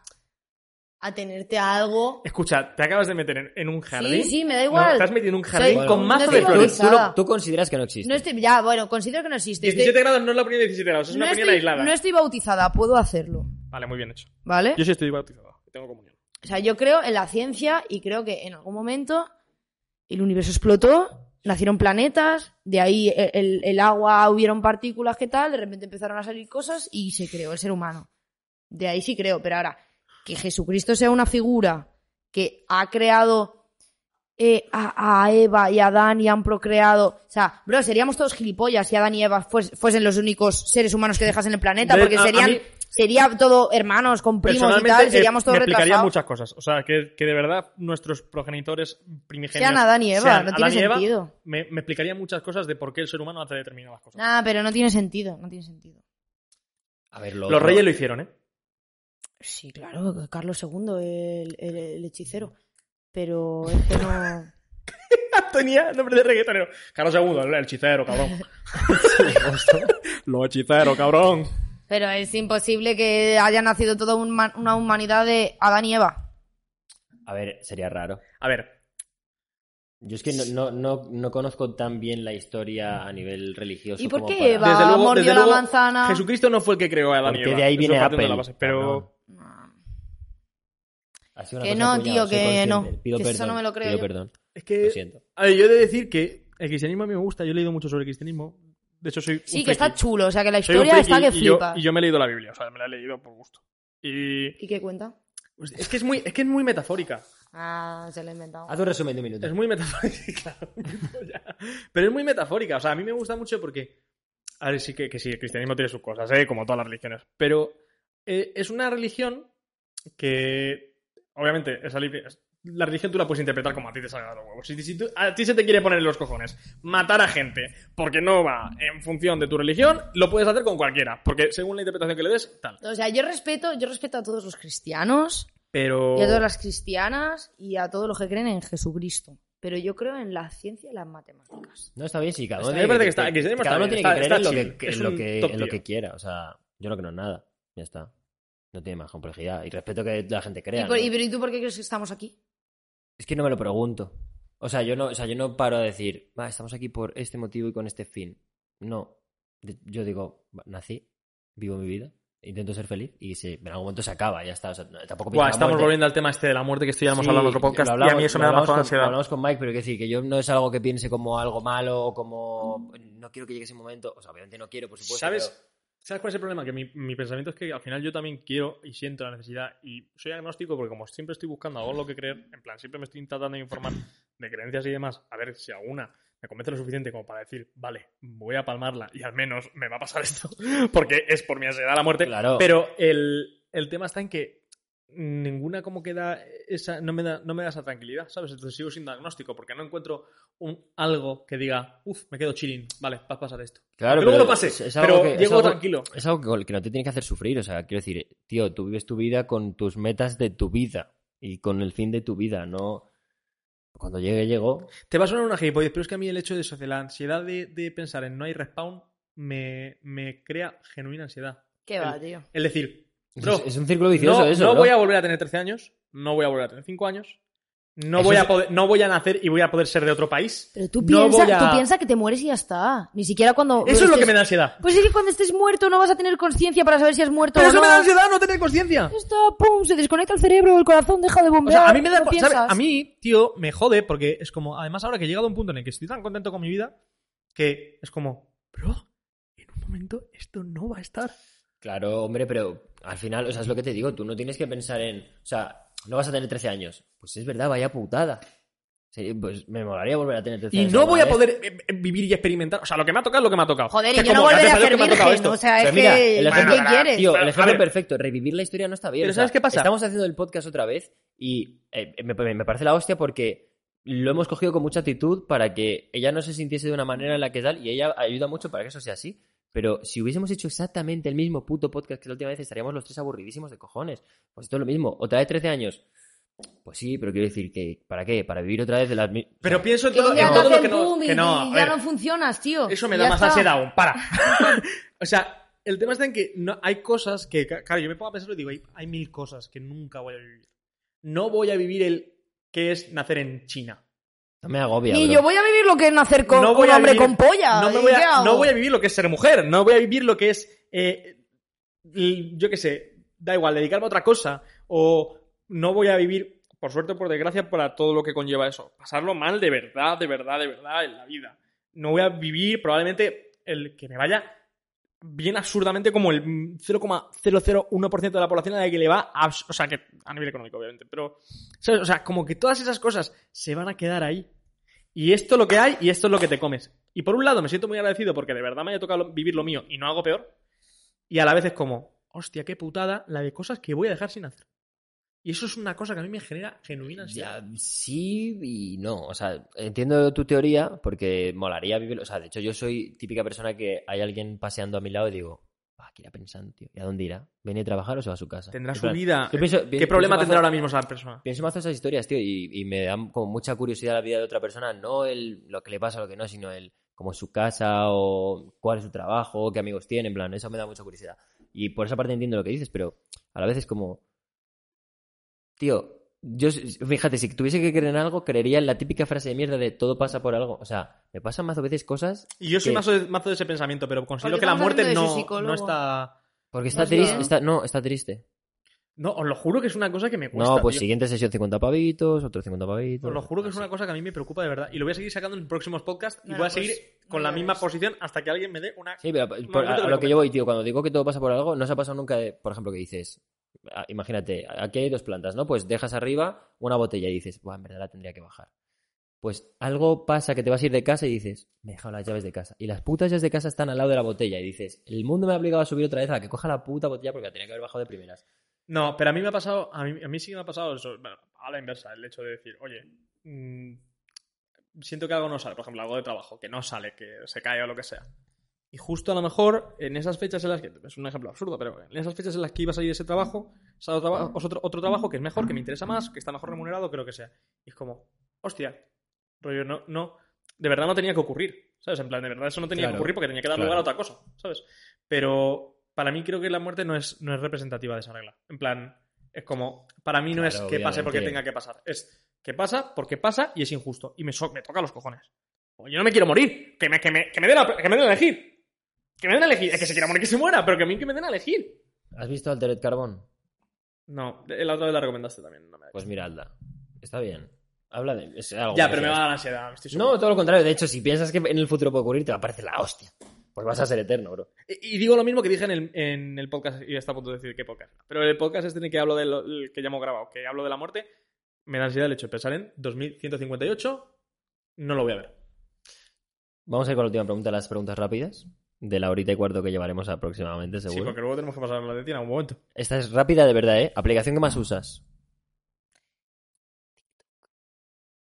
atenerte a algo. Escucha, te acabas de meter en, en un jardín. Sí, sí, me da No, igual. estás metiendo en un jardín Soy- con no mazo Tú- de estoy tú, flores. tú lo- actualizada. tú consideras que no existe. No estoy, ya, bueno, considero que no existe. Estoy- 17 grados no es la opinión de 17 grados, es una no opinión estoy- aislada. no estoy bautizada, puedo hacerlo. Vale, muy bien hecho. ¿Vale? Yo sí estoy bautizado, tengo comunión. O sea, yo creo en la ciencia y creo que en algún momento el universo explotó, nacieron planetas, de ahí el, el- el agua hubieron partículas que tal, de repente empezaron a salir cosas y se creó el ser humano. De ahí sí creo, pero ahora, que Jesucristo sea una figura que ha creado eh, a, a Eva y a Adán y han procreado. O sea, bro, seríamos todos gilipollas si Adán y Eva fues- fuesen los únicos seres humanos que dejasen el planeta, De- porque a- a serían. mí- Sería todo hermanos, con primos y Personalmente, tal, eh, seríamos todos me explicaría retrasados. muchas cosas. O sea, que, que de verdad nuestros progenitores primigenios. Sean Adán y Eva, sean no Adán tiene y Eva, sentido. me, me explicaría muchas cosas de por qué el ser humano hace determinadas cosas. Nah, pero no tiene sentido, no tiene sentido. A ver, lo Los reyes lo hicieron, ¿eh? Sí, claro, Carlos II, el, el- el hechicero. Pero es que no. Tenía nombre de reggaetonero. Carlos II, el hechicero, cabrón. lo hechicero, cabrón. Pero es imposible que haya nacido toda un ma- una humanidad de Adán y Eva. A ver, sería raro. A ver, Yo es que no, no, no, no conozco tan bien la historia a nivel religioso. ¿Y por como qué para- Eva? desde luego, mordió desde la luego, manzana. Jesucristo no fue el que creó a Adán y Porque Eva. de ahí Eso viene partiendo de la Apple, base, pero cabrón. No. Ha sido una Que cosa no, acuñada, tío, soy que consciente. no, Pido que perdón. eso no me lo creo Pido yo. perdón. es Lo que siento. a ver, yo he de decir que el cristianismo a mí me gusta, yo he leído mucho sobre el cristianismo. De hecho, soy un Sí, que está friki. chulo, o sea que la Soy un historia friki está que y yo- flipa. y yo me he leído la Biblia, o sea, me la he leído por gusto. Y ¿Y qué cuenta? Pues Es que es muy, es que es muy metafórica. Ah, se lo he inventado. Haz un resumen de un minuto. Es muy metafórica. Pero es muy metafórica. O sea, a mí me gusta mucho porque. A ver, sí que, que sí, el cristianismo tiene sus cosas, ¿eh? como todas las religiones. Pero eh, es una religión que. Obviamente, esa libre- la religión tú la puedes interpretar como a ti te salga de los huevos. Si, si tú- a ti se te quiere poner en los cojones matar a gente porque no va en función de tu religión, lo puedes hacer con cualquiera. Porque según la interpretación que le des, tal. O sea, yo respeto, yo respeto a todos los cristianos. Pero. Y a todas las cristianas y a todos los que creen en Jesucristo. Pero yo creo en la ciencia y las matemáticas. No, está bien, sí, cada uno Está tiene bien, parece que que, está- que está cada uno bien, tiene que está- creer está en, lo chill, que, es en, lo un que, top en lo que tier. quiera. O sea, yo no creo en nada. Ya está. No tiene más complejidad. Y respeto que la gente crea. ¿Y, por- ¿no? y- pero ¿y tú por qué crees que estamos aquí? Es que no me lo pregunto. O sea, yo no, o sea, yo no paro a decir, va, estamos aquí por este motivo y con este fin. No. De- Yo digo, "Va, nací, vivo mi vida, intento ser feliz y se- en algún momento se acaba, ya está. O sea, no- tampoco pienso en Buah, la estamos muerte. volviendo al tema este de la muerte, que esto ya lo hemos Sí, hablado en otro podcast. lo hablamos- y a mí eso lo me da más hablamos con- ansiedad. Lo hablamos con Mike, pero quiero decir que yo no es algo que piense como algo malo o como no quiero que llegue ese momento. O sea, obviamente no quiero, por supuesto. ¿Sabes? pero- ¿Sabes cuál es el problema? Que mi, mi pensamiento es que al final yo también quiero y siento la necesidad y soy agnóstico porque como siempre estoy buscando algo en lo que creer, en plan, siempre me estoy tratando de informar de creencias y demás, a ver si alguna me convence lo suficiente como para decir, vale, voy a palmarla y al menos me va a pasar esto porque es por mi ansiedad la muerte. Claro. Pero el, el tema está en que ninguna como que da esa, no me da, no me da esa tranquilidad, ¿sabes? Entonces sigo sin diagnóstico porque no encuentro un algo que diga, uff, me quedo chilling, vale, vas a pasar esto. Claro, Que luego pero lo pases, es- es algo pero que- es llego algo- tranquilo. Es algo que, con- que no te tiene que hacer sufrir. O sea, quiero decir, tío, tú vives tu vida con tus metas de tu vida y con el fin de tu vida, no. Cuando llegue, llegó. Te va a sonar una gilipollez, pero es que a mí el hecho de eso, de la ansiedad de, de pensar en no hay respawn, me, me crea genuina ansiedad. ¿Qué va, tío? Es decir, Es, bro, es un círculo vicioso no, eso. no bro. voy a volver a tener 13 años, no voy a volver a tener 5 años, no Eso voy, es- a poder, no voy a nacer y voy a poder ser de otro país. Pero tú No piensa, voy a- tú piensa que te mueres y ya está. Ni siquiera cuando. Eso es lo estés- que me da ansiedad. Pues es que cuando estés muerto no vas a tener conciencia para saber si has muerto Pero o eso no. me da ansiedad, no tener conciencia. Ya Está, pum, se desconecta el cerebro, el corazón deja de O bombear. sea, a mí me da. no ¿sabes? piensas. A mí, tío, me jode porque es como. Además, ahora que he llegado a un punto en el que estoy tan contento con mi vida que es como, bro, en un momento esto no va a estar. Claro, hombre, pero al final, o sea, es lo que te digo, tú no tienes que pensar en, o sea, no vas a tener 13 años. Pues es verdad, vaya putada. Sí, pues me molaría volver a tener 13 Y años. no alguna voy a vez. poder eh, eh, vivir y experimentar. O sea, lo que me ha tocado es lo que me ha tocado. Joder, Que y yo no como, volveré a gracias ser Dios que me ha tocado virgen. esto. O sea, Pero es mira, que. el ¿Qué ejemplo- quieres? Tío, Pero, el ejemplo joder. perfecto, revivir la historia no está bien. Pero o sea, ¿sabes qué pasa? Estamos haciendo el podcast otra vez y eh, me, me parece la hostia porque lo hemos cogido con mucha actitud para que ella no se sintiese de una manera en la que tal y ella ayuda mucho para que eso sea así. Pero si hubiésemos hecho exactamente el mismo puto podcast que la última vez, estaríamos los tres aburridísimos de cojones. Pues esto es lo mismo. Otra vez 13 años. Pues sí, pero quiero decir que, ¿para qué? Para vivir otra vez de las... mi- o Pero sea, pienso en Que todo, ya en te todo lo hacen que no. boom y- Que no, a y ver, ya no funcionas, tío. Eso me Ya da más está. ansiedad aún, para. o sea, el tema está en que no, hay cosas que, ca- claro, yo me pongo a pensarlo y digo, hay, hay mil cosas que nunca voy a vivir. No voy a vivir el que es nacer en China. no me agobia, Ni bro. yo voy a vivir lo que es nacer con no con voy un a hombre vivir- con polla. No, me ¿Y voy qué a, hago? no voy a vivir lo que es ser mujer. No voy a vivir lo que es. eh, l- yo qué sé, da igual, dedicarme a otra cosa. O no voy a vivir, por suerte o por desgracia, para todo lo que conlleva eso. Pasarlo mal de verdad, de verdad, de verdad en la vida. No voy a vivir probablemente el que me vaya bien absurdamente como el mm, 0,001% de la población a la que le va, abs- o sea, que a nivel económico obviamente, pero, ¿sabes? O sea, como que todas esas cosas se van a quedar ahí. Y esto es lo que hay y esto es lo que te comes. Y por un lado me siento muy agradecido porque de verdad me haya tocado lo- vivir lo mío y no hago peor. Y a la vez es como, hostia, qué putada la de cosas que voy a dejar sin hacer. Y eso es una cosa que a mí me genera genuina ansiedad. Ya, sí y no. O sea, entiendo tu teoría porque molaría vivirlo. O sea, de hecho, yo soy típica persona que hay alguien paseando a mi lado y digo, va, ¿qué irá pensando, tío? ¿Y a dónde irá? ¿Viene a trabajar o se va a su casa? Tendrá En su plan, vida. yo pienso- ¿Qué pienso problema mazo- tendrá ahora mismo esa persona? Pienso más esas historias, tío, y, y me dan como mucha curiosidad la vida de otra persona, no el lo que le pasa, lo que no, sino el como su casa o cuál es su trabajo, qué amigos tiene, en plan, eso me da mucha curiosidad. Y por esa parte entiendo lo que dices, pero a la vez es como, tío, yo, s- fíjate, si tuviese que creer en algo, creería en la típica frase de mierda de todo pasa por algo. O sea, me pasan más veces cosas Y yo soy ¿Qué? mazo de, mazo de ese pensamiento, pero considero Porque que la estamos muerte hablando de su no, psicólogo. no está. porque está Más triste, bien. está, no, está triste. No, os lo juro que es una cosa que me cuesta. No, pues tío. siguiente sesión 50 pavitos, otro 50 pavitos. Os lo juro que es así. una cosa que a mí me preocupa de verdad. Y lo voy a seguir sacando en próximos podcasts y Bueno, voy a pues, seguir con no la ya misma ves. posición hasta que alguien me dé una. Sí, pero por- no a, a te lo lo que recomiendo. yo voy, tío, cuando digo que todo pasa por algo, no se ha pasado nunca, de- por ejemplo, que dices, ah, imagínate, aquí hay dos plantas, ¿no? Pues dejas arriba una botella y dices, Buah, en verdad la tendría que bajar. Pues algo pasa que te vas a ir de casa y dices, me he dejado las llaves de casa. Y las putas llaves de casa están al lado de la botella y dices, el mundo me ha obligado a subir otra vez a que coja la puta botella porque la tenía que haber bajado de primeras. No, pero a mí me ha pasado. A mí, a mí sí que me ha pasado eso. Bueno, a la inversa, el hecho de decir, oye, mm, siento que algo no sale. Por ejemplo, algo de trabajo, que no sale, que se cae o lo que sea. Y justo a lo mejor en esas fechas en las que. Es un ejemplo absurdo, pero en esas fechas en las que iba a salir ese trabajo, sale otro, traba- otro, otro trabajo que es mejor, que me interesa más, que está mejor remunerado, que lo que sea. Y es como, hostia, rollo, no, no. De verdad no tenía que ocurrir. ¿Sabes? En plan, de verdad eso no tenía Claro, que ocurrir porque tenía que dar claro. lugar a otra cosa. ¿Sabes? Pero para mí creo que la muerte no es, no es representativa de esa regla. En plan, es como, para mí no es que Claro, pase porque obviamente. tenga que pasar. Es que pasa porque pasa y es injusto. Y me, so- me toca los cojones. Como, Yo no me quiero morir. Que me, que me, que me den a, que me den a elegir. Que me den a elegir. Es que se quiera morir que se muera, pero que a mí que me den a elegir. ¿Has visto Altered Carbón? No, la otra vez la recomendaste también. No me da Pues miradla. Está bien. Habla de... es algo ya, que pero me sea- va a dar ansiedad. estoy seguro. No, todo lo contrario. De hecho, si piensas que en el futuro puede ocurrir, te va a parecer la hostia. Pues vas a ser eterno, bro. Y y digo lo mismo que dije en el, en el podcast, y está a punto de decir qué podcast. Pero en el podcast este en el que hablo del el que llamo grabado, que hablo de la muerte, me da ansiedad el hecho de pensar en 2158, no lo voy a ver. Vamos a ir con la última pregunta, las preguntas rápidas. de la horita y cuarto que llevaremos aproximadamente, Sí, seguro. porque luego tenemos que pasar a la de ti en algún momento. Esta es rápida de verdad, ¿eh? Aplicación que más usas.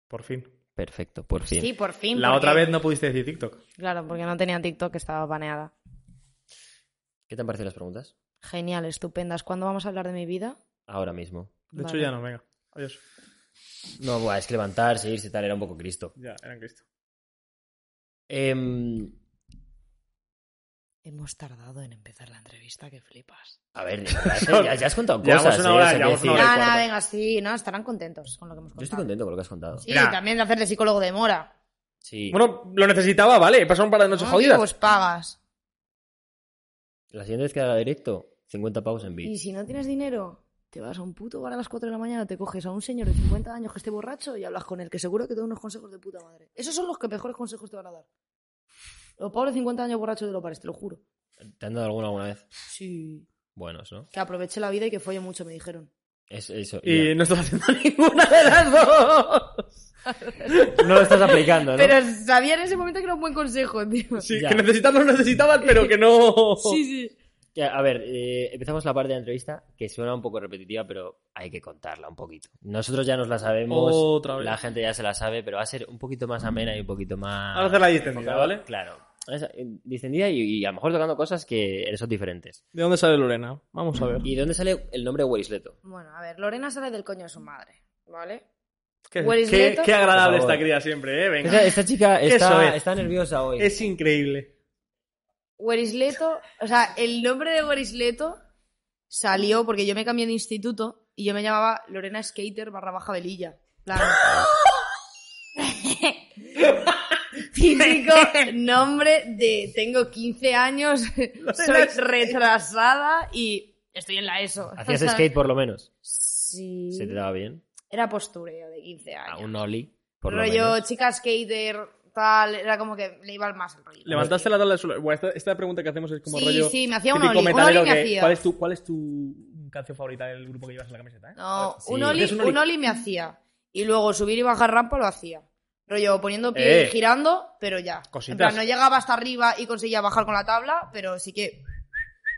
Por fin. Perfecto, por fin. Sí, por fin. La porque- otra vez no pudiste decir TikTok. Claro, porque no tenía TikTok, estaba baneada. ¿Qué te han parecido las preguntas? Genial, estupendas. ¿Cuándo vamos a hablar de mi vida? Ahora mismo. De hecho, Vale. ya no, venga. Adiós. No, buah, es que levantarse, irse y tal, era un poco Cristo. Ya, eran Cristo. Em, Hemos tardado en empezar la entrevista, que flipas. a ver, de verdad, eh, ya, ya has contado Llevamos cosas. una eh, hora, o sea, llevamos quiero una decir- hora Ah, y nada, cuarto. venga, sí, no, estarán contentos con lo que hemos Yo contado. estoy contento con lo que has contado. Sí, Mira. también de hacerle psicólogo de mora. Sí. Bueno, lo necesitaba, vale. He pasado un par de noches No, tío, jodidas. pues pagas. La siguiente vez que haga directo, 50 pavos en Y bits. si no tienes dinero, te vas a un puto bar a las 4 de la mañana, te coges a un señor de 50 años que esté borracho y hablas con él, que seguro que te da unos consejos de puta madre. Esos son los que mejores consejos te van a dar. Los pobres de 50 años borrachos de los bares, te lo juro. ¿Te han dado alguna alguna vez? Sí. Buenos, ¿no? Que aproveche la vida y que folle mucho, me dijeron. Es, eso. Y ya. no estás haciendo ninguna de las dos. No lo estás aplicando, ¿no? Pero sabía en ese momento que era un buen consejo, tío. Sí, Ya. que necesitarlo necesitabas, pero que no. Sí, sí. Ya, A ver, eh, empezamos la parte de la entrevista que suena un poco repetitiva, pero hay que contarla un poquito. Nosotros ya nos la sabemos, Otra vez. la gente ya se la sabe, pero va a ser un poquito más amena y un poquito más. Ahora hacer la distendida, ¿vale? Claro. Es, eh, distendida y, y a lo mejor tocando cosas que son diferentes. ¿De dónde sale Lorena? Vamos a ver. ¿Y de dónde sale el nombre Werisleto? Bueno, a ver, Lorena sale del coño de su madre, ¿vale? Qué, Where is qué- Leto? qué agradable Por favor. esta cría siempre, ¿eh? Venga. Esta, esta chica Eso está, es. está nerviosa hoy. Es increíble. Werisleto, o sea, el nombre de Werisleto salió porque yo me cambié de instituto y yo me llamaba Lorena Skater barra baja velilla. Plan. Típico nombre de tengo 15 años, soy Skater. retrasada y estoy en la ESO. Hacías skate por lo menos. Sí. Se te daba bien. Era postureo de 15 A años. un ollie, por lo rollo menos. chica skater, tal, era como que le iba al más el rollo. Levantaste la tabla de suelo. Buah, esta, esta pregunta que hacemos es como sí, rollo. sí, me hacía un típico ollie. Un metalero ollie me que- hacía. ¿cuál, es tu, ¿Cuál es tu canción favorita del grupo que llevas en la camiseta? eh? No, Sí. un, Es ollie, un ollie. un ollie me hacía. Y luego subir y bajar rampa lo hacía. Rollo poniendo pie Eh. y girando, pero ya. En Cositas. plan, no llegaba hasta arriba y conseguía bajar con la tabla, pero sí que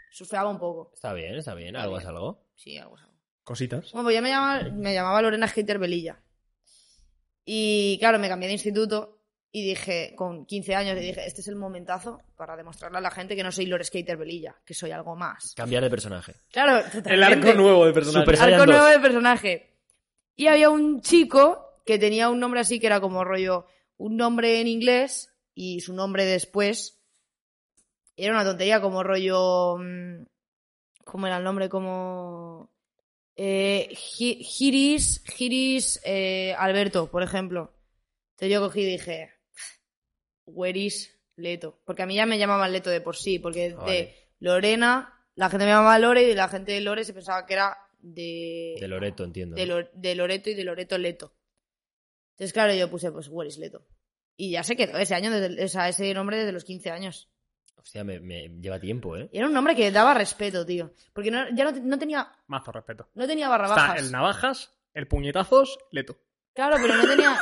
surfeaba un poco. Está bien, está bien. Algo es algo. Sí, algo así. Cositas. Bueno, pues yo me llamaba, me llamaba Lorena Skater Velilla. Y claro, me cambié de instituto y dije, con 15 años, y dije, este es el momentazo para demostrarle a la gente que no soy Lore Skater Velilla, que soy algo más. Cambiar de personaje. Claro, El arco totalmente. nuevo de personaje. Super- Saiyan Arco 2. nuevo de personaje. Y había un chico que tenía un nombre así que era como rollo, un nombre en inglés y su nombre después. Era una tontería como rollo... mm, ¿Cómo era el nombre? Como... Eh, Gi- Giris, Giris eh, Alberto, por ejemplo. Entonces yo cogí y dije, where is Leto? Porque a mí ya me llamaban Leto de por sí, porque Vale. de Lorena, la gente me llamaba Lore y de la gente de Lore se pensaba que era de... De Loreto, entiendo. de ¿no? Lo- de Loreto y de Loreto Leto. Entonces, claro, yo puse, pues, where is Leto? Y ya se quedó ese año, desde, o sea, ese nombre desde los 15 años. Hostia, me, me lleva tiempo, ¿eh? Y era un nombre que daba respeto, tío. Porque no- ya no, no tenía, Mazo respeto. no tenía barra Está bajas. el navajas, el puñetazos, leto. Claro, pero no tenía,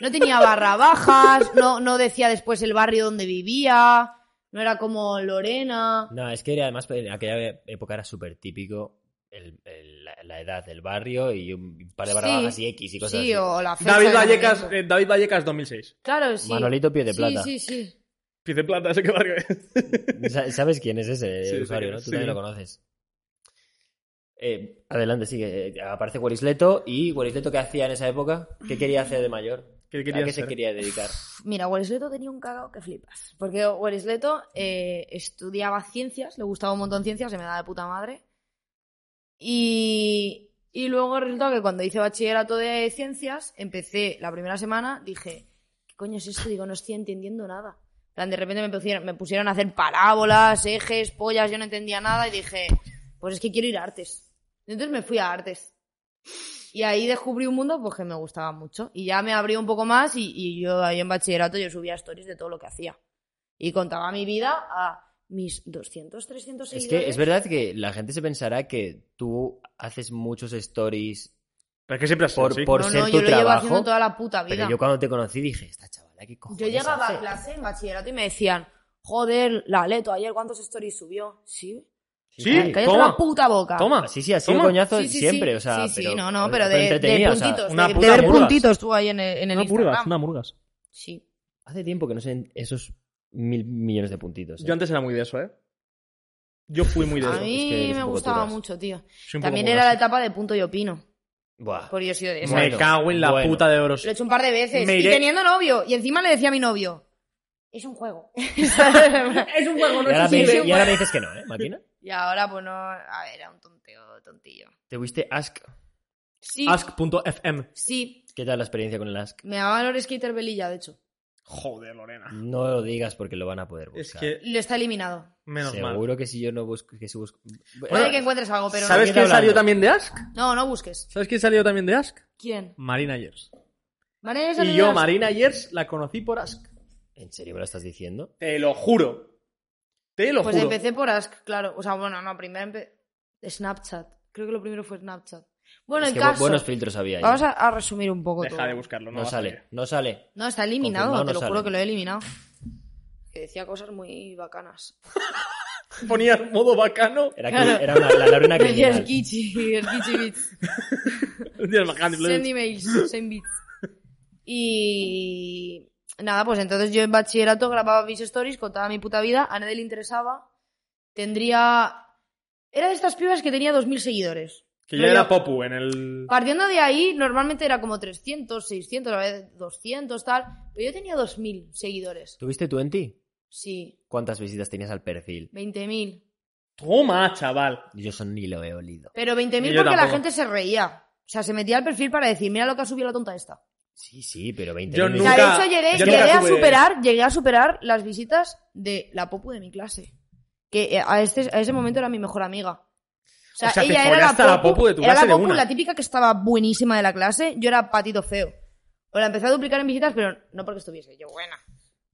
no tenía barra bajas, no, no decía después el barrio donde vivía, no era como Lorena. No, es que era, además en aquella época era súper típico el- el- la, la edad del barrio y un par de Sí. barbajas y X y cosas Sí, así. o la fecha. David del Vallecas, momento. eh, David Vallecas 2006. Claro, sí. Manolito Pie de Plata. Sí, sí, sí. Piz de plata, ese que barrio es. Sa- ¿Sabes quién es ese Sí, usuario, sí, no? Tú sí. también lo conoces. Eh, adelante, sigue. Eh, Aparece Guarisleto. ¿Y Guarisleto qué hacía en esa época? ¿Qué quería hacer de mayor? ¿Qué ¿A quería qué se hacer? quería dedicar? Mira, Werisleto tenía un cagao que flipas. Porque Werisleto eh, estudiaba ciencias, le gustaba un montón ciencias, se me daba de puta madre. Y, y luego resultó que cuando hice bachillerato de ciencias, empecé la primera semana, dije, ¿qué coño es esto? Digo, no estoy entendiendo nada. En plan, de repente me pusieron, me pusieron a hacer parábolas, ejes, pollas, yo no entendía nada y dije, pues es que quiero ir a artes. Entonces me fui a artes. Y ahí descubrí un mundo pues, que me gustaba mucho. Y ya me abrió un poco más y, y yo ahí en bachillerato yo subía stories de todo lo que hacía. Y contaba mi vida a mis 200, 300 Es seguidores. que es verdad que la gente se pensará que tú haces muchos stories Pero es que siempre has sido Por- así. por- no, ser no, tu yo lo llevo trabajo, haciendo toda la puta vida. Pero yo cuando te conocí dije, esta chavala, ¿qué cojones Yo llegaba hace? a clase en bachillerato y me decían, joder, la Aleto, ayer cuántos stories subió. Sí. Sí, Cállate toma. la puta boca. Toma. Sí, sí, ha sido Toma. coñazo Sí, sí, siempre, sí. o sea. Sí, sí, pero, no, no, pero de, de entretenida, o sea, puntitos. una de- de, puta ver murgas. puntitos tú ahí en el, en el Una Instagram. murgas, una murgas. Sí. hace tiempo que no sé esos mil millones de puntitos. ¿eh? Yo antes era muy de eso, ¿eh? Yo fui muy de A eso. es mí que eres un me poco gustaba turas. mucho, tío. Soy un poco También como era la Gassi. etapa de punto y opino. Buah. Porque yo he sido de eso. Bueno, Me cago en la bueno. puta de oros. Lo he hecho un par de veces. Me Y iré- teniendo novio. Y encima le decía a mi novio. Es un juego. Es un juego, Y ahora, me, sí, dices- sí, y ahora me dices que no, ¿eh, máquina? y ahora, pues no. A ver, era un tonteo, tontillo. Te fuiste Ask. Sí. Ask.fm. Sí. ¿Qué tal la experiencia con el Ask? Me llamaba Lore Skater Belilla, de hecho. Joder, Lorena. No lo digas porque lo van a poder buscar. Es que, Lo está eliminado. menos mal. Seguro que si yo no busco. Que si busco... Puede que encuentres algo, pero ¿Sabes ¿de qué quién está salió hablando? también de Ask? no. No, no busques. ¿Sabes quién salió también de Ask? ¿Quién? Marina Yers. María Y yo, Marina Yers, la conocí por Ask. ¿En serio me lo estás diciendo? Te lo juro. Te lo Pues juro. empecé por Ask, claro. O sea, bueno, no, primero empe- Snapchat. Creo que lo primero fue Snapchat. Bueno, Es el que bu- caso. buenos filtros había ahí. Vamos a, a resumir un poco todo. Deja de buscarlo. No, No va a sale, salir. no sale. No, está eliminado, Confirmado, te no lo juro sale. que lo he eliminado. Que decía cosas muy bacanas. Ponía modo bacano. Era, que- Claro. era una, la Lorena Decía criminal. el Kichi, el Kichi Beats. Dios, bacano. Send emails, send beats. Y. Nada, pues entonces yo en bachillerato grababa mis stories, contaba mi puta vida, a nadie le interesaba. Tendría. Era de estas pibas que tenía 2.000 seguidores. Que ya era Popu en el. Partiendo de ahí, normalmente era como 300, 600, a veces 200, tal. Pero yo tenía 2.000 seguidores. ¿Tuviste 20? Sí, ¿Cuántas visitas tenías al perfil? 20.000. Toma, chaval. Yo eso ni lo he olido. Pero 20.000 Y porque yo la tampoco. gente se reía. O sea, se metía al perfil para decir, mira lo que ha subido la tonta esta. Sí, sí, pero 20. Yo mil- O sea, Nunca- de hecho, llegué, yo llegué nunca a tuve- superar, llegué a superar las visitas de la popu de mi clase. Que eh, a, este, a ese momento era mi mejor amiga. O sea, O sea, te ella era la follaste popu, a la popu de tu era clase la de popu, una. la típica que estaba buenísima de la clase. Yo era patito feo. O la empecé a duplicar en visitas, pero no porque estuviese yo buena.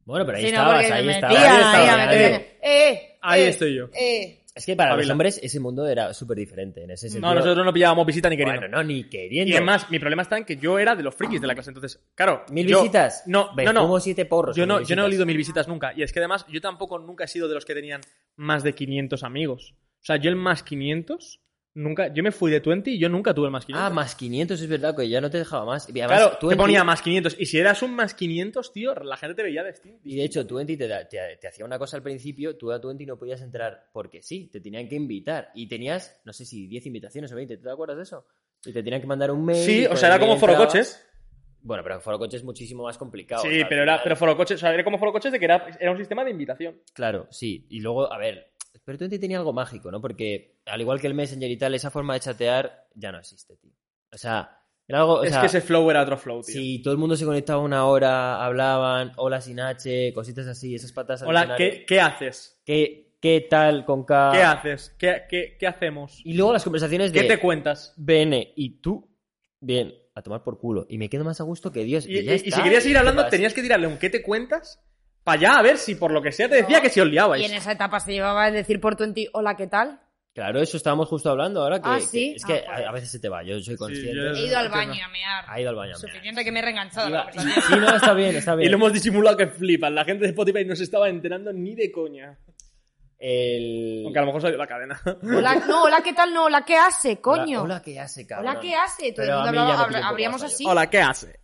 Bueno, pero ahí Sí, no, estabas, porque ahí me estabas. metían, ahí estabas, ahí estaba, me ahí. metían. Eh, eh, Ahí eh, estoy yo. eh. Es que para los Pabila. hombres ese mundo era súper diferente. En ese sentido. No, nosotros no pillábamos visita ni queriendo. Bueno, no, ni queriendo. Y además, mi problema está en que yo era de los frikis de la clase. Entonces, claro. ¿Mil yo- visitas? No, Ves, no, no. Como siete porros. Yo con no, mil yo no he visitas. olido mil visitas nunca. Y es que además, yo tampoco nunca he sido de los que tenían más de 500 amigos. O sea, yo el más 500, nunca. Yo me fui de 20 y yo nunca tuve el más 500. Ah, más 500, es verdad que ya no te dejaba más. Y además, Claro, te 20 ponía más 500. Y si eras un más 500, tío, la gente te veía de Steam. Y de hecho, Twenty te, da- te- te hacía una cosa al principio, tú a Twenty no podías entrar porque sí, te tenían que invitar. Y tenías, no sé si 10 invitaciones o 20, ¿tú te acuerdas de eso? Y te tenían que mandar un mail. y Sí, o con sea, el era como mail entrabas. forocoches. Bueno, pero forocoches es muchísimo más complicado. o Sí, sea, pero al era, final- pero forocoches, o sea, era como forocoches de que era, era un sistema de invitación. Claro, sí. Y luego, a ver, pero Twenty tenía algo mágico, ¿no? Porque al igual que el Messenger y tal, esa forma de chatear ya no existe, tío. O sea, era algo. o es sea, que ese flow era otro flow, tío. Si todo el mundo se conectaba una hora, hablaban, hola sin H, cositas así, esas patas. Hola, adicionales. ¿qué, qué haces? ¿Qué, qué tal con K? ¿Qué haces? ¿Qué, qué, qué hacemos? Ah. Y luego las conversaciones de ¿Qué te cuentas? BN y tú, bien, a tomar por culo. Y me quedo más a gusto que Dios. Y, Y, ya y- y está. si querías seguir ¿Qué hablando, pasa? tenías que tirarle un ¿qué te cuentas? Para allá a ver si por lo que sea te decía que si os Y liabais. en esa etapa se llevaba a decir por 20, hola, ¿qué tal? Claro, eso estábamos justo hablando ahora. Que, Ah, que- ¿sí? es que Ah, joder. a, a veces se te va, yo soy consciente. yo- He ido al Entiendo. baño a mear. Ha ido al baño. mira. Suficiente que me he reenganchado. Iba- la Sí, conversación. sí, no, está bien, está Y bien. lo hemos disimulado que flipas. La gente de Spotify no se estaba enterando ni de coña. El... Aunque a lo mejor salió la cadena. Hola, no, hola, ¿qué tal? No, hola, ¿qué hace, coño? Hola, ¿qué hace, cabrón? Hola, ¿qué hace? Todo el Pero mundo a mí hablaba- ya me habla- pilló un poco habríamos más allá. así. Hola, ¿qué hace?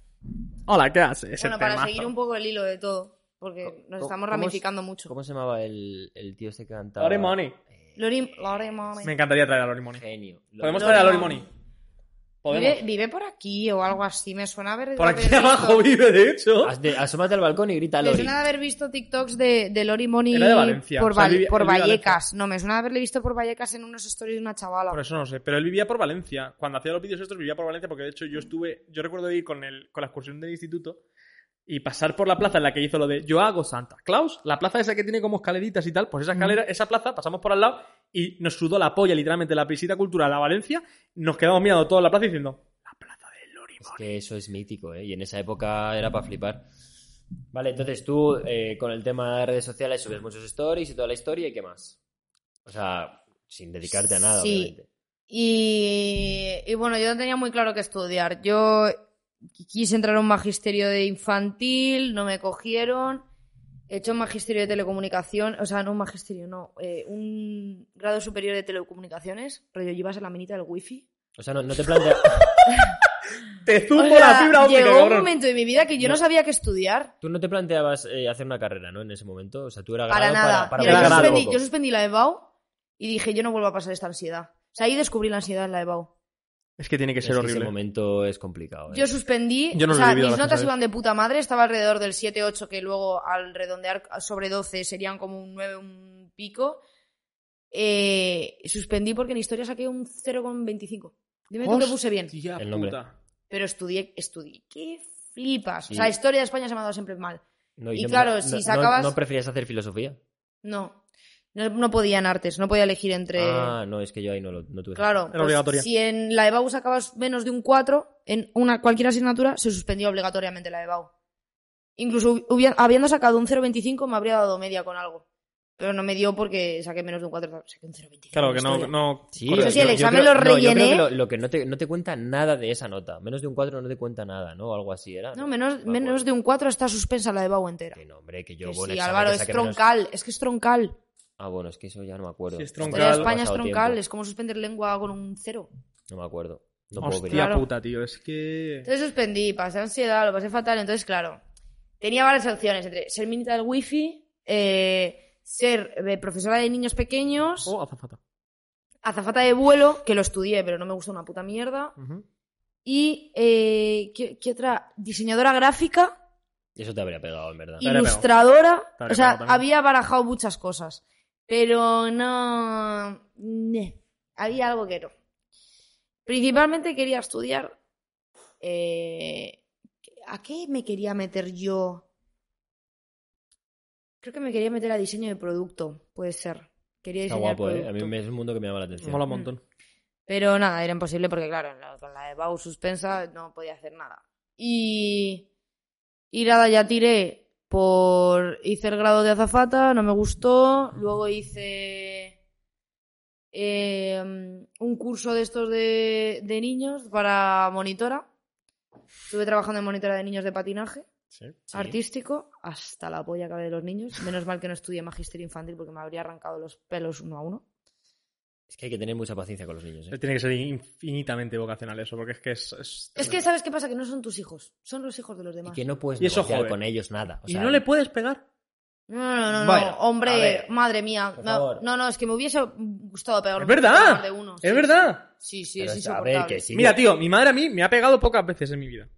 Hola, ¿qué hace? Ese bueno, para temazo. seguir un poco el hilo de todo, porque nos ¿Cómo- estamos cómo es- ramificando mucho. ¿Cómo se llamaba el, el tío este que cantaba? Lori Money. Eh, Lori, Lori Money. Me encantaría traer a Lori Money. Genio. Lori- ¿Podemos Lori- traer a Lori Money? Vive, Podemos. vive por aquí o algo así, me suena haber Por haber aquí visto- abajo vive, de hecho. Haz de- Asómate al balcón y grita Me Lori. suena de haber visto TikToks de, de Lori Money Era de Valencia, por, o sea, Val- vivía- por vivía en Vallecas. No, me suena de haberle visto por Vallecas en unos stories de una chavala. Por eso no sé, pero él vivía por Valencia. Cuando hacía los vídeos estos vivía por Valencia porque de hecho yo estuve, yo recuerdo ir con, el, con la excursión del instituto y pasar por la plaza en la que hizo lo de yo hago Santa Claus, la plaza esa que tiene como escaleritas y tal, pues esa escalera, esa plaza, pasamos por al lado y nos sudó la polla literalmente la visita cultural a Valencia, nos quedamos mirando toda la plaza diciendo la plaza de Es Lorimón. que eso es mítico, ¿eh? Y en esa época era para flipar. Vale, entonces tú eh, con el tema de redes sociales subes muchos stories y toda la historia y qué más. O sea, sin dedicarte a nada, Sí. obviamente. Y, y bueno, yo no tenía muy claro qué estudiar. Yo quise entrar a un magisterio de infantil, no me cogieron. He hecho un magisterio de telecomunicación, o sea, no un magisterio, no, eh, un grado superior de telecomunicaciones, rollo, llevas en la minita del wifi. O sea, no, no te planteas. Te zumbo O sea, la fibra óptica, llegó un cabrón. momento de mi vida que yo no, No. sabía qué estudiar. Tú no te planteabas eh, hacer una carrera, ¿no? En ese momento. O sea, tú eras Para grado nada. para, para Mira, Era yo, grado, preparar suspendí, algo. yo suspendí la E EBAU y dije, yo no vuelvo a pasar esta ansiedad. O sea, ahí descubrí la ansiedad en la E EBAU. Es que tiene que Es ser que ese horrible. momento es complicado. ¿eh? Yo suspendí, Yo no o lo he sea, vivido, mis las notas cosas. iban de puta madre, estaba alrededor del 7-8, que luego al redondear sobre 12 serían como un 9, un pico. Eh, suspendí porque en historia saqué un 0,25. Dime tú que puse bien. Hostia El nombre. puta. Pero estudié, estudié. ¡Qué flipas! Sí. O sea, historia de España se me ha dado siempre mal. No, y no- claro, no- si no- sacabas- No, preferías hacer filosofía? No, no, no podía en artes, no podía elegir entre... Ah, no, es que yo ahí no, lo, no tuve. Claro, Era pues, obligatoria. si en la EBAU sacabas menos de un 4, en una cualquier asignatura se suspendía obligatoriamente la EBAU. Incluso hubi- hubi- habiendo sacado un 0,25 me habría dado media con algo. Pero no me dio porque saqué menos de un 4, saqué un 0,25. Claro, que no... Historia. no Sí, corre- Eso sí, el yo- yo examen creo- lo no, yo creo rellené. que lo, lo que no te, no te cuenta nada de esa nota. Menos de un 4 no te cuenta nada, ¿no? Algo así era. No, menos, me menos acuerdo. de un 4 está suspensa la EBAU entera. Que no, hombre, que yo. Que bueno, sí, examen Álvaro, que es saque menos- troncal, es que es troncal. Ah, bueno, es que eso ya no me acuerdo. Sí, es Historia Troncal, de España es Pasado troncal, tiempo. es como suspender lengua con un 0. No me acuerdo. No puedo Hostia opinar. Claro. puta, tío. Es que... Entonces suspendí, pasé ansiedad, lo pasé fatal. Entonces, claro, tenía varias opciones entre ser minita del wifi, eh, ser eh, profesora de niños pequeños, Oh, azafata. azafata de vuelo, que lo estudié, pero no me gusta una puta mierda. Ujú. Y, eh, ¿qué, qué otra? Diseñadora gráfica, Eso te habría pegado, en verdad. Y- Estaría ilustradora. Estaría O sea, pegado también. había barajado muchas cosas, pero no... ne, había algo que no. Principalmente quería estudiar... eh, ¿A qué me quería meter yo? Creo que me quería meter a diseño de producto, puede ser. Quería Está diseñar guapo, ¿eh? producto. A mí me- es un mundo que me llama la atención. Mola un montón. Pero nada, era imposible porque, claro, en la- con la de Bau suspensa no podía hacer nada. Y. Y nada, ya tiré por. Hice el grado de azafata, no me gustó. Luego hice. eh, un curso de estos de, de niños para monitora. Estuve trabajando en monitora de niños de patinaje artístico hasta la polla cabe de los niños. Menos mal que no estudié magisterio infantil porque me habría arrancado los pelos uno a uno. Es que hay que tener mucha paciencia con los niños, ¿eh? Tiene que ser infinitamente vocacional eso, porque es que es... Es, Es que, ¿sabes qué pasa? Que no son tus hijos, son los hijos de los Y demás. que no puedes Y eso negociar jode. con ellos nada. O Y sea, no le puedes pegar. No, no, no, no, Bueno, a hombre, ver. madre mía. Por No, favor. no, no, es que me hubiese gustado pegar ¡Es un verdad! puñetazo de uno. Sí, es verdad. Sí, sí, pero es a ver, que insoportable. sí. Mira, tío, mi madre a mí me ha pegado pocas veces en mi vida.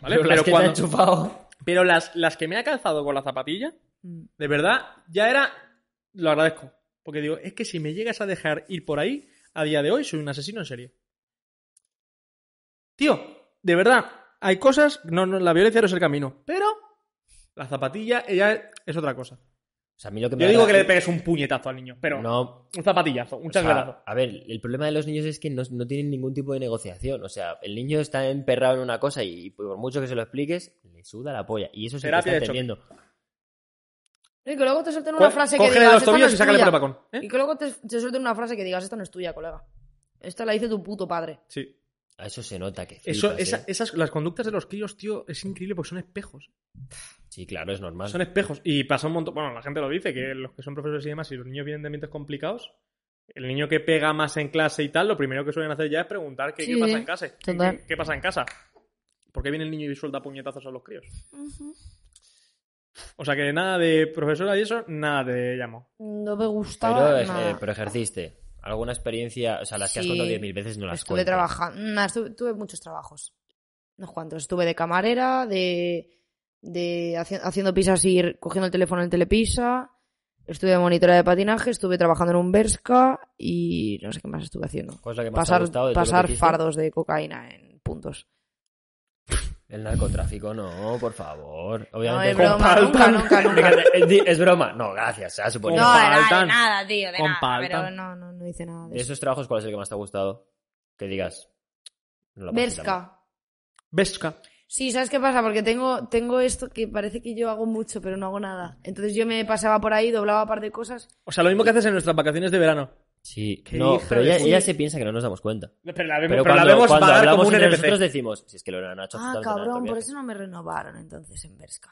¿Vale? Pero, las que cuando- te han chupado. pero las, las que me ha calzado con la zapatilla, Mm. de verdad, ya era... Lo agradezco. Porque digo, es que si me llegas a dejar ir por ahí, a día de hoy soy un asesino en serie. Tío, de verdad, hay cosas... No, no, la violencia no es el camino. Pero la zapatilla ella es otra cosa. O sea, a mí lo que me Yo da- digo que le pegues un puñetazo al niño, pero... eh, No, Un zapatillazo, un O sea, chancletazo. a ver, el problema de los niños es que no, no tienen ningún tipo de negociación. O sea, el niño está emperrado en una cosa y, por mucho que se lo expliques, le suda la polla. Y eso se está Terapia de choque. entendiendo. Y que luego te suelten una frase que Cógele digas, los "Esta no tobillos y es sácale por tuya". el balcón. ¿eh? Y que luego te, te suelten una frase que digas, esta no es tuya, colega. Esta la dice tu puto padre. Sí. A eso se nota que. Eso, flipas, esa- ¿eh? esas, las conductas de los críos, tío, es increíble porque son espejos. ¿eh? Sí, claro, es normal. Son espejos. Y pasa un montón. Bueno, la gente lo dice, que los que son profesores y demás, si los niños vienen de ambientes complicados, el niño que pega más en clase y tal, lo primero que suelen hacer ya es preguntar qué, Sí, qué pasa sí. en clase. ¿Qué, Total. qué pasa en casa? ¿Por qué viene el niño y suelta puñetazos a los críos? O sea que nada de profesora y eso, nada te llamo. No me gustaba Pero, eh, nada. pero ejerciste. ¿Alguna experiencia? O sea, las que has Sí. contado 10.000 veces no las Estuve cuentas. trabajando, nah, estuve- tuve muchos trabajos. Unos cuantos. Estuve de camarera, de, de haci- haciendo pisas y r- cogiendo el teléfono en telepisa. Estuve de monitora de patinaje, estuve trabajando en un Berska y no sé qué más estuve haciendo. Cosa que más te ha Pasar, gustado de todo lo que pasar hiciste. fardos de cocaína en puntos. El narcotráfico, no, por favor. No, Obviamente. es broma, Con nunca, palpa. nunca, Me nunca. encanta. Es di- es broma. No, gracias. Se ha No, suponido. Con de nada, de paltan. nada, tío, de Con nada. paltan. Pero no, no, no hice nada de De eso. esos trabajos, ¿cuál es el que más te ha gustado? Que digas. no lo pasé tan mal. Berska. Vesca. Sí, ¿sabes qué pasa? Porque tengo, tengo esto que parece que yo hago mucho, pero no hago nada. Entonces yo me pasaba por ahí, doblaba un par de cosas O sea, lo mismo que haces en nuestras vacaciones de verano. Sí, Qué no, hija pero de ella, puta. ella se piensa que no nos damos cuenta. Pero la vemos, Pero, pero la cuando, vemos cuando vagar hablamos como un entre NPC. nosotros decimos, si es que lo han hecho Ah, totalmente en alto cabrón, por viaje". eso no me renovaron entonces en Berska.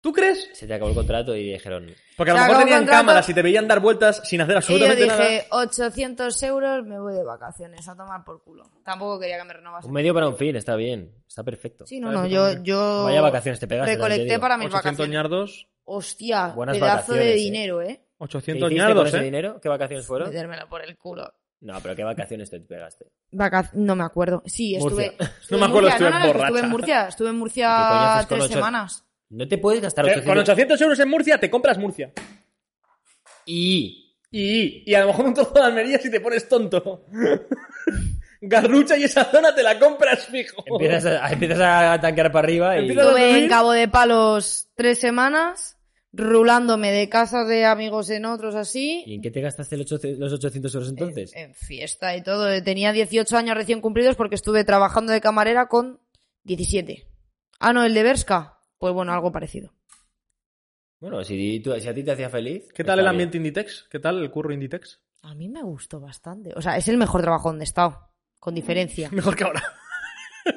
¿Tú crees? Se te acabó el contrato y dijeron, Porque a lo Se mejor acabó tenían contrato. cámaras y te veían dar vueltas sin hacer Y yo absolutamente nada. dije, "Ah, 800 euros, me voy de vacaciones a tomar por culo. Tampoco quería que me renovase. un medio para un fin, está bien, está perfecto. Sí, no, Vale, no, pues yo, también. yo Vaya vacaciones te pegaste. también te recolecté digo. para mis 800 vacaciones. ñardos. Hostia, Buenas pedazo de vacaciones, eh. dinero, ¿eh? ¿Qué 800 hiciste con ñardos, ese ¿eh? dinero? ¿Qué vacaciones fueron? Metérmela por el culo. No, pero ¿qué vacaciones te pegaste? ¿Qué Vaca- No me acuerdo. Sí, estuve. Murcia. No me estuve en acuerdo, Murcia. estuve no, no, borracha. Estuve en Murcia, estuve en coño Murcia haces con tres ocho- semanas. No te puedes gastar Eh, 800. Con 800 euros en Murcia te compras Murcia. Y Y, y a lo mejor un trozo de Almería si te pones tonto. Garrucha y esa zona te la compras fijo. empiezas a, empiezas a tanquear para arriba y... Empiezas a- Estuve en dormir? Cabo de Palos tres semanas, rulándome de casas de amigos en otros así. ¿Y en qué te gastaste el 800 los 800 euros entonces? En fiesta y todo. Tenía 18 años recién cumplidos porque estuve trabajando de camarera con 17. Ah, no, el de Berska. Pues bueno, algo parecido. Bueno, si, tú- si a ti te hacía feliz... ¿Qué pues tal el está ambiente Inditex? ¿Qué tal el curro Inditex? A mí me gustó bastante. O sea, es el mejor trabajo donde he estado. Con diferencia. Mejor que ahora.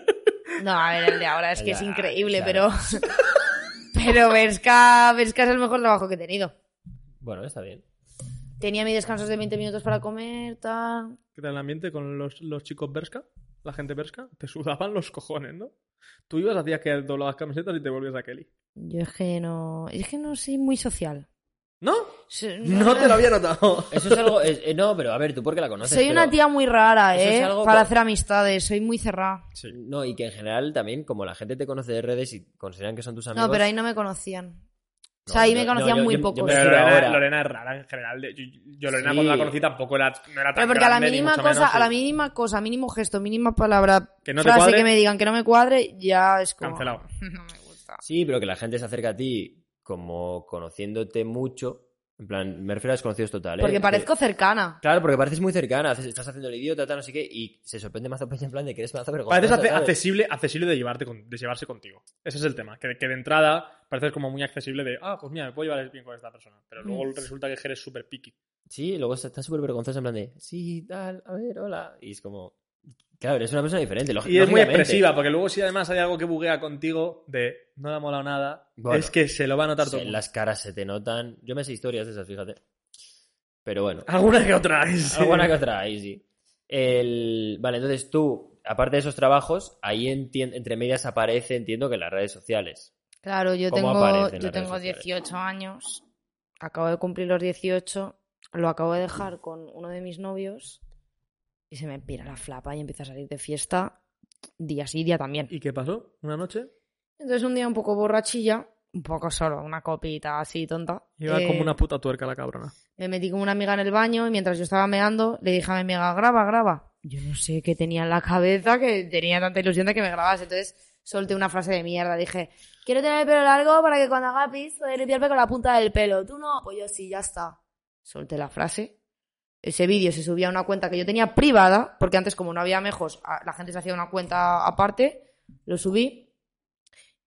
No, a ver, el de ahora es que es Ya, increíble, pero. claro. Pero Berska, Berska es el mejor trabajo que he tenido. bien. Bueno, está bien. Tenía mis descansos de 20 minutos para comer, tal. ¿Qué tal el ambiente con los, los chicos Berska? La gente Berska. Te sudaban los cojones, ¿no? Tú ibas, hacías que doblabas camisetas y te volvías a Kelly. Yo es que no. Es que no soy muy social. ¿No? Se- No te lo había notado. Eso es algo... es- eh, no, pero a ver, tú porque la conoces. Soy una pero- tía muy rara, Eso es ¿eh? algo Para co- hacer amistades, soy muy cerrada. No, y que en general también, como la gente te conoce de redes y consideran que son tus amigos... No, pero ahí no me conocían. O sea, ahí yo- me no, conocían yo- muy yo- yo pocos. me Pero refiero Lorena, ahora. Lorena es rara en general. Yo, yo Lorena Sí. cuando la conocí tampoco era, no era tan Pero porque a la grande, ni mínima mucho cosa, menos, a la sí. mínima cosa, mínimo gesto, mínima palabra, Que no te frase cuadre. que me digan que no me cuadre, ya es como. Cancelado. No me gusta. Sí, pero que la gente se acerca a ti como conociéndote mucho. En plan, me refiero a desconocidos totales. Porque Que- parezco cercana. Claro, porque pareces muy cercana, haces- estás haciendo el idiota, tal, no sé qué, y se sorprende más en plan de que eres más vergonzoso. Pareces ace- ¿sabes? accesible, accesible de, llevarte con- de llevarse contigo. Ese es el tema. Que, que de entrada pareces como muy accesible de, ah, pues mira, me puedo llevar bien con esta persona. Pero luego Mm. resulta que eres súper picky. Sí, luego está- estás súper vergonzoso en plan de, sí, tal, a ver, hola. Y es como, claro, eres una persona diferente. lógi- Y es muy lógicamente. expresiva, porque luego si además hay algo que buguea contigo de no le ha molado nada, Bueno. es que se lo va a notar Sí, todo. el mundo. las caras se te notan. Yo me sé historias de esas, fíjate. Pero bueno, Alguna que otra. Ah, sí. alguna que otra, ahí sí. El... Vale, entonces tú, aparte de esos trabajos, ahí entien- entre medias aparece, entiendo que en las redes sociales. Claro, yo ¿Cómo tengo, aparece en yo las redes tengo sociales? 18 años, acabo de cumplir los 18, lo acabo de dejar con uno de mis novios y se me pira la flapa y empiezo a salir de fiesta día sí, día también. ¿Y qué pasó? ¿Una noche? Entonces un día un poco borrachilla, un poco solo, una copita así tonta. Iba eh, como una puta tuerca la cabrona. Me metí con una amiga en el baño y mientras yo estaba meando le dije a mi amiga, graba, graba. Yo no sé qué tenía en la cabeza, que tenía tanta ilusión de que me grabase. Entonces solté una frase de mierda. Dije, quiero tener el pelo largo para que cuando haga pis poder limpiarme con la punta del pelo. Tú no, pues yo sí, ya está. Solté la frase. Ese vídeo se subía a una cuenta que yo tenía privada, porque antes como no había mejos, a- la gente se hacía una cuenta aparte. Lo subí.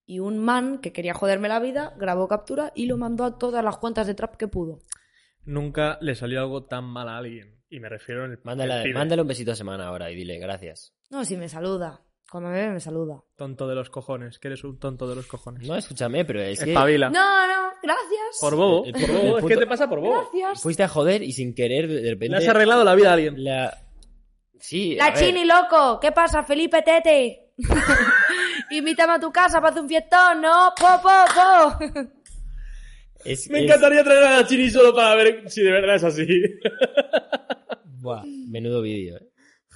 Y un man que quería joderme la vida grabó captura y lo mandó a todas las cuentas de trap que pudo. Nunca le salió algo tan mal a alguien. Y me refiero en el. Mándala- el pibe. mándale un besito a semana ahora y dile gracias. No, sí, me saluda. Cuando me ve, me saluda. Tonto de los cojones, que eres un tonto de los cojones. No, escúchame, pero es que Espabila. No, no, gracias. Ah. Por bobo. El- el- Por el bobo. Es punto- que te pasa por bobo. Gracias. fuiste a joder y sin querer de Le repente has arreglado la vida a alguien. la sí, a La ver, chini, loco. ¿Qué pasa, Felipe Tete? Invítame a tu casa para hacer un fiestón, ¿no? Po, po, po. es- Me es- encantaría traer a la Chini solo para ver si de verdad es así. Buah, menudo vídeo. eh.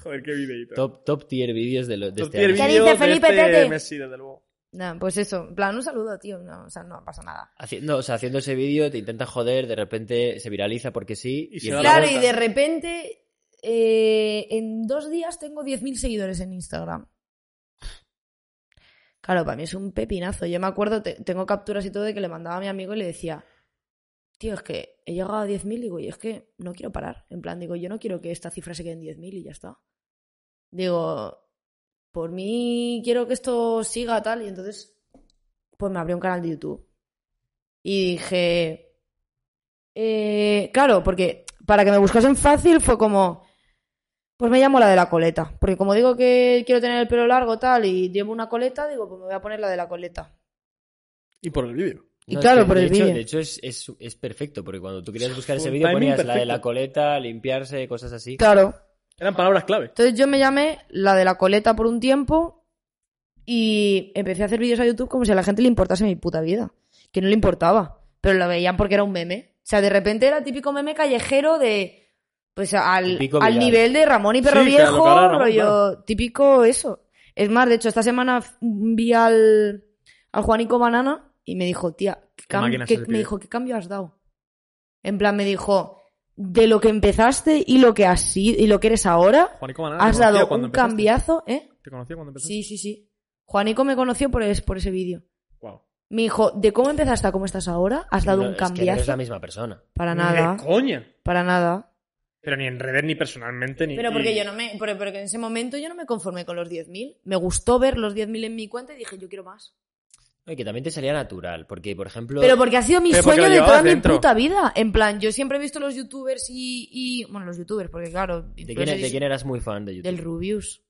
Joder, qué videíto. Top top tier vídeos de los de Top este tier año. ¿Qué vídeo dice de Felipe este Tete? Messi, desde luego. Nah, pues eso. En plan, un saludo, tío. No, o sea, no pasa nada. Haci- no, o sea, haciendo ese vídeo te intenta joder, de repente se viraliza porque sí Y y se en da la plan- Claro, y vuelta. de repente, eh, en dos días tengo 10.000 seguidores en Instagram. Claro, para mí es un pepinazo. Yo me acuerdo, te- tengo capturas y todo de que le mandaba a mi amigo y le decía, tío, es que he llegado a 10.000, digo, y es que no quiero parar. En plan, digo, yo no quiero que esta cifra se quede en 10.000 y ya está. Digo, por mí quiero que esto siga tal. Y entonces, pues me abrió un canal de YouTube. Y dije, eh, claro, porque para que me buscasen fácil fue como, pues me llamo la de la coleta. Porque como digo que quiero tener el pelo largo tal y llevo una coleta, digo, pues me voy a poner la de la coleta. Y por el vídeo. Y No, es claro, que, por de el hecho, vídeo. De hecho, es, es, es perfecto, porque cuando tú querías buscar ese Un vídeo timing ponías la de la perfecto. coleta, limpiarse, cosas así. Claro. Eran palabras clave. Entonces yo me llamé la de la coleta por un tiempo y empecé a hacer vídeos a YouTube como si a la gente le importase mi puta vida. Que no le importaba, pero lo veían porque era un meme. O sea, de repente era el típico meme callejero de... Pues al, Típico al viral. nivel de Ramón y Perro Sí, que a lo Viejo, que ahora Ramón, rollo claro. típico eso. Es más, de hecho, esta semana f- vi al, al Juanico Banana y me dijo, tía, ¿qué cam- máquina es qué- ese me pibe. dijo, ¿qué cambio has dado? En plan, me dijo, de lo que empezaste y lo que has sido, y lo que eres ahora, Juanico Banana, te Has conocía dado Ah, cuando un empezaste. Pues cambiazo, ¿eh? ¿Te conocía cuando empezaste? Sí, sí, sí. Juanico me conoció por, es, por ese vídeo. Guau. Me dijo, de cómo empezaste a cómo estás ahora, has dado No, un es que no cambiazo. es la misma persona. Para Ni nada, De coña. para nada. Pero ni en redes, ni personalmente, ni. Pero porque ni- yo no me, pero- porque en ese momento yo no me conformé con los 10.000. Me gustó ver los 10.000 en mi cuenta y dije, yo quiero más. No, y que también te salía natural, porque, por ejemplo... Pero porque ha sido mi Pero porque sueño lo de toda llevabas mi dentro. puta vida. En plan, yo siempre he visto los youtubers y, y- bueno, los youtubers, porque claro, ¿De quién, e-, influencers de quién eras muy fan de YouTube? del Rubius.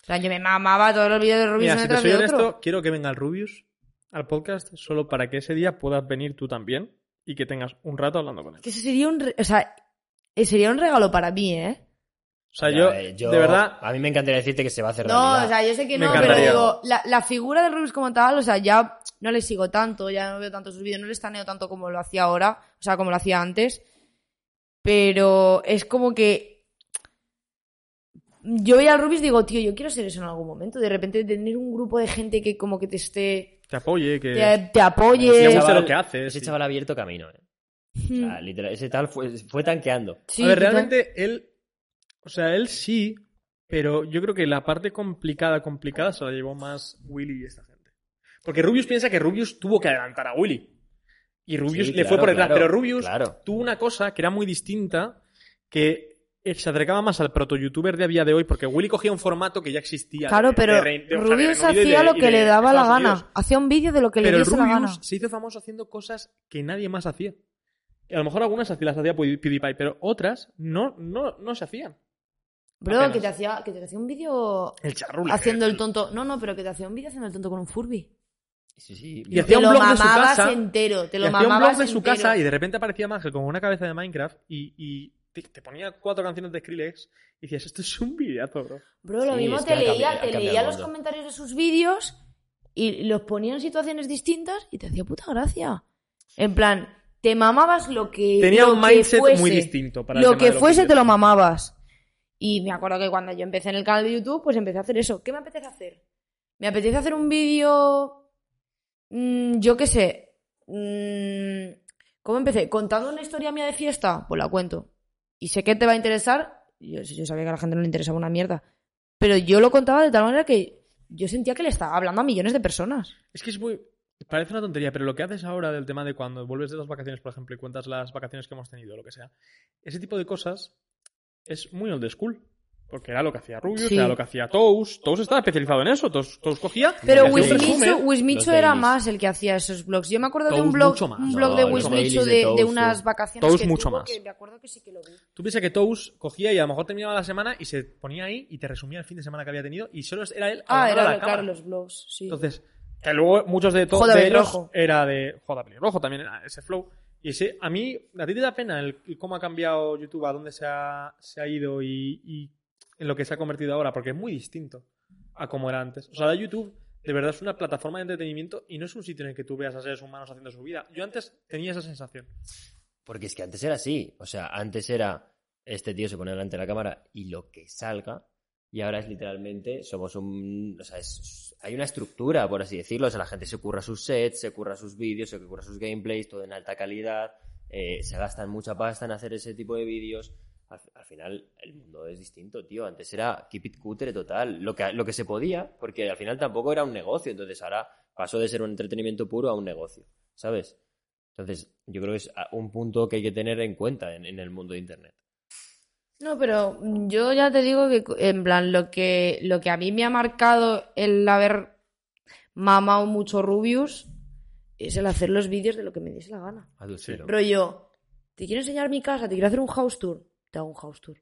En plan, yo me mamaba todos los vídeos de Rubius Mira, uno si te detrás soy de otro. honesto, quiero que venga el Rubius al podcast solo para que ese día puedas venir tú también y que tengas un rato hablando con él. Que eso sería un, re- o sea, eh, sería un regalo para mí, ¿eh? O sea, Ya, Ah, yo, eh, yo- de verdad, A mí me encantaría decirte que se va a hacer No, realidad. o sea, yo sé que Me no, pero encantaría. digo, la, la figura de Rubius como tal, o sea, ya no le sigo tanto, ya no veo tanto sus vídeos, no le estaneo tanto como lo hacía ahora, o sea, como lo hacía antes. Pero es como que yo veía al Rubius y digo, tío, yo quiero ser eso en algún momento. De repente tener un grupo de gente que como que te esté, te apoye, que te, te Ese te apoye. chaval- gusta lo que haces. Ese y- chaval ha abierto camino, eh. O Mm, sea, literal, ese tal fue, fue tanqueando. sí, a ver, total. realmente él, o sea, él sí, pero yo creo que la parte complicada, complicada se la llevó más Willy y esta gente. Porque Rubius piensa que Rubius tuvo que adelantar a Willy. Y Rubius Sí, le claro, fue por detrás, claro, pero Rubius Claro. tuvo una cosa que era muy distinta, que eh, se acercaba más al proto-youtuber de a día de hoy, porque Willy cogía un formato que ya existía. Claro, de- pero de rein- de- o sea, de Rubius Reino Unido y hacía de- lo y que de le daba la Estados gana. Unidos. Hacía un vídeo de lo que Pero le el diese la gana. Rubius se hizo famoso haciendo cosas que nadie más hacía. Y a lo mejor algunas las hacía Pew- PewDiePie, pero otras no, no, no se hacían. Bro, apenas. que te hacía, que te hacía un vídeo El charrule. haciendo el tonto. No, no, pero que te hacía un vídeo haciendo el tonto con un Furby. Sí, sí. Y Te hacía un lo blog de su mamabas casa. entero, te Y lo hacía un blog mamabas de su entero. casa y de repente aparecía Ángel con una cabeza de Minecraft y, y te, te ponía cuatro canciones de Skrillex y decías, esto es un videazo, bro. Bro, lo Sí, mismo es que te ha cambi- leía, ha te cambiado leía el los mundo. comentarios de sus vídeos y los ponía en situaciones distintas y te hacía puta gracia. En plan, te mamabas lo que Tenía lo un que mindset muy fuese. distinto para el Lo tema que de los fuese te vídeos. lo mamabas. Y me acuerdo que cuando yo empecé en el canal de YouTube, pues empecé a hacer eso. ¿Qué me apetece hacer? Me apetece hacer un vídeo. mm, yo qué sé. mm, ¿Cómo empecé? ¿Contando una historia mía de fiesta? Pues la cuento. Y sé que te va a interesar. Yo, yo sabía que a la gente no le interesaba una mierda. Pero yo lo contaba de tal manera que yo sentía que le estaba hablando a millones de personas. Es que es muy. Parece una tontería, pero lo que haces ahora del tema de cuando vuelves de las vacaciones, por ejemplo, y cuentas las vacaciones que hemos tenido, lo que sea, ese tipo de cosas es muy old school. Porque era lo que hacía Rubius, Sí. era lo que hacía Toast. Toast estaba especializado en eso. Toast, Toast cogía. Pero hacía un Wismichu- Wismichu, resumen. Wismichu los era dailies. más el que hacía esos blogs. Yo me acuerdo de Toast un blog, mucho más. un No, blog de los Wismichu dailies de, de de Toast, unas sí. vacaciones Toast que mucho tuvo, más. que me acuerdo que sí que lo vi. Tú piensas que Toast cogía y a lo mejor terminaba la semana y se ponía ahí y te resumía el fin de semana que había tenido y solo era él Ah, hablando a era la de cámara. claro, los blogs, sí. Entonces, que luego muchos de todos Joda de ellos pelirrojo. era de Joda Pelirrojo, también era ese flow. Y ese, a mí, a ti te da pena el, el cómo ha cambiado YouTube, a dónde se ha, se ha ido y, y en lo que se ha convertido ahora, porque es muy distinto a como era antes. O sea, la YouTube de verdad es una plataforma de entretenimiento y no es un sitio en el que tú veas a seres humanos haciendo su vida. Yo antes tenía esa sensación. Porque es que antes era así. O sea, antes era este tío se pone delante de la cámara y lo que salga. Y ahora es literalmente, somos un. O sea, es- hay una estructura, por así decirlo. O sea, la gente se curra sus sets, se curra sus vídeos, se curra sus gameplays, todo en alta calidad. eh, se gastan mucha pasta en hacer ese tipo de vídeos. Al, al final, el mundo es distinto, tío. Antes era keep it cutre total. Lo que, lo que se podía, porque al final tampoco era un negocio. Entonces ahora pasó de ser un entretenimiento puro a un negocio, ¿sabes? Entonces, yo creo que es a- un punto que hay que tener en cuenta en, en el mundo de Internet. No, pero mm, yo ya te digo que, en plan, lo que, lo que a mí me ha marcado el haber mamado mucho Rubius es el hacer los vídeos de lo que me diese la gana. A tu estilo. Rollo, te quiero enseñar mi casa, te quiero hacer un house tour, te hago un house tour.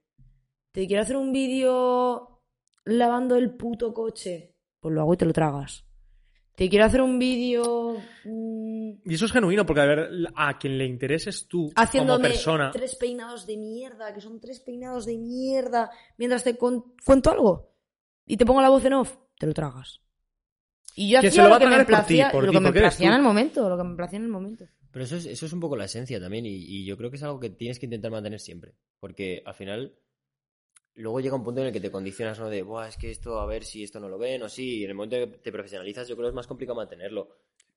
Te quiero hacer un vídeo lavando el puto coche, pues lo hago y te lo tragas. Te quiero hacer un vídeo mm, Y eso es genuino, porque a ver, a quien le intereses tú como haciéndome persona. tres peinados de mierda, que son tres peinados de mierda, mientras te con- cuento algo y te pongo la voz en off, te lo tragas. Y yo Que se hacía lo lo, va a que me tragar por ti, placía, por lo ti, que me porque eres placía en tú. el momento, lo que me placía en el momento. Pero eso es, eso es un poco la esencia también y, y yo creo que es algo que tienes que intentar mantener siempre. Porque al final, luego llega un punto en el que te condicionas, ¿no? De, Buah, es que esto, a ver si esto no lo ven o sí. Y en el momento que te profesionalizas, yo creo que es más complicado mantenerlo.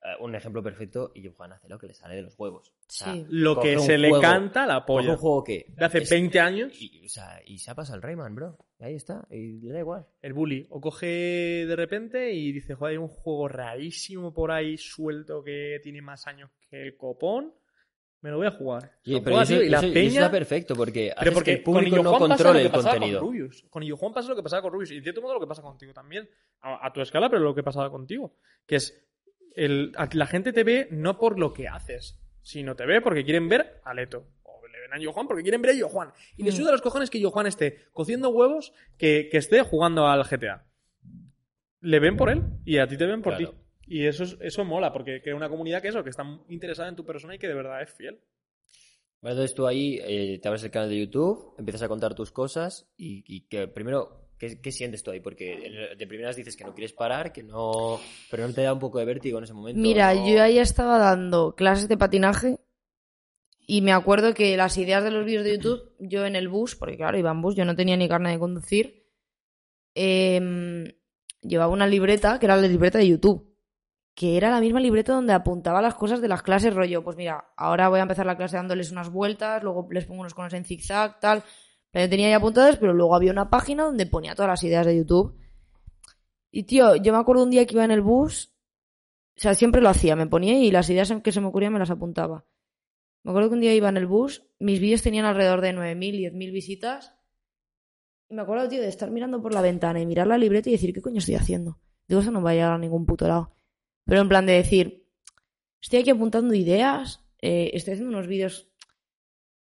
Eh, un ejemplo perfecto, y Juan hace lo que le sale de los huevos. O sea, Sí. Lo coge que un se le juego- canta la coge polla. un juego que... De hace es- 20 años, Y, o sea, y se ha pasado el Rayman, bro. Y ahí está. Y le da igual. el bully o coge de repente y dice, joder, hay un juego rarísimo por ahí suelto que tiene más años que el copón, me lo voy a jugar. Y, Lo pero juega, eso, tío, y la eso- y eso peña... está perfecto porque, haces Pero que porque el público con no Illojuan pasa controle lo el que pasaba contenido. Con, Rubius. con Illojuan pasa lo que pasaba con Rubius. Y en cierto modo lo que pasa contigo también. A, a tu escala, pero lo que pasaba contigo. Que es. El, a- la gente te ve no por lo que haces, sino te ve porque quieren ver a Leto. O le ven a Illojuan porque quieren ver a Illojuan. Y les Mm. suda los cojones que Illojuan esté cociendo huevos que, que esté jugando al GTA. Le ven por él y a ti te ven por Claro. ti. Y eso, es- eso mola, porque crea una comunidad que eso, que está interesada en tu persona y que de verdad es fiel. Bueno, entonces tú ahí eh, te abres el canal de YouTube, empiezas a contar tus cosas y, y que primero, ¿qué, qué sientes tú ahí? Porque eh, de primeras dices que no quieres parar, que no... Pero no te da un poco de vértigo en ese momento. Mira, ¿no? yo ahí estaba dando clases de patinaje y me acuerdo que las ideas de los vídeos de YouTube, yo en el bus, porque claro, iba en bus, yo no tenía ni carne de conducir, em, llevaba una libreta que era la libreta de YouTube, que era la misma libreta donde apuntaba las cosas de las clases, rollo, pues mira, ahora voy a empezar la clase dándoles unas vueltas, luego les pongo unos conos en zigzag, tal. La tenía ya apuntadas, pero luego había una página donde ponía todas las ideas de YouTube. Y tío, yo me acuerdo un día que iba en el bus o sea, siempre lo hacía, me ponía y las ideas que se me ocurrían me las apuntaba. Me acuerdo que un día iba en el bus, mis vídeos tenían alrededor de 9.000, 10.000 visitas. Y me acuerdo, tío, de estar mirando por la ventana y mirar la libreta y decir, ¿qué coño estoy haciendo? Digo, eso no va a llegar a ningún puto lado. Pero en plan de decir, estoy aquí apuntando ideas, eh, estoy haciendo unos vídeos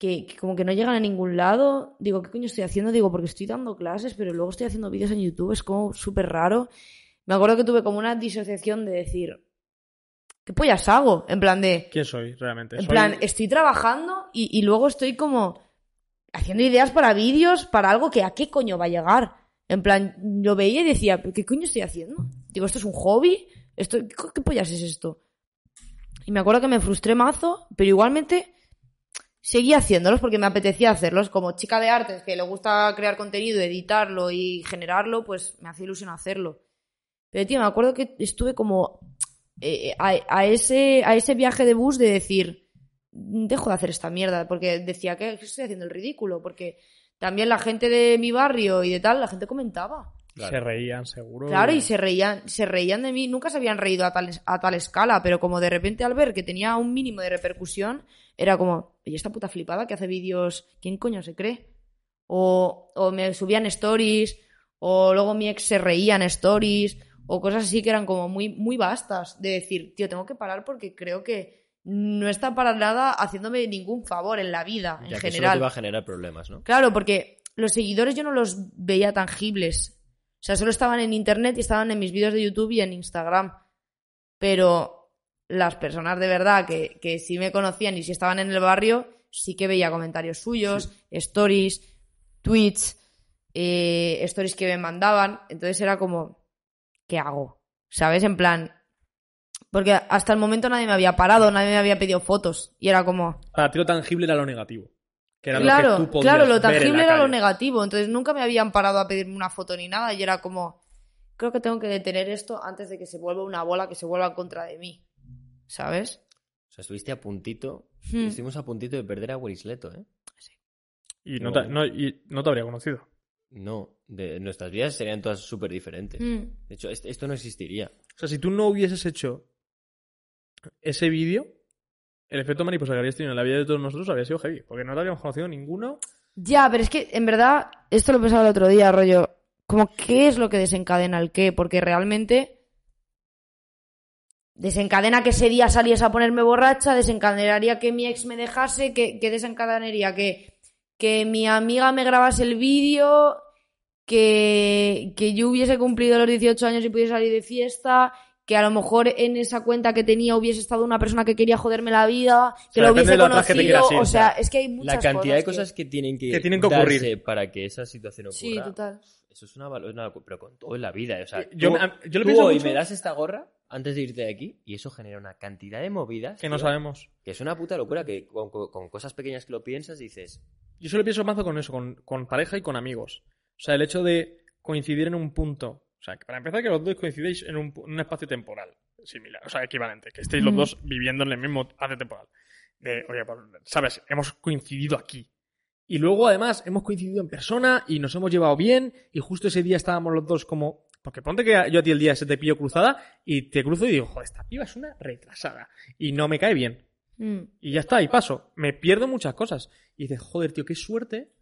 que, que como que no llegan a ningún lado. Digo, ¿qué coño estoy haciendo? Digo, porque estoy dando clases, pero luego estoy haciendo vídeos en YouTube, es como súper raro. Me acuerdo que tuve como una disociación de decir, ¿qué pollas hago? En plan de, ¿Quién soy realmente? en Soy- plan, estoy trabajando y, y luego estoy como haciendo ideas para vídeos, para algo que a qué coño va a llegar. En plan, lo veía y decía, ¿pero qué coño estoy haciendo? Digo, ¿esto es un hobby? ¿Esto, qué, co- qué pollas es esto? Y me acuerdo que me frustré mazo, pero igualmente seguí haciéndolos porque me apetecía hacerlos. Como chica de artes que le gusta crear contenido, editarlo y generarlo, pues me hacía ilusión hacerlo. Pero tío, me acuerdo que estuve como eh, a, a ese, a ese viaje de bus de decir, dejo de hacer esta mierda, porque decía que estoy haciendo el ridículo, porque también la gente de mi barrio y de tal, la gente comentaba. Claro. Se reían, seguro. Claro, y se reían, se reían de mí, nunca se habían reído a tal, a tal escala, pero como de repente al ver que tenía un mínimo de repercusión, era como, ¿y esta puta flipada que hace vídeos? ¿Quién coño se cree? O, o me subían stories, o luego mi ex se reía en stories, o cosas así que eran como muy, muy vastas, de decir, tío, tengo que parar porque creo que no está para nada haciéndome ningún favor en la vida, en Ya que solo general. te va a generar problemas, ¿no? Claro, porque los seguidores yo no los veía tangibles. O sea, solo estaban en internet y estaban en mis vídeos de YouTube y en Instagram. Pero las personas de verdad que, que sí me conocían y sí estaban en el barrio, sí que veía comentarios suyos, stories, tweets, eh, stories que me mandaban. Entonces era como, ¿qué hago? ¿Sabes? En plan. Porque hasta el momento nadie me había parado, nadie me había pedido fotos. Y era como, Para ti lo tangible era lo negativo. Que era claro, lo que tú podías claro, lo ver en la tangible era lo calle. negativo. Entonces nunca me habían parado a pedirme una foto ni nada y era como, creo que tengo que detener esto antes de que se vuelva una bola que se vuelva en contra de mí. ¿Sabes? O sea, estuviste a puntito, Hmm. estuvimos a puntito de perder a Winsleto, ¿eh? Y no, te, no- y no te habría conocido. No, de, nuestras vidas serían todas súper diferentes. Mm. De hecho, est- esto no existiría. O sea, si tú no hubieses hecho ese vídeo, el efecto mariposa que habrías tenido en la vida de todos nosotros habría sido heavy. Porque no te habríamos conocido ninguno. Ya, pero es que en verdad, esto lo pensaba el otro día, rollo, como qué es lo que desencadena el qué, porque realmente desencadena que ese día saliese a ponerme borracha, desencadenaría que mi ex me dejase, que, que desencadenaría que, que mi amiga me grabase el vídeo, que, que yo hubiese cumplido los 18 años y pudiese salir de fiesta, que a lo mejor en esa cuenta que tenía hubiese estado una persona que quería joderme la vida, que O sea, lo depende hubiese de las que te conocido, quieras ir, o sea, o sea, es que hay muchas La cantidad de que- cosas que tienen que, que tienen que darse ocurrir. para que esa situación ocurra. Sí, total. Eso es una, val- es una- Pero con todo en la vida. eh, O sea, Yo, tú- me- yo lo tú pienso hoy mucho me das esta gorra antes de irte de aquí y eso genera una cantidad de movidas que no tío, sabemos. que es una puta locura que con, con- con cosas pequeñas que lo piensas dices Yo solo pienso mazo con eso, con, con pareja y con amigos. O sea, el hecho de coincidir en un punto. O sea, que para empezar, que los dos coincidéis en un, pu- en un espacio temporal similar, o sea, equivalente, que estéis los Mm. dos viviendo en el mismo espacio temporal. De, oye, pues, ¿sabes? Hemos coincidido aquí. Y luego, además, hemos coincidido en persona y nos hemos llevado bien. Y justo ese día estábamos los dos como. Porque ponte que yo a ti el día se te pillo cruzada y te cruzo y digo, joder, esta piba es una retrasada. Y no me cae bien. Mm. Y ya está, y paso. Me pierdo muchas cosas. Y dices, joder, tío, qué suerte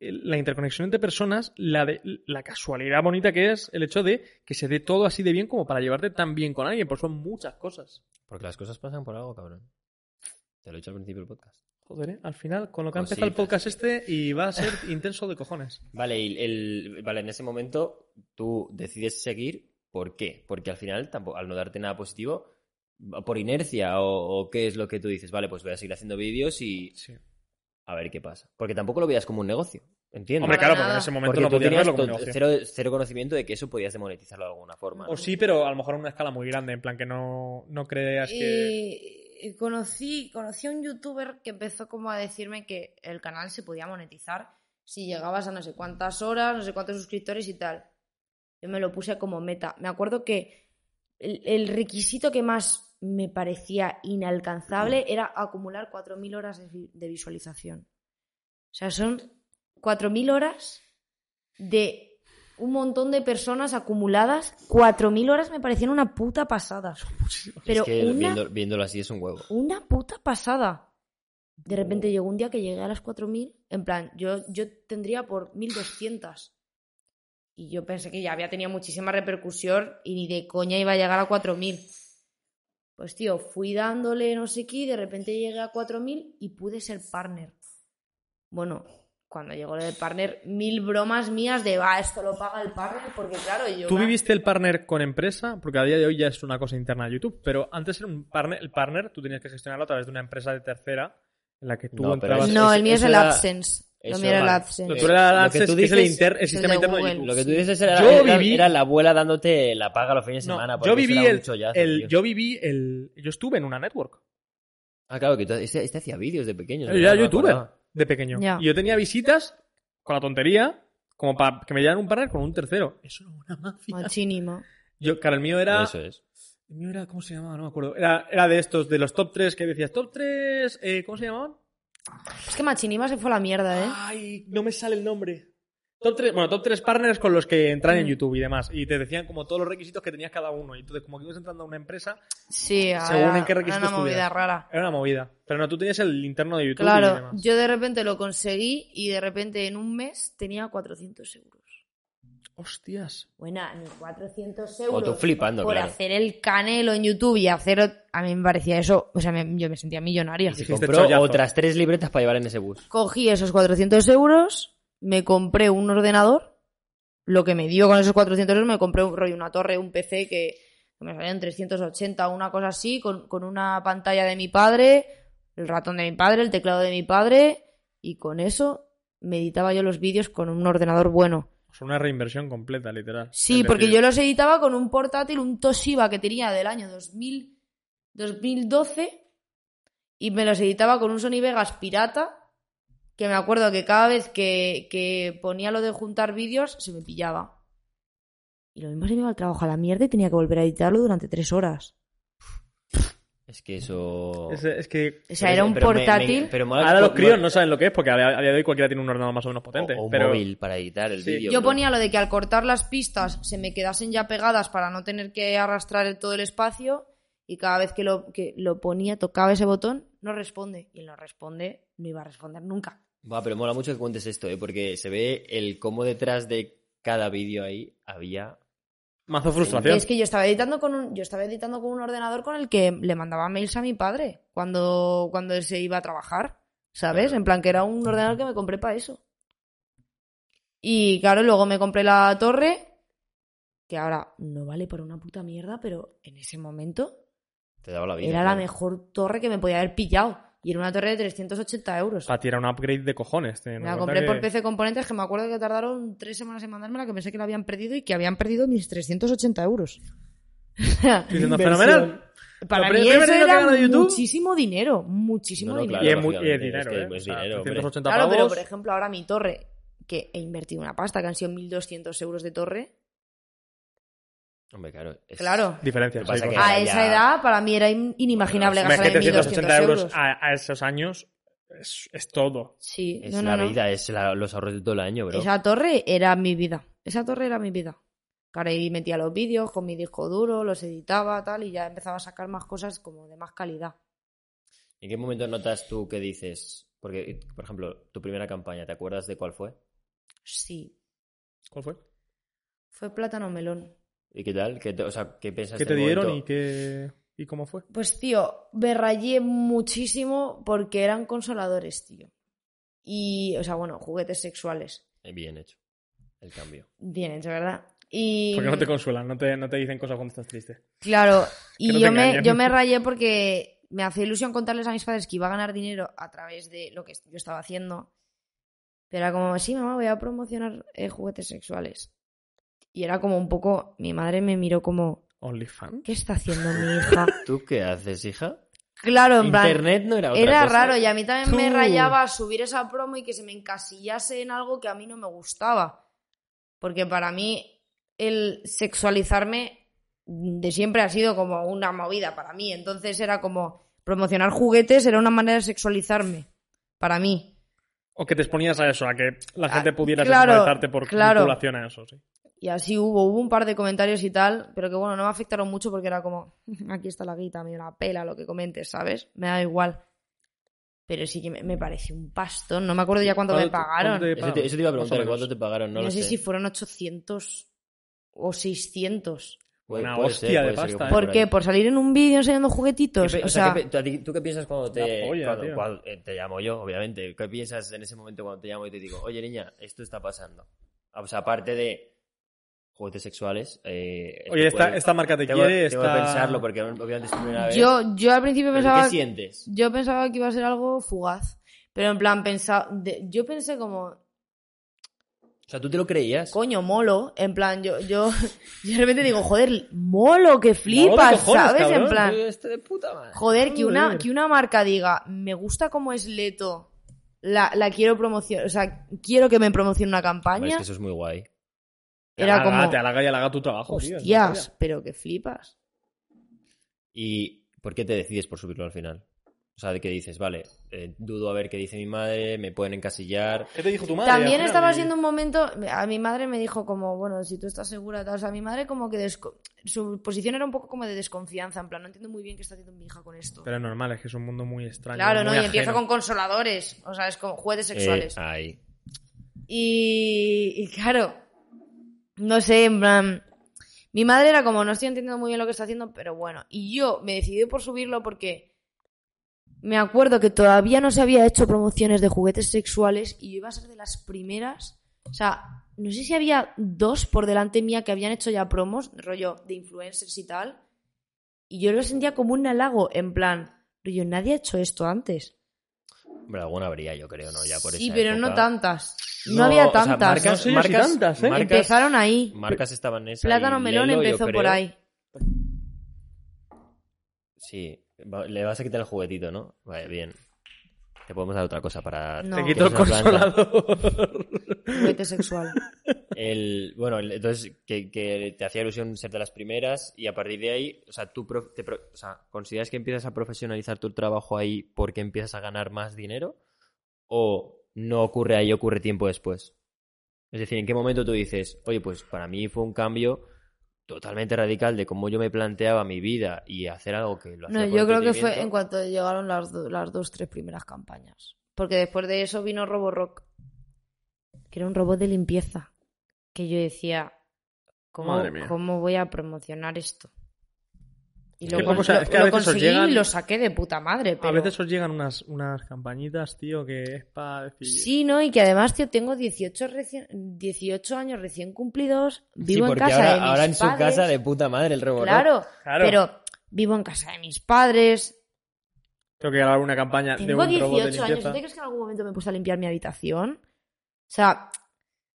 el- la interconexión entre personas, la, de, la casualidad bonita que es el hecho de que se dé todo así de bien como para llevarte tan bien con alguien, pues son muchas cosas. porque las cosas pasan por algo cabrón te lo he dicho al principio del podcast Joder, ¿eh? al final, con lo que ha Cositas. empezado el podcast este, y va a ser intenso de cojones. vale y el vale en ese momento tú decides seguir ¿por qué? porque al final tampoco al no darte nada positivo por inercia o, o qué es lo que tú dices vale pues voy a seguir haciendo vídeos y a ver qué pasa porque tampoco lo veas como un negocio entiendo Hombre, claro, porque Para en nada. ese momento porque no tú podías tenías verlo como to- negocio. cero, cero conocimiento de que eso podías demonetizarlo de alguna forma ¿no? O sí, pero a lo mejor en una escala muy grande, en plan que no, no creas que... Eh, conocí, conocí a un youtuber que empezó como a decirme que el canal se podía monetizar si llegabas a no sé cuántas horas, no sé cuántos suscriptores y tal. Yo me lo puse como meta. Me acuerdo que el, el requisito que más me parecía inalcanzable era acumular 4.000 horas de, vi- de visualización. O sea, son 4.000 horas de un montón de personas acumuladas. 4.000 horas me parecían una puta pasada. Pero es que una viendo- viéndolo así es un huevo una puta pasada. De repente llegó un día que llegué a las 4.000, en plan, yo, yo tendría por 1.200. Y yo pensé que ya había tenido muchísima repercusión y ni de coña iba a llegar a 4.000. Pues tío, fui dándole no sé qué y de repente llegué a 4.000 y pude ser partner. Bueno, cuando llegó lo de partner, mil bromas mías de, va, esto lo paga el partner, porque claro, yo... ¿Tú una- viviste el partner con empresa? Porque a día de hoy ya es una cosa interna de YouTube, pero antes era un partner, el partner tú tenías que gestionarlo a través de una empresa de tercera en la que tú No, pero entrabas. eso- No, el mío es eso el era- AdSense. Lo eso mío era el era- Lo AdSense. tuyo era el Lo que tú AdSense, que es el, dices- inter- el es el sistema de interno de Google. YouTube. Lo que tú dices era, Pues Yo era- viví- era la abuela dándote la paga los fines de No, semana. porque yo eso viví era un el, chollazo, el- tío. yo viví el, yo estuve en una network Ah, claro, que tú- este, este hacía vídeos de pequeño. Yo de era verdad, no me youtuber. acordaba. de pequeño Ya. y yo tenía visitas con la tontería como para que me dieran un partner con un tercero. Eso era una mafia. Machínimo. Yo, claro, el mío era Eso es. El mío era, ¿cómo se llamaba? No me acuerdo. Era, era de estos, de los top 3 que decías, top 3, ¿cómo se llamaban? Es que Machinima se fue a la mierda, ¿eh? Ay, no me sale el nombre. Top 3, bueno, top 3 partners con los que entran en Mm. YouTube y demás. Y te decían como todos los requisitos que tenías cada uno. Y entonces, como que ibas entrando a una empresa, Sí, Según ahora- en qué ahora requisitos una movida estuvieras. rara. era una movida. Pero no, tú tenías el interno de YouTube y Claro, demás. yo de repente lo conseguí y de repente en un mes tenía 400 euros. Hostias. Buena, ni 400 O euros tú flipando, por claro. hacer el canelo en YouTube y hacer... A mí me parecía eso... O sea, me- yo me sentía millonaria. Y se Dijiste compró chollazo. otras tres libretas para llevar en ese bus. Cogí esos 400 euros, me compré un ordenador. Lo que me dio con esos 400 euros, me compré un rollo, una torre, un PC que me salían 380 o una cosa así, con, con una pantalla de mi padre, el ratón de mi padre, el teclado de mi padre, y con eso me editaba yo los vídeos con un ordenador bueno. O sea, una reinversión completa, literal. Sí, Es porque decir, yo los editaba con un portátil, un Toshiba que tenía del año 2000, 2012 y me los editaba con un Sony Vegas pirata que me acuerdo que cada vez que, que ponía lo de juntar vídeos se me pillaba. Y lo mismo se me iba al trabajo a la mierda y tenía que volver a editarlo durante tres horas. Es que eso. Es, es que O sea, era un Pero me- me- portátil. pero mola- ahora los mo- críos no saben lo que es porque a a día de hoy cualquiera tiene un ordenador más o menos potente. O, o un pero móvil para editar el Sí. vídeo. Yo pero- ponía lo de que al cortar las pistas se me quedasen ya pegadas para no tener que arrastrar el- todo el espacio y cada vez que lo, que lo ponía, tocaba ese botón, no responde. Y él no responde, no iba a responder nunca. Va, pero mola mucho que cuentes esto, ¿eh? Porque se ve el cómo detrás de cada vídeo ahí había. mazo Y frustración. es que yo estaba editando con un, yo estaba editando con un ordenador con el que le mandaba mails a mi padre cuando, cuando él se iba a trabajar. ¿Sabes? En plan que era un ordenador que me compré para eso. Y claro, luego me compré la torre que ahora no vale para una puta mierda, pero en ese momento Te daba la vida. era la claro. mejor torre que me podía haber pillado. Y era una torre de 380 euros. sea, tirar un upgrade de cojones. teniendo Me la en cuenta compré por que- PC Componentes, que me acuerdo que tardaron tres semanas en mandármela, que pensé que la habían perdido y que habían perdido mis 380 euros. Estoy diciendo, Inversión. fenomenal. Para Lo mí pri- primero eso que era gana YouTube- muchísimo dinero, muchísimo No, no, dinero. claro, Y es, mu- y es lógicamente, dinero, es que ¿eh? es O sea, dinero, hombre. 380 Claro, pero pavos. por ejemplo, ahora mi torre, que he invertido una pasta, que han sido 1.200 euros de torre, Hombre, claro. es- claro. Diferencias. Lo que pasa hay que- cosas. A esa ya- edad, para mí era in- inimaginable Bueno, Hombre, es gastar que en 380 1.200 euros, euros. a, a esos años es, es todo. Sí, Es no, la no, no. vida, es la- los ahorros de todo el año, bro. Esa torre era mi vida. Esa torre era mi vida. Claro, ahí metía los vídeos con mi disco duro, los editaba, tal, y ya empezaba a sacar más cosas como de más calidad. ¿En qué momento notas tú que dices? Porque, por ejemplo, tu primera campaña, ¿te acuerdas de cuál fue? Sí. ¿Cuál fue? Fue plátano melón. ¿Y qué tal? ¿Qué te, o sea, ¿qué pensaste ¿Qué te en el dieron y, este momento? qué, y cómo fue? Pues tío, me rayé muchísimo porque eran consoladores, tío. Y, o sea, bueno, juguetes sexuales. Eh, Bien hecho. El cambio. Bien hecho, ¿verdad? Y... Porque no te consuelan, no te, no te dicen cosas cuando estás triste. Claro, y no te yo, me, engañen. yo me rayé porque me hacía ilusión contarles a mis padres que iba a ganar dinero a través de lo que yo estaba haciendo. Pero era como, sí, mamá, voy a promocionar eh, juguetes sexuales. Y era como un poco, mi madre me miró como, OnlyFans. ¿qué está haciendo mi hija? ¿Tú qué haces, hija? Claro, en plan, Internet no era otra era cosa. raro y a mí también me Tú. rayaba subir esa promo y que se me encasillase en algo que a mí no me gustaba. Porque para mí el sexualizarme de siempre ha sido como una movida para mí. Entonces era como promocionar juguetes era una manera de sexualizarme para mí. O que te exponías a eso, a que la Ah, gente pudiera claro, sexualizarte por claro. vinculación a eso, sí. Y así hubo, hubo un par de comentarios y tal, pero que bueno, no me afectaron mucho porque era como, aquí está la guita, me la pela lo que comentes, ¿sabes? Me da igual. Pero sí que me, me pareció un pastón, no me acuerdo ya cuánto me ¿Cuánto- pagaron. cuánto te Eso te, eso te iba a preguntar, Más o menos. ¿cuánto te pagaron? No, No, lo sé, si fueron 800 o 600. Puede- Una puede hostia de puede que pasta, fuera ¿eh? por ¿Por qué? ahí. ¿Por salir en un vídeo enseñando juguetitos? Ah, ¿Qué pe- o sea, ¿qué pe- tú, a ti- tú qué piensas cuando te, La polla, cuando- tío. cuando, eh, te llamo yo, obviamente? ¿Qué piensas en ese momento cuando te llamo y te digo, oye niña, esto está pasando? O sea, aparte de juguetes sexuales. eh, esto Oye, esta, puede- esta marca te tengo, quiere, tengo esta... que pensarlo porque obviamente es tu primera vez. yo, yo al principio Pero pensaba, ¿Qué sientes? yo pensaba que iba a ser algo fugaz. Pero en plan, pensaba, yo pensé como, O sea, ¿tú te lo creías? coño, molo. En plan, yo, yo, yo de repente digo, joder, molo, que Molo de flipas, cojones, ¿sabes? cabrón. en plan, Yo, este de puta madre. joder, que una, Joder. que una marca diga, me gusta como es Leto, la, la quiero promocionar, o sea, quiero que me promocione una Hombre, campaña. es que eso es muy guay. Te era halaga, como- Te halaga y halaga tu trabajo, tío, es una Hostias, pero que flipas. ¿Y por qué te decides por subirlo al final? O sea, de que dices, vale, eh, dudo a ver qué dice mi madre, me pueden encasillar. eh, ¿Qué te dijo tu madre? También estaba siendo un momento, a mi madre me dijo como, bueno, si tú estás segura, tal, o sea, mi madre como que desco- su posición era un poco como de desconfianza, en plan, no entiendo muy bien qué está haciendo mi hija con esto. Pero es normal, es que es un mundo muy extraño. claro, ¿no? muy Y empieza con ajeno. consoladores, o sea, es como juguetes sexuales. Eh, ahí. Y, y claro, no sé, en plan. Mi madre era como, no estoy entendiendo muy bien lo que está haciendo, pero bueno. Y yo me decidí por subirlo porque me acuerdo que todavía no se había hecho promociones de juguetes sexuales y yo iba a ser de las primeras. O sea, no sé si había dos por delante mía que habían hecho ya promos, rollo de influencers y tal. Y yo lo sentía como un halago, en plan, rollo, nadie ha hecho esto antes. Hombre, alguna habría, yo creo, ¿no? Ya por sí, esa pero no época. tantas. No, No, o había sea, tantas. marcas- No sé yo si marcas- tantas, ¿eh? marcas- Empezaron ahí. Marcas estaban en esa Plátano y melón Lelo, yo empezó por creo. ahí. Sí, Va- le vas a quitar el juguetito, ¿no? Vale, bien. Te podemos dar otra cosa para... No. Te quito el Tienes una planta. consolador. Juguete sexual. El, bueno, el- entonces, que, que te hacía ilusión ser de las primeras y a partir de ahí, o sea, tú prof- te pro- o sea, ¿consideras que empiezas a profesionalizar tu trabajo ahí porque empiezas a ganar más dinero? ¿O no ocurre ahí, ocurre tiempo después? Es decir, ¿en qué momento tú dices, oye, pues para mí fue un cambio totalmente radical de cómo yo me planteaba mi vida y hacer algo que lo hacía No, por yo creo que fue entretenimiento? en cuanto llegaron las, do- las dos, tres primeras campañas. Porque después de eso vino Roborock, que era un robot de limpieza. Que yo decía, ¿cómo, Madre mía. ¿cómo voy a promocionar esto? Y Es lo, que con- poco- o sea, lo- es que a lo veces os conseguí llegan- y lo saqué de puta madre. Pero... A veces os llegan unas, unas campañitas, tío, que es para decir. Sí, ¿no? Y que además, tío, tengo 18, recién- 18 años recién cumplidos, vivo en porque casa ahora, de mis ahora en su padres. casa de puta madre el reborrón. Claro, Claro. pero vivo en casa de mis padres. Tengo que grabar una campaña de Tengo un robot de 18 años. limpieza. ¿Tú te crees que en algún momento me puse a limpiar mi habitación? O sea,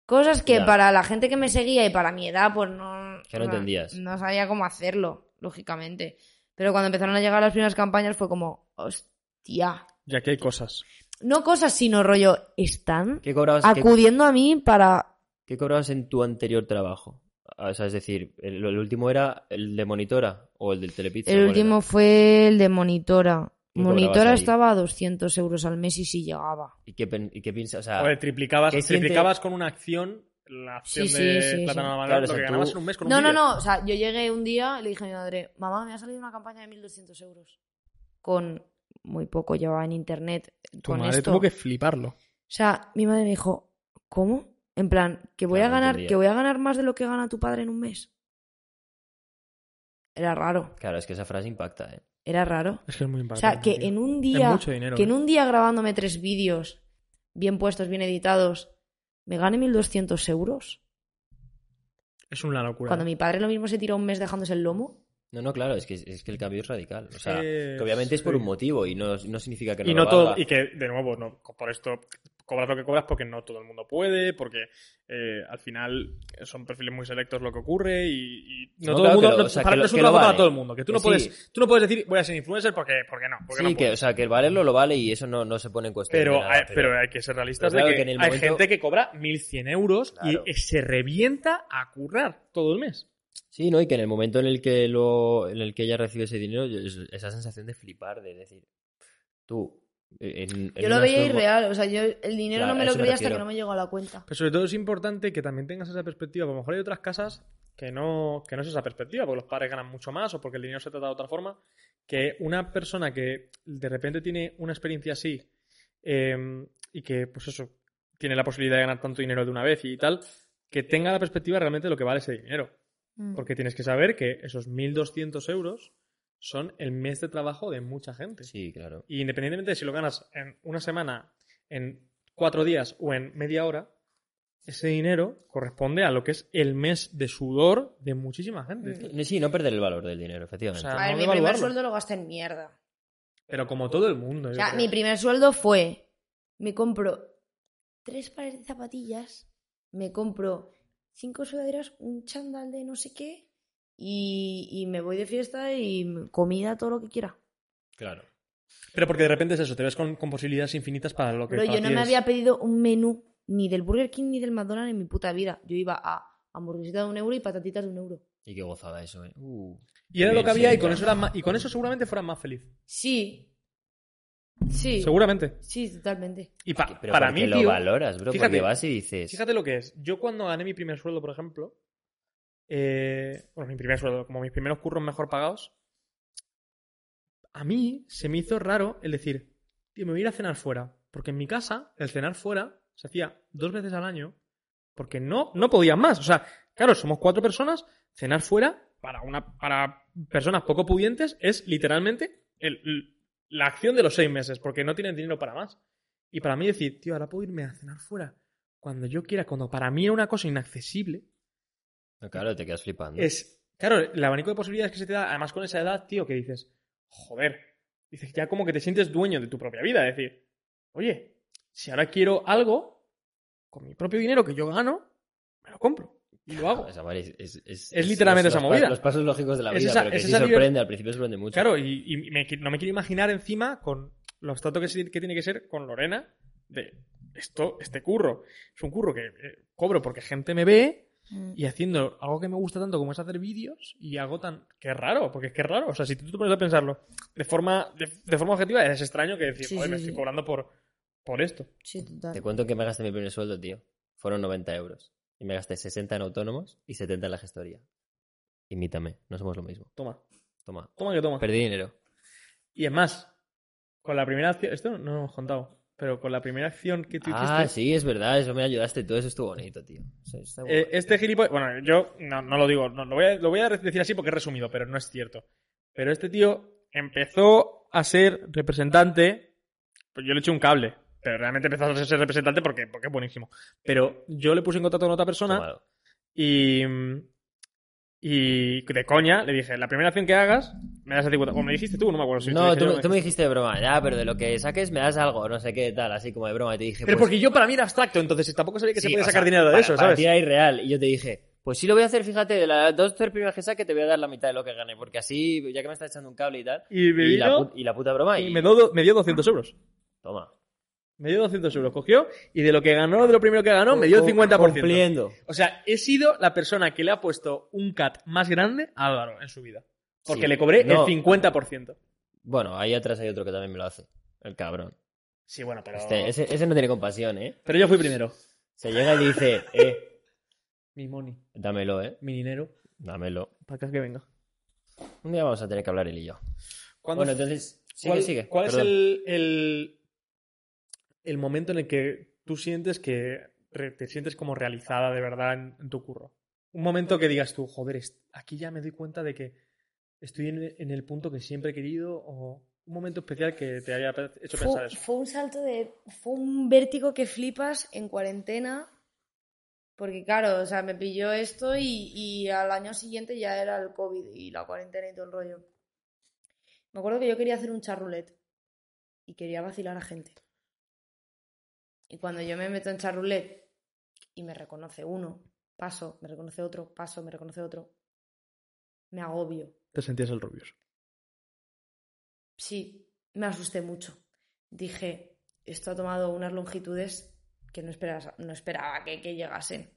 cosas que Ya. para la gente que me seguía y para mi edad, pues no... Que no entendías. No sabía cómo hacerlo, lógicamente. Pero cuando empezaron a llegar las primeras campañas fue como, hostia. Y aquí hay cosas. No cosas, sino rollo, están ¿Qué cobrabas, qué- acudiendo a mí para... qué cobrabas en tu anterior trabajo? Ah, O sea, es decir, el, el último era el de monitora o el del telepizza. El ¿cuál último era? fue el de monitora. ¿Qué cobrabas Monitora ahí? estaba a 200 euros al mes y sí llegaba. ¿Y qué, pen- y qué piensas? O sea, Joder, triplicabas, ¿qué Ah, siente- triplicabas con una acción la acción Sí, sí, de sí, plátano sí. a la banana, Claro, lo o sea, que tú- ganabas en un mes con un No, no, vídeo. no. O sea, yo llegué un día y le dije a mi madre, mamá, me ha salido una campaña de 1.200 euros. Con muy poco llevaba en internet. Tu con madre esto. tuvo que fliparlo. O sea, mi madre me dijo, ¿cómo? En plan, que voy Claro, a no ganar, entendía. que voy a ganar más de lo que gana tu padre en un mes. Era raro, claro, es que esa frase impacta, ¿eh? era raro. Es que es muy O impactante. sea, que tío. en un Es día, mucho dinero. que en ¿eh? un día grabándome tres vídeos, bien puestos, bien editados, me gane 1.200 euros. Es una locura. Cuando mi padre lo mismo se tiró un mes dejándose el lomo. No, no, claro, es que, es que el cambio es radical. O sea, Eh, que obviamente es por sí. un motivo y no, no significa que no y lo no todo valga. y que de nuevo no por esto cobras lo que cobras porque no todo el mundo puede porque eh, al final son perfiles muy selectos lo que ocurre y, y no, No, todo claro el mundo que lo- no- o sea, para- que lo- es un que lo trabajo para vale. todo el mundo que tú no Que sí. puedes tú no puedes decir voy a ser influencer porque porque no porque Sí, no que, puedo. o sea, que el valerlo lo vale y eso no, no se pone en cuestión. pero, de nada, hay, pero hay que ser realistas pero claro de que, que en el hay momento- gente que cobra 1100 euros Claro. y se revienta a currar todo el mes Sí, ¿no? Y que en el momento en el que lo, en el que ella recibe ese dinero, yo- es- esa sensación de flipar, de decir, tú... en- en Yo lo una veía suma- irreal, o sea, yo el dinero Claro, no me a lo eso me creía hasta que refiero. no me llegó a la cuenta. Pero sobre todo es importante que también tengas esa perspectiva. porque A lo mejor hay otras casas que no, que no es esa perspectiva, porque los padres ganan mucho más o porque el dinero se trata de otra forma. Que una persona que de repente tiene una experiencia así eh, y que, pues eso, tiene la posibilidad de ganar tanto dinero de una vez y tal, que tenga la perspectiva realmente de lo que vale ese dinero. Porque tienes que saber que esos 1.200 euros son el mes de trabajo de mucha gente. Sí, claro. Y independientemente de si lo ganas en una semana, en cuatro días o en media hora, ese dinero corresponde a lo que es el mes de sudor de muchísima gente. Mm. tío. Sí, no perder el valor del dinero, efectivamente. O sea, A ver, no mi primer devaluarlo. sueldo lo gasté en mierda. Pero como todo el mundo. O yo sea, creo. mi primer sueldo fue, me compro tres pares de zapatillas, me compro cinco sudaderas, un chándal de no sé qué, y, y me voy de fiesta y comida, todo lo que quiera. Claro. Pero porque de repente es eso, te ves con, con posibilidades infinitas para lo que Pero para yo no ti me es. había pedido un menú ni del Burger King ni del McDonald's en mi puta vida. Yo iba a hamburguesita de un euro y patatitas de un euro. Y qué gozada eso, ¿eh? Uh. Y era lo que había Sí, y, con ya. eso era más- y con eso seguramente fueras más feliz. Sí. Sí. Seguramente. Sí, totalmente. Y pa- Pero para porque mí, lo tío, valoras, bro, fíjate, porque vas y dices... Fíjate lo que es. Yo cuando gané mi primer sueldo, por ejemplo, eh, bueno, mi primer sueldo, como mis primeros curros mejor pagados, a mí se me hizo raro el decir, tío, me voy a ir a cenar fuera. Porque en mi casa, el cenar fuera se hacía dos veces al año porque no, no podían más. O sea, claro, somos cuatro personas, cenar fuera para, una, para personas poco pudientes es literalmente el- la acción de los seis meses porque no tienen dinero para más. Y para mí decir, tío, ahora puedo irme a cenar fuera cuando yo quiera, cuando para mí era una cosa inaccesible, No, "Ah, Claro, te quedas flipando. es, claro, el abanico de posibilidades que se te da, además con esa edad, tío, que dices, joder, dices, ya como que te sientes dueño de tu propia vida, es decir, oye, si ahora quiero algo, con mi propio dinero que yo gano, me lo compro y lo hago. O sea, Mari, es, es- es- Es literalmente los- esa los movida. pa- Los pasos lógicos de la Es vida, esa- pero que es sí esa liber- sorprende, al principio sorprende mucho. Claro, y, y me qui- no me quiero imaginar encima con los tratos que, se- que tiene que ser con Lorena de esto, este curro. Es un curro que eh, cobro porque gente me ve, Mm. y haciendo algo que me gusta tanto como es hacer vídeos y algo tan que raro, porque es que es raro, o sea, si tú te pones a pensarlo de forma de, de forma objetiva es extraño que decir, Sí, joder, sí, me sí. estoy cobrando por por esto. Sí, total. Te cuento que me gasté mi primer sueldo, tío. Fueron 90 euros. Y me gasté 60 en autónomos y 70 en la gestoría. Imítame, no somos lo mismo. Toma, Toma. toma que toma. Perdí dinero. Y es más, con la primera acción, esto no lo hemos contado, pero con la primera acción que tú Ah, hiciste sí, es verdad, eso me ayudaste, todo eso estuvo bonito, tío. Eso está eh, guay. este gilipollas, bueno, yo no, no lo digo, no, lo, voy a, lo voy a decir así porque es resumido, pero no es cierto. Pero este tío empezó a ser representante. Pues yo le eché un cable. Pero realmente empezó a ser representante porque, porque es buenísimo. Pero yo le puse en contacto con otra persona Tomado. y. Y de coña le dije: La primera acción que hagas, me das el 50. Como me dijiste tú, no me acuerdo si te No, dije yo, tú, me- tú me dijiste de broma, ya, pero de lo que saques me das algo, no sé qué tal, así como de broma. Y te dije, Pero pues, porque yo para mí era abstracto, entonces tampoco sabía que se Sí, podía o sacar sea, dinero de para- eso, para ¿sabes? ti era irreal. Y yo te dije, pues sí lo voy a hacer, fíjate, de las dos, tres primeras que saque te voy a dar la mitad de lo que gané, porque así, ya que me estás echando un cable y tal, Y me y la, pu- vino y la puta broma, y y me do- me dio 200 euros. toma. Me dio 200 euros, cogió, y de lo que ganó, de lo primero que ganó, me dio el Cum- 50%. Cumpliendo. O sea, he sido la persona que le ha puesto un cat más grande a Álvaro en su vida. Porque Sí. le cobré No. el 50%. Bueno, ahí atrás hay otro que también me lo hace, el cabrón. Sí, bueno, pero... Este- ese, ese no tiene compasión, ¿eh? Pero yo fui primero. Se llega y dice, eh, Mi money, dámelo, ¿eh? mi dinero, Dámelo. para que venga. Un día vamos a tener que hablar él y yo. ¿Cuándo- Bueno, entonces, sigue, ¿Cuál, sigue. cuál es Perdón. el, el, el momento en el que tú sientes que re- te sientes como realizada de verdad en, en tu curro? Un momento que digas tú, joder, est- aquí ya me doy cuenta de que estoy en, en el punto que siempre he querido o un momento especial que te haya pe- hecho pensar Fue, eso. fue un salto de. Fue un vértigo que flipas en cuarentena. Porque, claro, o sea, me pilló esto y, y al año siguiente ya era el COVID y la cuarentena y todo el rollo. Me acuerdo que yo quería hacer un charrulet y quería vacilar a gente. Y cuando yo me meto en charrulet y me reconoce uno, paso, me reconoce otro, paso, me reconoce otro, me agobio. Te sentías el rubios. Sí, me asusté mucho. Dije, esto ha tomado unas longitudes que no esperas- no esperaba que, que llegasen.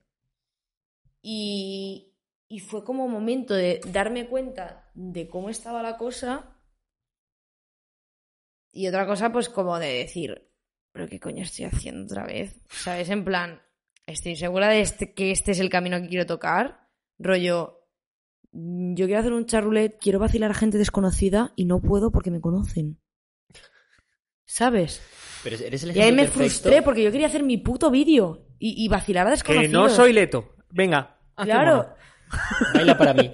Y, y fue como momento de darme cuenta de cómo estaba la cosa. Y otra cosa, pues como de decir, pero qué coño estoy haciendo otra vez. ¿Sabes? En plan, estoy segura de este- que este es el camino que quiero tocar. Rollo, Mm, Yo quiero hacer un charrulet, quiero vacilar a gente desconocida y no puedo porque me conocen. ¿Sabes? Pero eres el Y ahí ejemplo me perfecto. frustré porque yo quería hacer mi puto vídeo y, y vacilar a desconocidos. Leto. Venga. hazte Claro. mono. Baila para mí.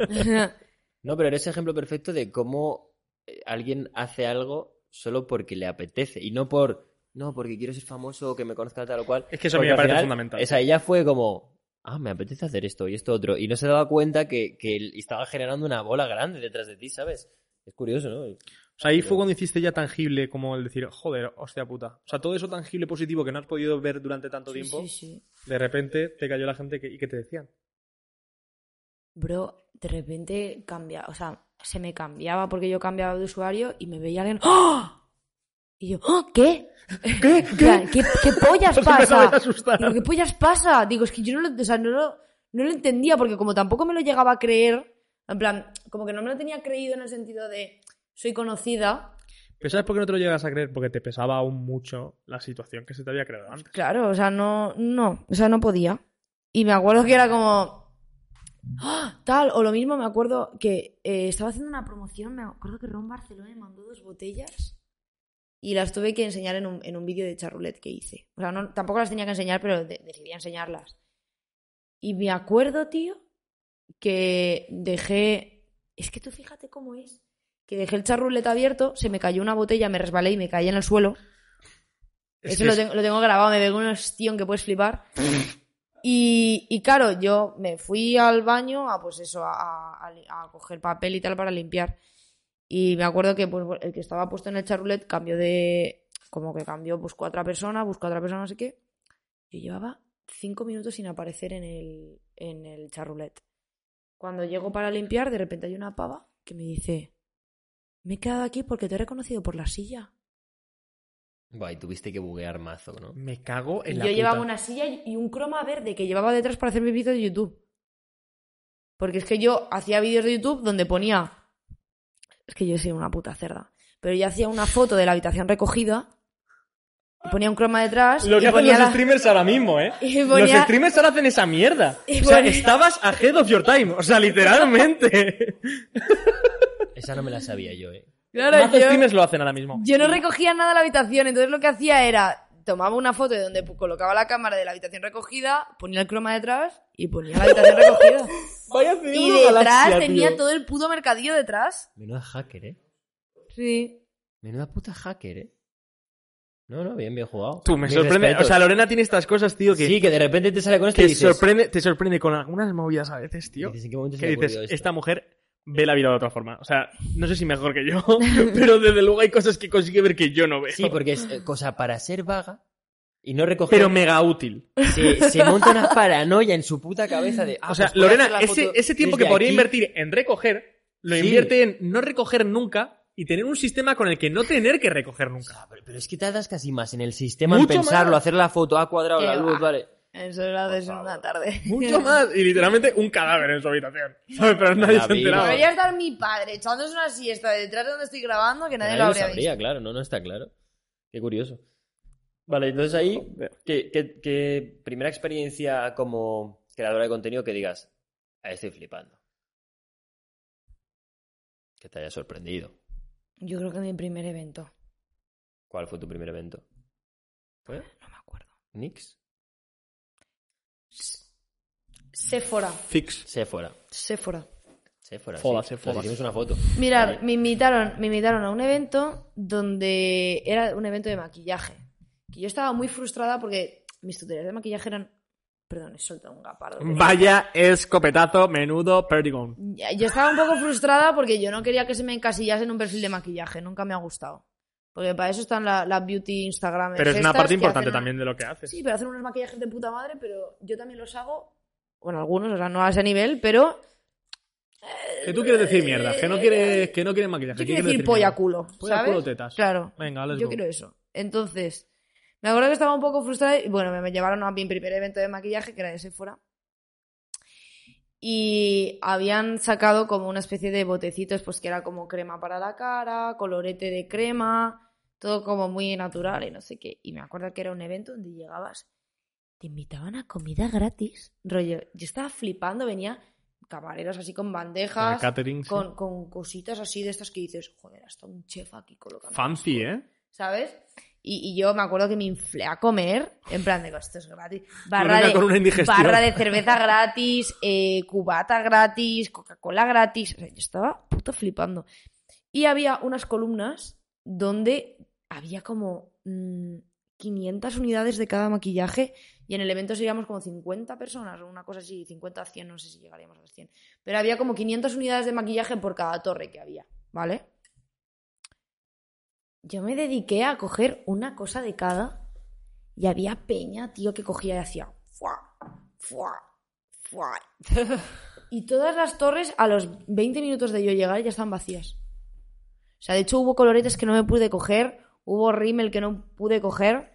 No, pero eres ejemplo perfecto de cómo eh, alguien hace algo solo porque le apetece y no por, no, porque quiero ser famoso o que me conozca tal o cual. Es que eso a Porque mí me al parece final, fundamental. Esa ella fue como, ah, me apetece hacer esto y esto otro. Y no se daba cuenta que, que él estaba generando una bola grande detrás de ti, ¿sabes? Es curioso, ¿no? O sea, ahí fue cuando hiciste ya tangible como el decir, joder, hostia puta. O sea, todo eso tangible positivo que no has podido ver durante tanto Sí, tiempo, sí, sí. de repente te cayó la gente que, y que te decían. Bro, de repente cambia, o sea, se me cambiaba porque yo cambiaba de usuario y me veía alguien. ¡Ah! Y yo, ¡ah! ¿Qué? ¿Qué? En plan, ¿Qué, qué pollas Entonces me pasa? acabas de asustar. Digo, ¿qué pollas pasa? Digo, es que yo no lo, o sea, no lo, no lo entendía porque como tampoco me lo llegaba a creer, en plan, como que no me lo tenía creído en el sentido de soy conocida. Pero ¿sabes por qué no te lo llegas a creer? Porque te pesaba aún mucho la situación que se te había creado antes. Claro, o sea, no, no, o sea, no podía. Y me acuerdo que era como, ¡Ah! tal, o lo mismo me acuerdo que eh, estaba haciendo una promoción, me acuerdo que Ron Barcelona me mandó dos botellas y las tuve que enseñar en un, en un vídeo de charroulette que hice. O sea, no, tampoco las tenía que enseñar, pero de- decidí enseñarlas. Y me acuerdo, tío, que dejé, es que tú fíjate cómo es, que dejé el charroulette abierto, se me cayó una botella, me resbalé y me caí en el suelo. Es Eso que lo es- tengo, lo tengo grabado, me pegó un ostión que puedes flipar. Y, y claro, yo me fui al baño a pues eso, a, a- a li- a coger papel y tal para limpiar. Y me acuerdo que pues, el que estaba puesto en el charrulet cambió de. como que cambió, buscó a otra persona, buscó a otra persona, no sé qué. Yo llevaba cinco minutos sin aparecer en el, en el charrulet. Cuando llego para limpiar, de repente hay una pava que me dice: Me he quedado aquí porque te he reconocido por la silla. Buah, y tuviste que buguear mazo, ¿no? Me cago en la yo puta. llevaba una silla y y un croma verde que llevaba detrás para hacer mis vídeos de YouTube. Porque es que yo hacía vídeos de YouTube donde ponía. Es que yo soy una puta cerda. Pero yo hacía una foto de la habitación recogida. y ponía un croma detrás. Lo que y hacen ponía los la- streamers ahora mismo, ¿eh? Y Los ponía- streamers ahora hacen esa mierda. Y O sea, ponía- estabas ahead of your time. O sea, literalmente. Esa no me la sabía yo, ¿eh? Claro, Más yo- streamers lo hacen ahora mismo. Yo no recogía nada de la habitación, entonces lo que hacía era tomaba una foto de donde pu- colocaba la cámara de la habitación recogida, ponía el croma detrás y ponía la habitación recogida. Vaya Y cerebro detrás galaxia, tenía tío. todo el puto mercadillo detrás. Menuda hacker, ¿eh? Sí. Menuda puta hacker, ¿eh? No, no, bien, bien jugado. Tú, me Mis sorprende. respetos. O sea, Lorena tiene estas cosas, tío, que, Sí, que de repente te sale con esto que y dices... sorprende, te sorprende con algunas movidas a veces, tío. dices, ¿en qué momento se Que le ocurrió dices, esto? esta mujer ve la vida de otra forma. O sea, no sé si mejor que yo, pero desde luego hay cosas que consigue ver que yo no veo. Sí, porque es eh, cosa para ser vaga y no recoger... Pero mega útil. se, se monta una paranoia en su puta cabeza de... ah, o sea, pues puedo hacer Lorena, la ese, foto ese tiempo que desde podría aquí. invertir en recoger, lo Sí. invierte en no recoger nunca y tener un sistema con el que no tener que recoger O nunca. sea, pero, pero es que tardas casi más en el sistema, Mucho en pensarlo, más. hacer la foto, a cuadrado, Qué la luz, va. vale. Eso lo haces en una tarde. Mucho más. Y literalmente un cadáver en su habitación. ¿Sabes? Pero nadie se Maravilla. enteraba. Debería estar mi padre echándose una siesta detrás de donde estoy grabando que nadie, Nadie lo lo habría sabría, claro, no, no está claro. Qué curioso. Vale, entonces ahí, ¿qué, qué- qué primera experiencia como creadora de contenido que digas, ahí estoy flipando? Que te haya sorprendido. visto. Yo creo que mi primer evento. ¿Cuál fue tu primer evento? ¿Fue? No me acuerdo. ¿Nix? Sephora. Fix. Sephora. Sephora. Sephora, Foda, sí. Sephora. Nos hicimos una foto. Ahí. Mirad, me invitaron, me invitaron a un evento donde era un evento de maquillaje. Que yo estaba muy frustrada porque mis tutoriales de maquillaje eran. Perdón, he soltado un gapardo. Vaya escopetazo, menudo Perdigón. Ya- Yo estaba un poco frustrada porque yo no quería que se me encasillase en un perfil de maquillaje. Nunca me ha gustado. Porque para eso están las la beauty Instagram. Pero es una estas parte que importante hacen un- también de lo que haces. Sí, pero hacen unos maquillajes de puta madre, pero yo también los hago. Bueno, algunos, o sea, no a ese nivel, pero eh, Que tú quieres decir mierda, que no quieres, que no quieres maquillaje. yo que quiero quieres decir polla mierda. culo. Polla, ¿sabes? culo, tetas. Claro. Venga, let's Yo go. quiero eso. Entonces, me acuerdo que estaba un poco frustrada y bueno, me me llevaron a mi primer evento de maquillaje, que era de Sephora. Y habían sacado como una especie de botecitos, pues que era como crema para la cara, colorete de crema, todo como muy natural y no sé qué. Y me acuerdo que era un evento donde llegabas, te invitaban a comida gratis. Rollo, yo estaba flipando, venía camareros así con Para bandejas catering, sí. con, con cositas así de estas que dices, joder, hasta un chef aquí colocando. Fancy, ¿eh? ¿Sabes? Y, y yo me acuerdo que me inflé a comer, en plan de, esto es gratis. Barra Lorena de, con una indigestión. barra de cerveza gratis, eh, cubata gratis, Coca-Cola gratis. O sea, yo estaba puto flipando. Y había unas columnas donde había como mm, 500 unidades de cada maquillaje y en el evento seríamos como 50 personas o una cosa así, 50 a 100, no sé si llegaríamos a las 100. Pero había como 500 unidades de maquillaje por cada torre que había, ¿vale? Yo me dediqué a coger una cosa de cada y había peña, tío, que cogía y hacía fuá, fuá, fuá. Y todas las torres a los 20 minutos de yo llegar ya están vacías. O sea, de hecho hubo coloretes que no me pude coger, hubo rímel que no pude coger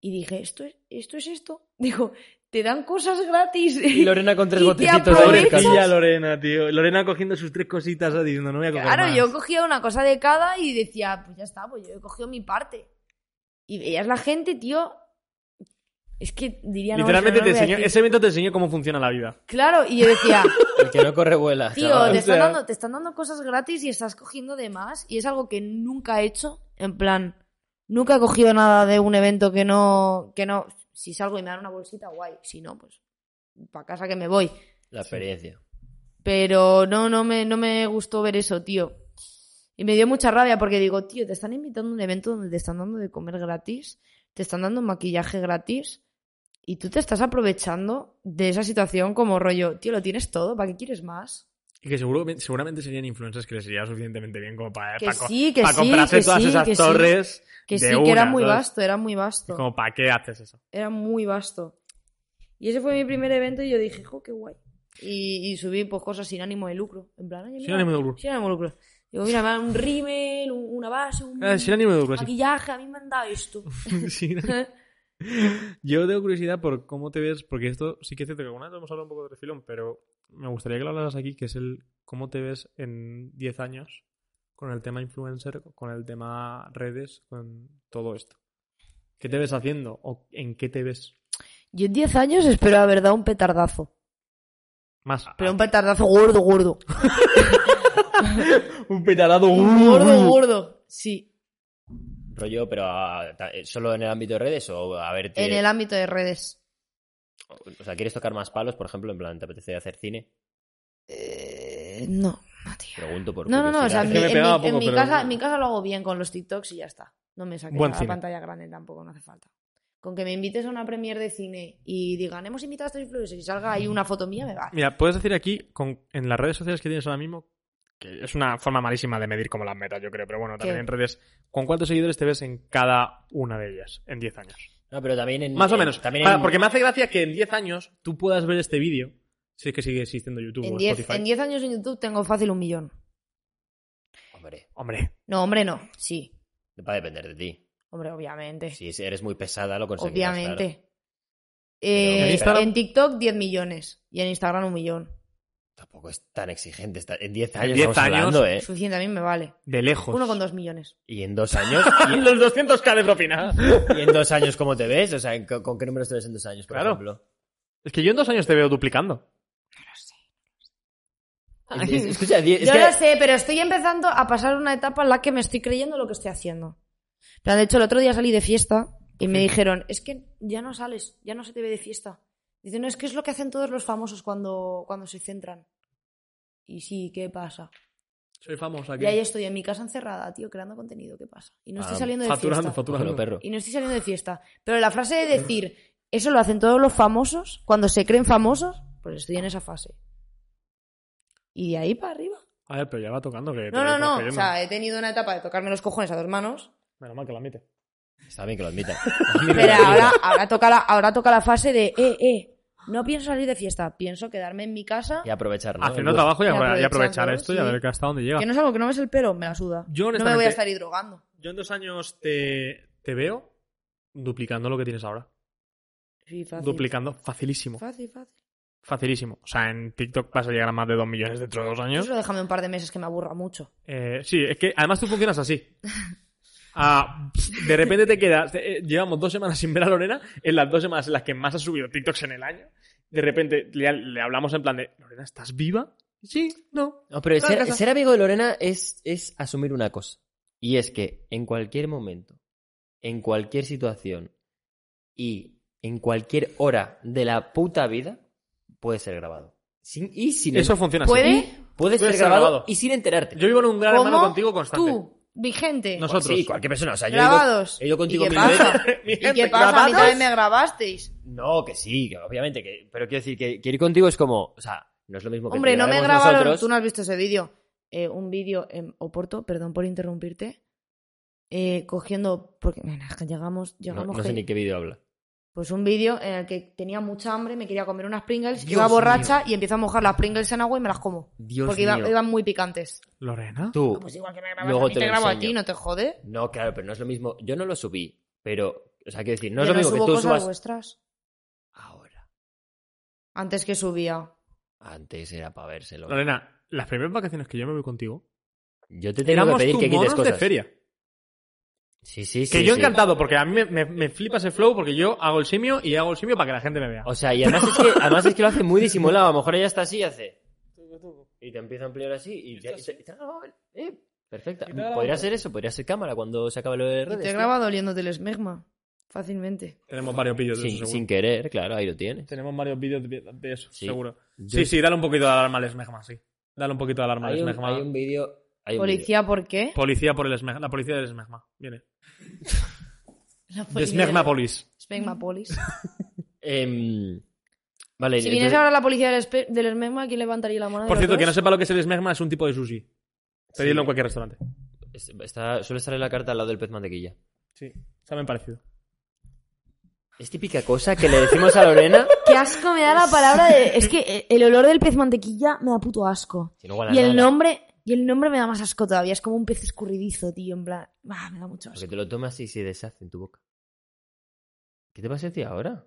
y dije, esto es esto. Es esto? Digo, te dan cosas gratis. Y Lorena con tres Y te botecitos aprovechas. ahí en casa. Pobrecilla Lorena, tío. Lorena cogiendo sus tres cositas ¿sabes? diciendo, no voy a coger Claro, más. yo cogía una cosa de cada y decía, pues ya está, pues yo he cogido mi parte. Y veías la gente, tío. Es que diría no, Literalmente te eso no lo voy a enseñó, decir. ese evento te enseñó cómo funciona la vida. Claro, y yo decía, El que no corre vuela. tío, chaval. te O sea- están, dando, te están dando cosas gratis y estás cogiendo de más. Y es algo que nunca he hecho. En plan, nunca he cogido nada de un evento que no. que no. Si salgo y me dan una bolsita, guay. Si no, pues para casa que me voy. La experiencia. Pero no, no me, no me gustó ver eso, tío. Y me dio mucha rabia porque digo, tío, te están invitando a un evento donde te están dando de comer gratis, te están dando maquillaje gratis y tú te estás aprovechando de esa situación como rollo, tío, lo tienes todo, ¿para qué quieres más? Y que seguro, seguramente serían influencers que les iría suficientemente bien como para, Que para Eh, co- sí, que para sí, comprarse que todas sí, esas que sí. torres. Que de sí, que una, era muy ¿sabes? vasto, era muy vasto. Como, ¿para qué haces eso? Era muy vasto. Y ese fue mi primer evento y yo dije, jo, qué guay. Y, y subí pues cosas sin ánimo de lucro. En plan, oye, mira, Sin ánimo de lucro. Sin ánimo de lucro. Digo, mira, me dan un rímel, un- una base, un, Ah, sin ánimo de lucro, sí. maquillaje, a mí me han dado esto. Sin- Yo tengo curiosidad por cómo te ves, porque esto sí que es cierto que alguna vez lo hemos hablado un poco de refilón, pero me gustaría que lo hablaras aquí, que es el cómo te ves en 10 años con el tema influencer, con el tema redes, con todo esto. ¿Qué te ves haciendo o en qué te ves Yo en 10 años espero haber dado un petardazo. más? Pero un petardazo gordo, gordo. un petarado Gordo, gordo. Sí, Rollo, pero ah, ta- eh, solo en el ámbito de redes o a verte. en el ámbito de redes. O sea, ¿quieres tocar más palos, por ejemplo? En plan, ¿te apetece hacer cine? Eh, no, no, tío. Pregunto por No, no, no. O sea, curiosidad. Es que me mi- en, mi, pegaba en poco, mi pero casa, no. en mi casa lo hago bien con los TikToks y ya está. No me saques Buen la cine. pantalla grande tampoco, no hace falta. Con que me invites a una premiere de cine y digan, hemos invitado a estos influencers y salga ahí una foto mía, me va. Mira, puedes decir aquí, con, en las redes sociales que tienes ahora mismo, que es una forma malísima de medir como las metas, yo creo, pero bueno, también ¿Qué? en redes, ¿con cuántos seguidores te ves en cada una de ellas en 10 años? No, pero también en- Más o en- menos. También Para- en- Porque me hace gracia que en 10 años tú puedas ver este vídeo, si es que sigue existiendo YouTube En o 10 Spotify. en 10 años en YouTube tengo fácil un millón. Hombre, Hombre, No, hombre, no. Sí. va a depender de ti. Hombre, obviamente. Si eres muy pesada, lo conseguirás. obviamente. claro. Eh, ¿En Instagram? en TikTok 10 millones y en Instagram un millón. Tampoco es tan exigente. está- En 10 En años 10 estamos años. hablando, ¿eh? Suficiente a mí me vale. de lejos. Uno con dos millones. Y en dos años. Los 200k de propina. ¿Y en dos años cómo te ves? O sea, ¿en- ¿con qué números te ves en dos años, por Claro. ejemplo? Es que yo en dos años te veo duplicando. Es- es- escucha, die- es Yo que- lo sé, pero estoy empezando a pasar una etapa en la que me estoy creyendo lo que estoy haciendo. En plan, De hecho, el otro día salí de fiesta y me dijeron, es que ya no sales, ya no se te ve de fiesta. Dicen, no, es que es lo que hacen todos los famosos cuando, cuando se centran. Y sí, ¿qué pasa? Soy famosa Y ahí estoy en mi casa encerrada, tío, creando contenido, ¿qué pasa? Y no estoy Ah, saliendo de Facturando, fiesta. Cógelo, facturando. perro. Y no estoy saliendo de fiesta. Pero la frase de decir, eso lo hacen todos los famosos, cuando se creen famosos, pues estoy en esa fase. Y de ahí para arriba. A ver, pero ya va tocando que te No, vas no, no. O cayendo. sea, he tenido una etapa de tocarme los cojones a dos manos. Menos mal que lo admite. Está bien que lo admita. Pero ahora, ahora, toca la, ahora toca la fase de, eh, eh, no pienso salir de fiesta, pienso quedarme en mi casa. Y aprovechar, ¿no? Haciendo El gusto. trabajo y, Y apro- y aprovechar aprovechando, esto y a sí. ver hasta dónde llega. Que no es algo que no ves el pelo, me la suda. Yo, no me honestamente- voy a estar ahí drogando. Yo en dos años te, te veo duplicando lo que tienes ahora. Sí, fácil. Duplicando facilísimo. Fácil, fácil. Facilísimo. O sea, en TikTok vas a llegar a más de 2 millones dentro de dos Yo años. solo déjame un par de meses que me aburra mucho. Eh, sí, es que además tú funcionas así. Ah, de repente te quedas. eh, llevamos dos semanas sin ver a Lorena. En las dos semanas en las que más has subido TikToks en el año. De repente le, le hablamos en plan de: Lorena, ¿estás viva? Sí, no. No, pero Claro, ser, casa. ser amigo de Lorena es, es asumir una cosa. Y es que en cualquier momento, en cualquier situación y en cualquier hora de la puta vida, puede ser grabado. Sin, y sin Eso funciona así. ¿Puede? puede ser, ser grabado, grabado. y sin enterarte. Pues Yo vivo en un gran hermano ¿Cómo? contigo constante. Tú, vigente. Nosotros. Sí, cualquier persona. O sea, yo he ido- grabados. he ido contigo ¿Y qué mil veces. pasa? Mi ¿Y qué gente, pasa? A mí ¿grabados? también me grabasteis. No, que sí, que obviamente. Que, pero quiero decir que, que ir contigo es como. O sea, no es lo mismo que Hombre, te no me grabemos grabaron. nosotros. Tú no has visto ese vídeo. Eh, un vídeo en Oporto, perdón por interrumpirte. eh, cogiendo. Porque bueno, es que llegamos. No, llegamos no sé que- ni qué vídeo habla. Pues un vídeo en el que tenía mucha hambre, me quería comer unas Pringles, Dios iba borracha y empiezo a mojar las Pringles en agua y me las como. Dios porque mío. iba- iban muy picantes. Lorena. Tú. Ah, Pues igual que me grabas Luego a mí, te te, lo grabo a enseño. ti, ¿no te jode? No, claro, pero no es lo mismo. Yo no lo subí, pero. O sea, quiero decir, no es Yo lo mismo subo que tú cosas pues. subas. vuestras Ahora. antes que subía. Antes era para vérselo. Lorena, las primeras vacaciones que yo me voy contigo, Yo te tengo que éramos pedir tú que quites monos de cosas. feria. Sí, sí, sí. que yo sí. encantado, porque a mí me, me- me flipa ese flow, porque yo hago el simio y hago el simio para que la gente me vea. O sea, y además es, que, además es que lo hace muy disimulado. A lo mejor ella está así y hace. Y te empieza a ampliar así. Y ya- y te- y te- eh, perfecta. Y te graba Podría un- ser eso, podría ser cámara cuando se acabe lo de Y redes. te tío. graba doliéndote el esmegma. Fácilmente. Tenemos varios vídeos de eso, Sin, seguro. sin querer, claro, ahí lo tienes. Tenemos varios vídeos de, de eso, Sí. seguro. Yo- Sí, sí, dale un poquito de alarma al esmegma, sí. Dale un poquito de alarma al Hay un, esmegma. hay un vídeo. hay un vídeo. Policía, ¿por qué? Policía por el esmegma. La policía del esmegma. Viene. La De policía. esmegma police. Smegmapolis. Em, vale, Si vienes entonces- ahora la policía del, espe- del Smegma, ¿quién levantaría la mano? de Por los cierto, que no dos? sepa lo que es el esmegma, es un tipo de sushi. Pedirlo Sí. en cualquier restaurante. Es- Está, suele estar en la carta al lado del pez mantequilla. Sí, saben parecido. Es típica cosa que le decimos a Lorena. Qué asco me da la palabra de. Es que eh, el olor del pez mantequilla me da puto asco. que no huela Y el nada, nombre. Y el nombre me da más asco todavía. Es como un pez escurridizo, tío. En plan. Ah, me da mucho Porque asco. te lo tomas y se deshace en tu boca. ¿Qué te pasa a ti ahora?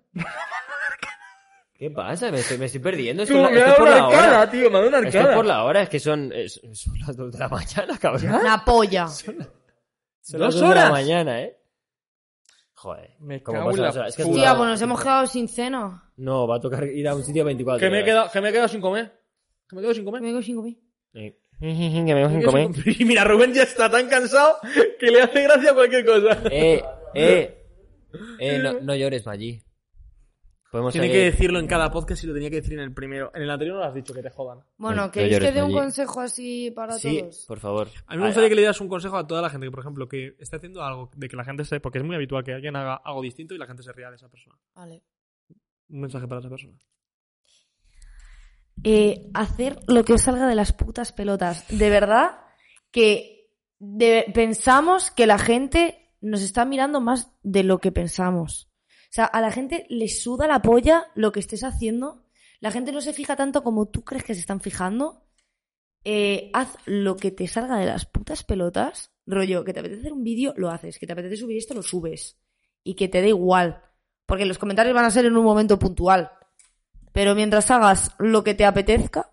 ¿Qué pasa? Me estoy, me estoy perdiendo. Esto, es la- esto es por la hora. tío, me da una Esto es por la hora. Es que son, es- son las 2 de la mañana, cabrón. Una polla. Son ¿Dos las dos de la horas? mañana, ¿eh? Joder. Me ¿cómo cago pasan en la las horas? Es que es puta. una Tío, hora. pues nos hemos quedado sin cena. No, va a tocar ir a un sitio 24 Que me, he horas. quedado, que me he quedado sin comer. Que me he quedado sin comer. Me quedo sin comer. Eh, que me vas a comer. Y mira, Rubén ya está tan cansado que le hace gracia cualquier cosa. Eh, eh. Eh, no, no llores, Maggi. Podemos Tiene que seguir. decirlo en cada podcast y lo tenía que decir en el primero. En el anterior no lo has dicho, que te jodan. No- Bueno, no ¿queréis que llores, dé un Maggi. consejo así para Sí, todos? por favor. A mí me gustaría que le dieras un consejo a toda la gente que, por ejemplo, que está haciendo algo de que la gente se... Porque es muy habitual que alguien haga algo distinto y la gente se ría de esa persona. Vale. Un mensaje para esa persona. Eh, hacer lo que os salga de las putas pelotas. De verdad que de- pensamos que la gente nos está mirando más de lo que pensamos. O sea, a la gente le suda la polla lo que estés haciendo. La gente no se fija tanto como tú crees que se están fijando. Eh, haz lo que te salga de las putas pelotas. Rollo, que te apetece hacer un vídeo, lo haces. Que te apetece subir esto, lo subes. Y que te dé igual. Porque los comentarios van a ser en un momento puntual. Pero mientras hagas lo que te apetezca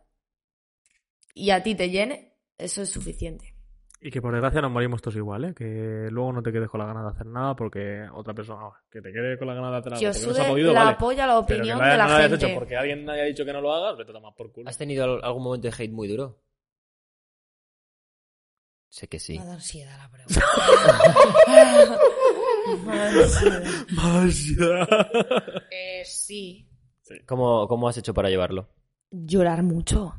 y a ti te llene, eso es suficiente. Y que por desgracia nos morimos todos igual, ¿eh? Que luego no te quedes con la gana de hacer nada porque otra persona que te quede con la gana de hacer algo Que os porque no se ha sube podido, la vale. polla la Pero que opinión no hayas- de la no lo hayas gente. hecho porque alguien haya dicho que no lo hagas, vete a tomar por culo. ¿Has tenido al- algún momento de hate muy duro? Sé que sí. Me da ansiedad la pregunta. Me da ansiedad. Eh, sí. ¿Cómo, ¿Cómo has hecho para llevarlo? Llorar mucho.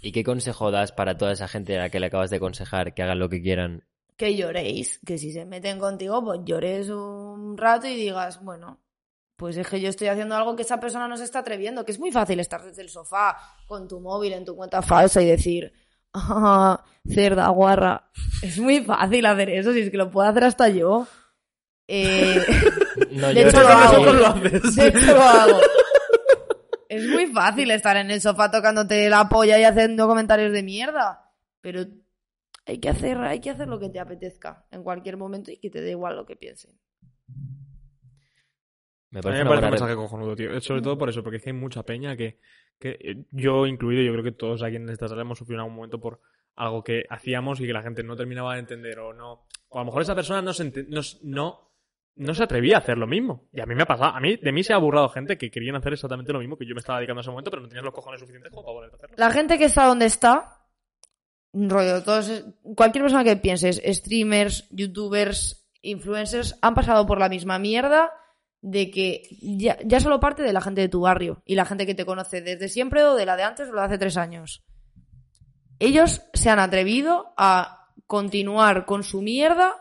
¿Y qué consejo das para toda esa gente a la que le acabas de aconsejar que hagan lo que quieran? Que lloréis. Que si se meten contigo, pues llores un rato y digas, bueno, pues es que yo estoy haciendo algo que esa persona no se está atreviendo. Que es muy fácil estar desde el sofá con tu móvil en tu cuenta falsa y decir, "Ah, cerda, guarra. Es muy fácil hacer eso, si es que lo puedo hacer hasta yo. Eh, No De llores, hecho, lo por hago. favor. lo haces. De hecho, lo hago. Es muy fácil estar en el sofá tocándote la polla y haciendo comentarios de mierda. Pero hay que hacer, hay que hacer lo que te apetezca en cualquier momento y que te dé igual lo que piensen. Me A mí parece una me parece buena un mensaje re- cojonudo, tío. Sobre todo por eso, porque es que hay mucha peña que, que eh, yo incluido, yo creo que todos aquí en esta sala hemos sufrido en algún momento por algo que hacíamos y que la gente no terminaba de entender o no. O a lo mejor esa persona no se, ente- no, s- no, no se atrevía a hacer lo mismo. Y a mí me ha pasado, a mí, de mí se ha burlado gente que querían hacer exactamente lo mismo que yo me estaba dedicando en ese momento, pero no tenías los cojones suficientes como para poder hacerlo. La gente que está donde está, rollo, todos, cualquier persona que pienses, streamers, youtubers, influencers, han pasado por la misma mierda de que ya, ya solo parte de la gente de tu barrio y la gente que te conoce desde siempre o de la de antes o la de hace tres años. Ellos se han atrevido a continuar con su mierda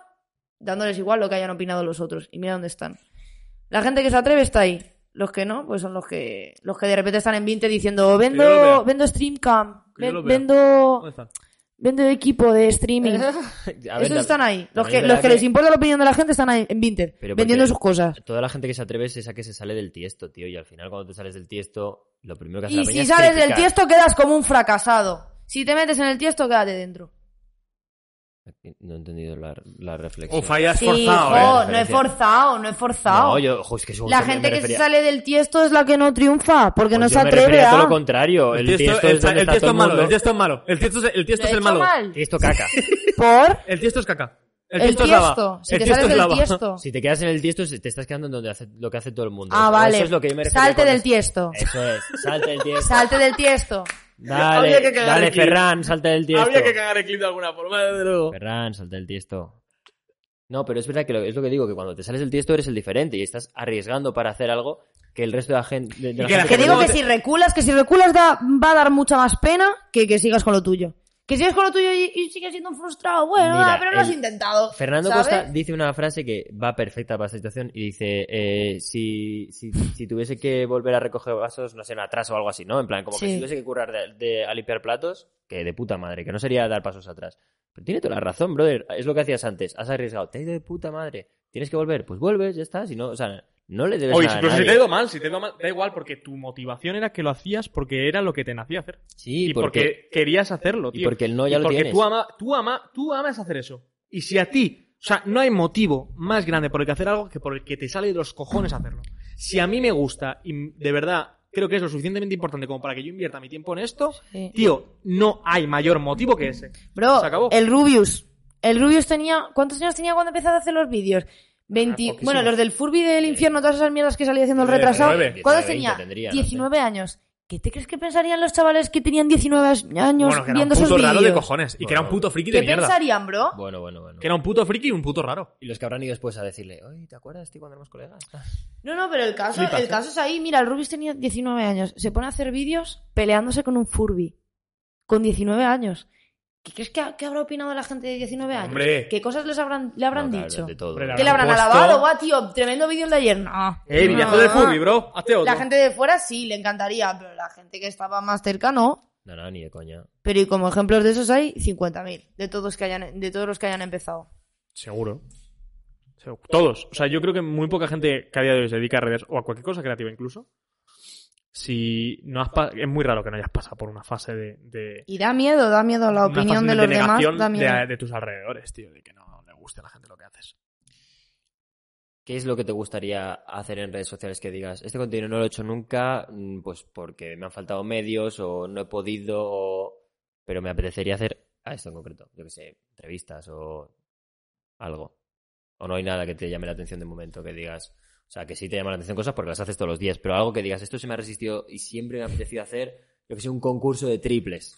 dándoles igual lo que hayan opinado los otros y mira dónde están. La gente que se atreve está ahí. Los que no, pues son los que los que de repente están en 20 diciendo yo lo vea. vendo, vendo StreamCam, Que yo lo ven- vea. vendo, ¿Dónde están? vendo equipo de streaming. A ver, Esos están ahí. Los también que, es los verdad que que- les importa la opinión de la gente están ahí en Vinted, Pero vendiendo porque- sus cosas. Toda la gente que se atreve es esa que se sale del tiesto, tío. Y al final, cuando te sales del tiesto, lo primero que hace Y la peña si es sales del criticar. tiesto quedas como un fracasado. Si te metes en el tiesto, quédate dentro. No he entendido la, la reflexión. O fallas Sí, forzado, eh, la jo, no he referencia. forzado, no he forzado. No, yo, ojo, es que según la se me- gente me que se refería- sale del tiesto es la que no triunfa, porque Pues no yo se me refería atreve ah. a a... todo lo contrario. El, tiesto, es donde el está tiesto todo es el malo, mundo. el tiesto es malo, el tiesto es, el tiesto Lo he es el hecho malo. mal. Tiesto caca. Por El tiesto es caca. El, el tiesto, es lava. tiesto. Si el te tiesto sales es del lava. tiesto. Si te quedas en el tiesto, se- te estás quedando en donde hace, lo que hace todo el mundo. Ah, Eso- vale. Eso es lo que yo me refería Salte con del eso. tiesto. Eso es. Salte del tiesto. Salte del tiesto. Dale, Había que cagar dale aquí. Ferran, salte del tiesto. Habría que cagar el clip de alguna forma, desde luego. Ferran, salte del tiesto. No, pero es verdad que lo- es lo que digo, que cuando te sales del tiesto eres el diferente y estás arriesgando para hacer algo que el resto de la gente... de- de la que la gente Que digo no- que si reculas, que si reculas da- va a dar mucha más pena que que sigas con lo tuyo. Que sigas con lo tuyo y, y sigues siendo un frustrado. Bueno, Mira, ah, pero lo has el- intentado. Fernando ¿sabes? Costa dice una frase que va perfecta para esta situación y dice, eh, si, si, si tuviese que volver a recoger vasos, no sé, en atrás o algo así, ¿no? En plan, como que Sí. si tuviese que currar de, de- a limpiar platos, que de puta madre, que no sería dar pasos atrás. Pero tiene toda la razón, brother. Es lo que hacías antes. Has arriesgado. Te ha ido de puta madre. Tienes que volver. Pues vuelves, ya está. Si no, o sea, no le debes Oye, nada a incluso si nadie. te ha ido mal, si te ha ido mal, da igual, porque tu motivación era que lo hacías porque era lo que te nacía hacer. Sí, y porque, querías hacerlo, y tío. porque el no ya Y lo porque tienes. Tú, ama, tú, ama, tú amas hacer eso. Y si a ti, o sea, no hay motivo más grande por el que hacer algo que por el que te sale de los cojones hacerlo. Si a mí me gusta y de verdad creo que es lo suficientemente importante como para que yo invierta mi tiempo en esto, Sí. tío, no hay mayor motivo que ese. Bro, se acabó. el Rubius. El Rubius tenía. ¿Cuántos años tenía cuando empezó a hacer los vídeos? 20 Ah, poquísimo. Eh, bueno, los del Furby del infierno, todas esas mierdas que salía haciendo el 19, retrasado. 19, ¿Cuántos 20 tenía? tendría, no sé. 19 años. ¿Qué te crees que pensarían los chavales que tenían 19 as- años Bueno, que era un viendo esos puto raro de vídeos? cojones. Y que era un Bueno. puto friki ¿Qué de mierda. pensarían, bro? Bueno, bueno, bueno. Que era un puto friki y un puto raro. Y los que habrán ido después a decirle, oye, ¿te acuerdas, tío, cuando éramos colegas? Ah. No, no, pero el caso, Flipas, el ¿eh? caso es ahí. Mira, el Rubius tenía 19 años. Se pone a hacer vídeos peleándose con un Furby. Con 19 años. ¿Qué crees que, ha- que habrá opinado la gente de 19 años? Hombre. ¿Qué cosas les habrán, le habrán No, claro, dicho? De todo. Hombre, la ¿Qué le habrán Puesto- alabado? Guau, tío, tremendo vídeo el de ayer. No. Eh, villazo No. del Furby, bro. Hazte otro. Ah. La gente de fuera sí, le encantaría, pero la gente que estaba más cerca no. No, no, ni de coña. Pero y como ejemplos de esos hay 50.000, de todos que hayan de todos los que hayan empezado. Seguro. Segu- Todos. O sea, yo creo que muy poca gente que a día de hoy se dedica a redes o a cualquier cosa creativa incluso. Si no has pa- es muy raro que no hayas pasado por una fase de, de- Y da miedo, da miedo la una opinión fase de los demás, negación da miedo. de, de tus alrededores, tío, de que no le guste a la gente lo que haces. ¿Qué es lo que te gustaría hacer en redes sociales que digas, este contenido no lo he hecho nunca, mm, pues porque me han faltado medios o no he podido, o- pero me apetecería hacer a esto en concreto, yo que sé, entrevistas o algo. O no hay nada que te llame la atención de momento, que digas, o sea, que sí te llaman la atención cosas porque las haces todos los días, pero algo que digas, esto se me ha resistido y siempre me ha apetecido hacer, yo que sé, un concurso de triples.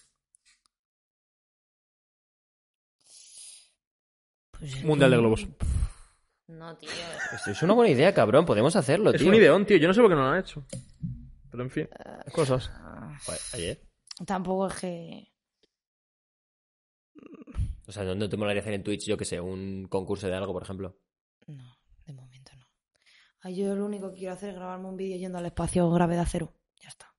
Pues- Mundial de globos. No, tío. Esto Pues es una buena idea, cabrón, podemos hacerlo, Es tío. un ideón, tío. Yo no sé por qué no lo han hecho. Pero en fin, Eh, cosas. Joder, ¿eh? Ayer. Tampoco es que. O sea, ¿dónde te molaría hacer en Twitch, yo que sé, un concurso de algo, por ejemplo? No, de momento no. Ay, yo lo único que quiero hacer es grabarme un vídeo yendo al espacio gravedad cero. Ya está.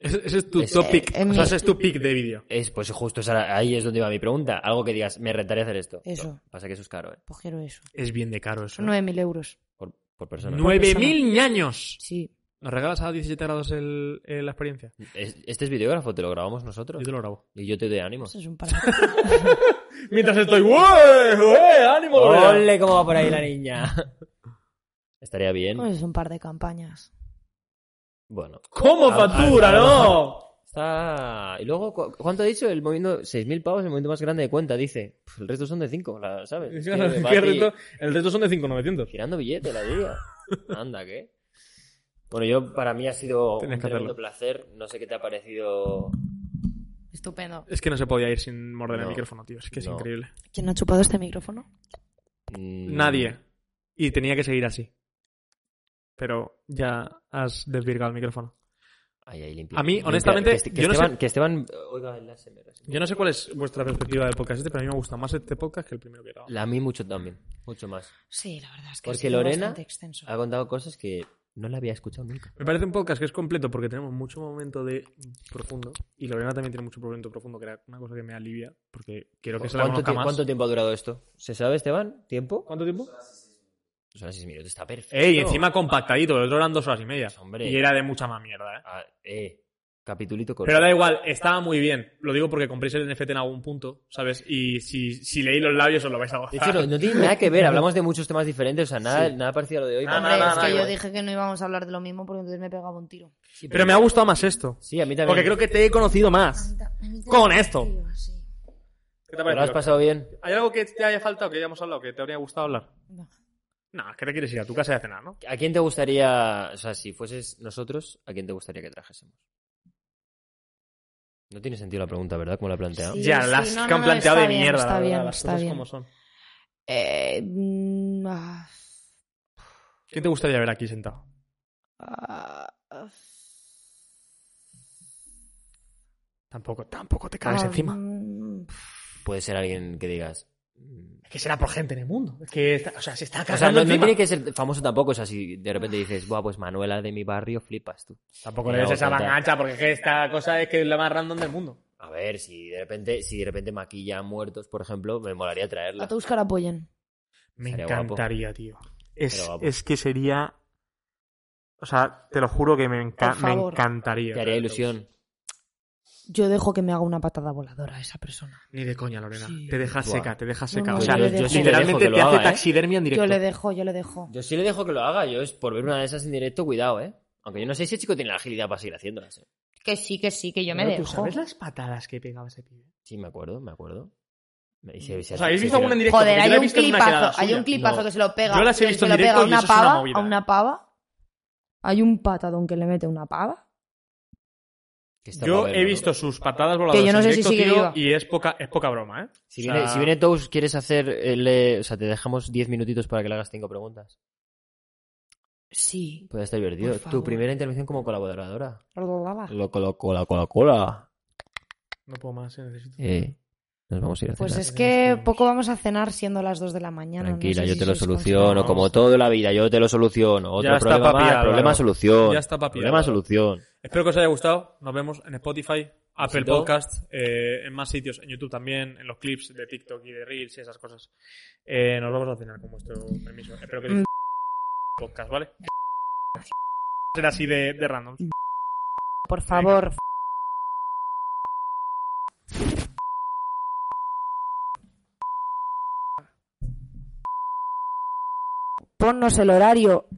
Ese, ese es tu Es- top pick. eh, o sea, mi- ese es tu pick de vídeo. Es, pues justo esa- ahí es donde iba mi pregunta. Algo que digas, me rentaría hacer esto. Eso. No, pasa que eso es caro, ¿eh? Pues quiero eso. Es bien de caro eso. Son 9.000 euros. Por, por persona. ¡Nueve persona. mil ñaños! Sí. ¿Nos regalas a 17 grados el- el- la experiencia? Es- este es videógrafo, te lo grabamos nosotros. Yo te lo grabo. Y yo te doy ánimo. Eso es un par de- Mientras estoy, ¡Ué, ué, ánimo! Ole. ¡Ole, cómo va por ahí la niña! Estaría bien. Pues es un par de campañas. Bueno. ¿Cómo Ah, factura, ah, no? Está... Y luego, cu- ¿cuánto ha dicho? El movimiento... 6.000 pavos, el movimiento más grande de cuenta, dice. Pff, El resto son de 5, ¿sabes? Eh, Es que va ¿Qué a ti reto? El reto son de 5.900. Girando billete la día. Anda, ¿qué? Bueno, yo para mí ha sido Tienes un que tremendo hacerlo. placer. No sé qué te ha parecido Estupendo. Es que no se podía ir sin morder el No. micrófono, tío. Es que es No. increíble. ¿Quién ha chupado este micrófono? Mm, Nadie. Y tenía que seguir así. Pero ya has desvirgado el micrófono. Ay, ay, limpia. A mí, Limpia. honestamente, Que este- que yo no Esteban, sé- que Esteban- Oiga, el ASMR. Yo no sé cuál es vuestra perspectiva del podcast este, pero a mí me gusta más este podcast que el primero que grababa. La- A mí mucho también. Mucho más. Sí, la verdad es que ha Porque sido Lorena- Ah, bastante bastante extenso. Ha contado cosas que no le había escuchado nunca. Me parece un podcast que es completo porque tenemos mucho momento de profundo. Y Lorena también tiene mucho momento profundo, que era una cosa que me alivia. Porque quiero que se la ¿Cuánto, conozca tie- más. cuánto tiempo ha durado esto? ¿Se sabe, Esteban? ¿Tiempo? ¿Cuánto tiempo? Son 6 minutos, está perfecto. Ey, y encima compactadito, el otro eran dos horas y media. Hombre. Y era de mucha más mierda, ¿eh? Ah, eh, capitulito corto. Pero da igual, estaba muy bien. Lo digo porque compréis el NFT en algún punto, ¿sabes? Y si, si leí los labios os lo vais a De gozar. hecho, no, no tiene nada que ver. Hablamos de muchos temas diferentes. O sea, nada, Sí. nada parecido a lo de hoy. Nada, Vamos. Hombre, nada, es nada, que yo igual. dije que no íbamos a hablar de lo mismo porque entonces me pegaba un tiro. Sí, Pero me ha gustado más esto. Sí, a mí también. Porque creo que te he conocido más. Con esto. ¿Qué te ¿Te ha lo has parecido? pasado bien? ¿Hay algo que te haya faltado, que hayamos hablado, que te habría gustado hablar? No, es que te quieres ir a tu casa y a cenar, ¿no? ¿A quién te gustaría, o sea, si fueses nosotros, ¿a quién te gustaría que trajésemos? No tiene sentido la pregunta, ¿verdad? Como la he planteado. Sí, ya, sí, las no, que han no, planteado está de bien, mierda, está la verdad, bien, las está cosas bien. como son. Eh, mm, ah, ¿Quién te gustaría ver aquí sentado? ah, ah, Tampoco, tampoco te Ah. caes encima. mm, Puede ser alguien que digas. mm. Es que será por gente en el mundo. Es que, está- o sea, se está O sea, cagando no, no encima. tiene que ser famoso tampoco. O sea, si de repente dices, Buah, pues Manuela de mi barrio, flipas tú. Tampoco Me le des hago esa contar. mangancha porque es que esta cosa es que es la más random del mundo. A ver, si de repente, si de repente maquilla a muertos, por ejemplo, me molaría A traerla. todos que la apoyen. Me Estaría encantaría, tío. Es, Estaría guapo. es que sería. O sea, te lo juro que me, enca- Por me favor. encantaría. Te haría ilusión. Yo dejo que me haga una patada voladora a esa persona. Ni de coña, Lorena. Sí. Te dejas Buah. seca, te dejas seca. No, no, o sea, yo le dejo. Yo le dejo que literalmente lo te hace haga, ¿eh? taxidermia en directo. Yo le dejo, yo le dejo. Yo sí le dejo que lo haga. Yo es por ver una de esas en directo, cuidado, ¿eh? Aunque yo no sé si el chico tiene la agilidad para seguir haciéndolas. ¿eh? Que sí, que sí, que yo me Pero, ¿Tú dejo. sabes las patadas que pegaba ese pibe? Sí, me acuerdo, me acuerdo. Y se- se- O sea, ¿habéis se visto hicieron- alguna en directo? Porque Joder, yo hay la he un visto en una quedada clipazo, hay suya. un clipazo No. que se lo pega. Yo las he que visto se en lo pega directo a y una eso es una pava, movida. a una pava, a un patadón que le mete una pava que esto va a Yo haber, he ¿no? visto sus patadas voladoras yo no en sé si directo, sigue tío, viva. y es poca, es poca broma, ¿eh? Si O sea, viene, si viene Tous, ¿quieres hacer. el, eh, o sea, te dejamos 10 minutitos para que le hagas 5 preguntas. Sí. Puede estar divertido. Por Tu favor. Ah. primera intervención como colaboradora. Pues Lo cola, cola, cola, cola. No puedo más, eh, necesito. Eh, nos vamos a ir a Pues cenar. es que poco vamos a cenar siendo las 2 de la mañana. no Tranquila, sé yo si te lo sois soluciono. conscientes. Como toda la vida, yo te lo soluciono. Otro Ya está, problema papi, más, Álvaro. problema solución. Ya está, papi, Problema Álvaro. solución. Espero que os haya gustado. Nos vemos en Spotify, Apple Besito. Podcast, eh, en más sitios, en YouTube también, en los clips de TikTok y de Reels y esas cosas. Eh, nos vamos a cenar con vuestro permiso. Espero que Mm. podcast, ¿vale? Ser así de, de random. conscientes. Por favor, ponnos el horario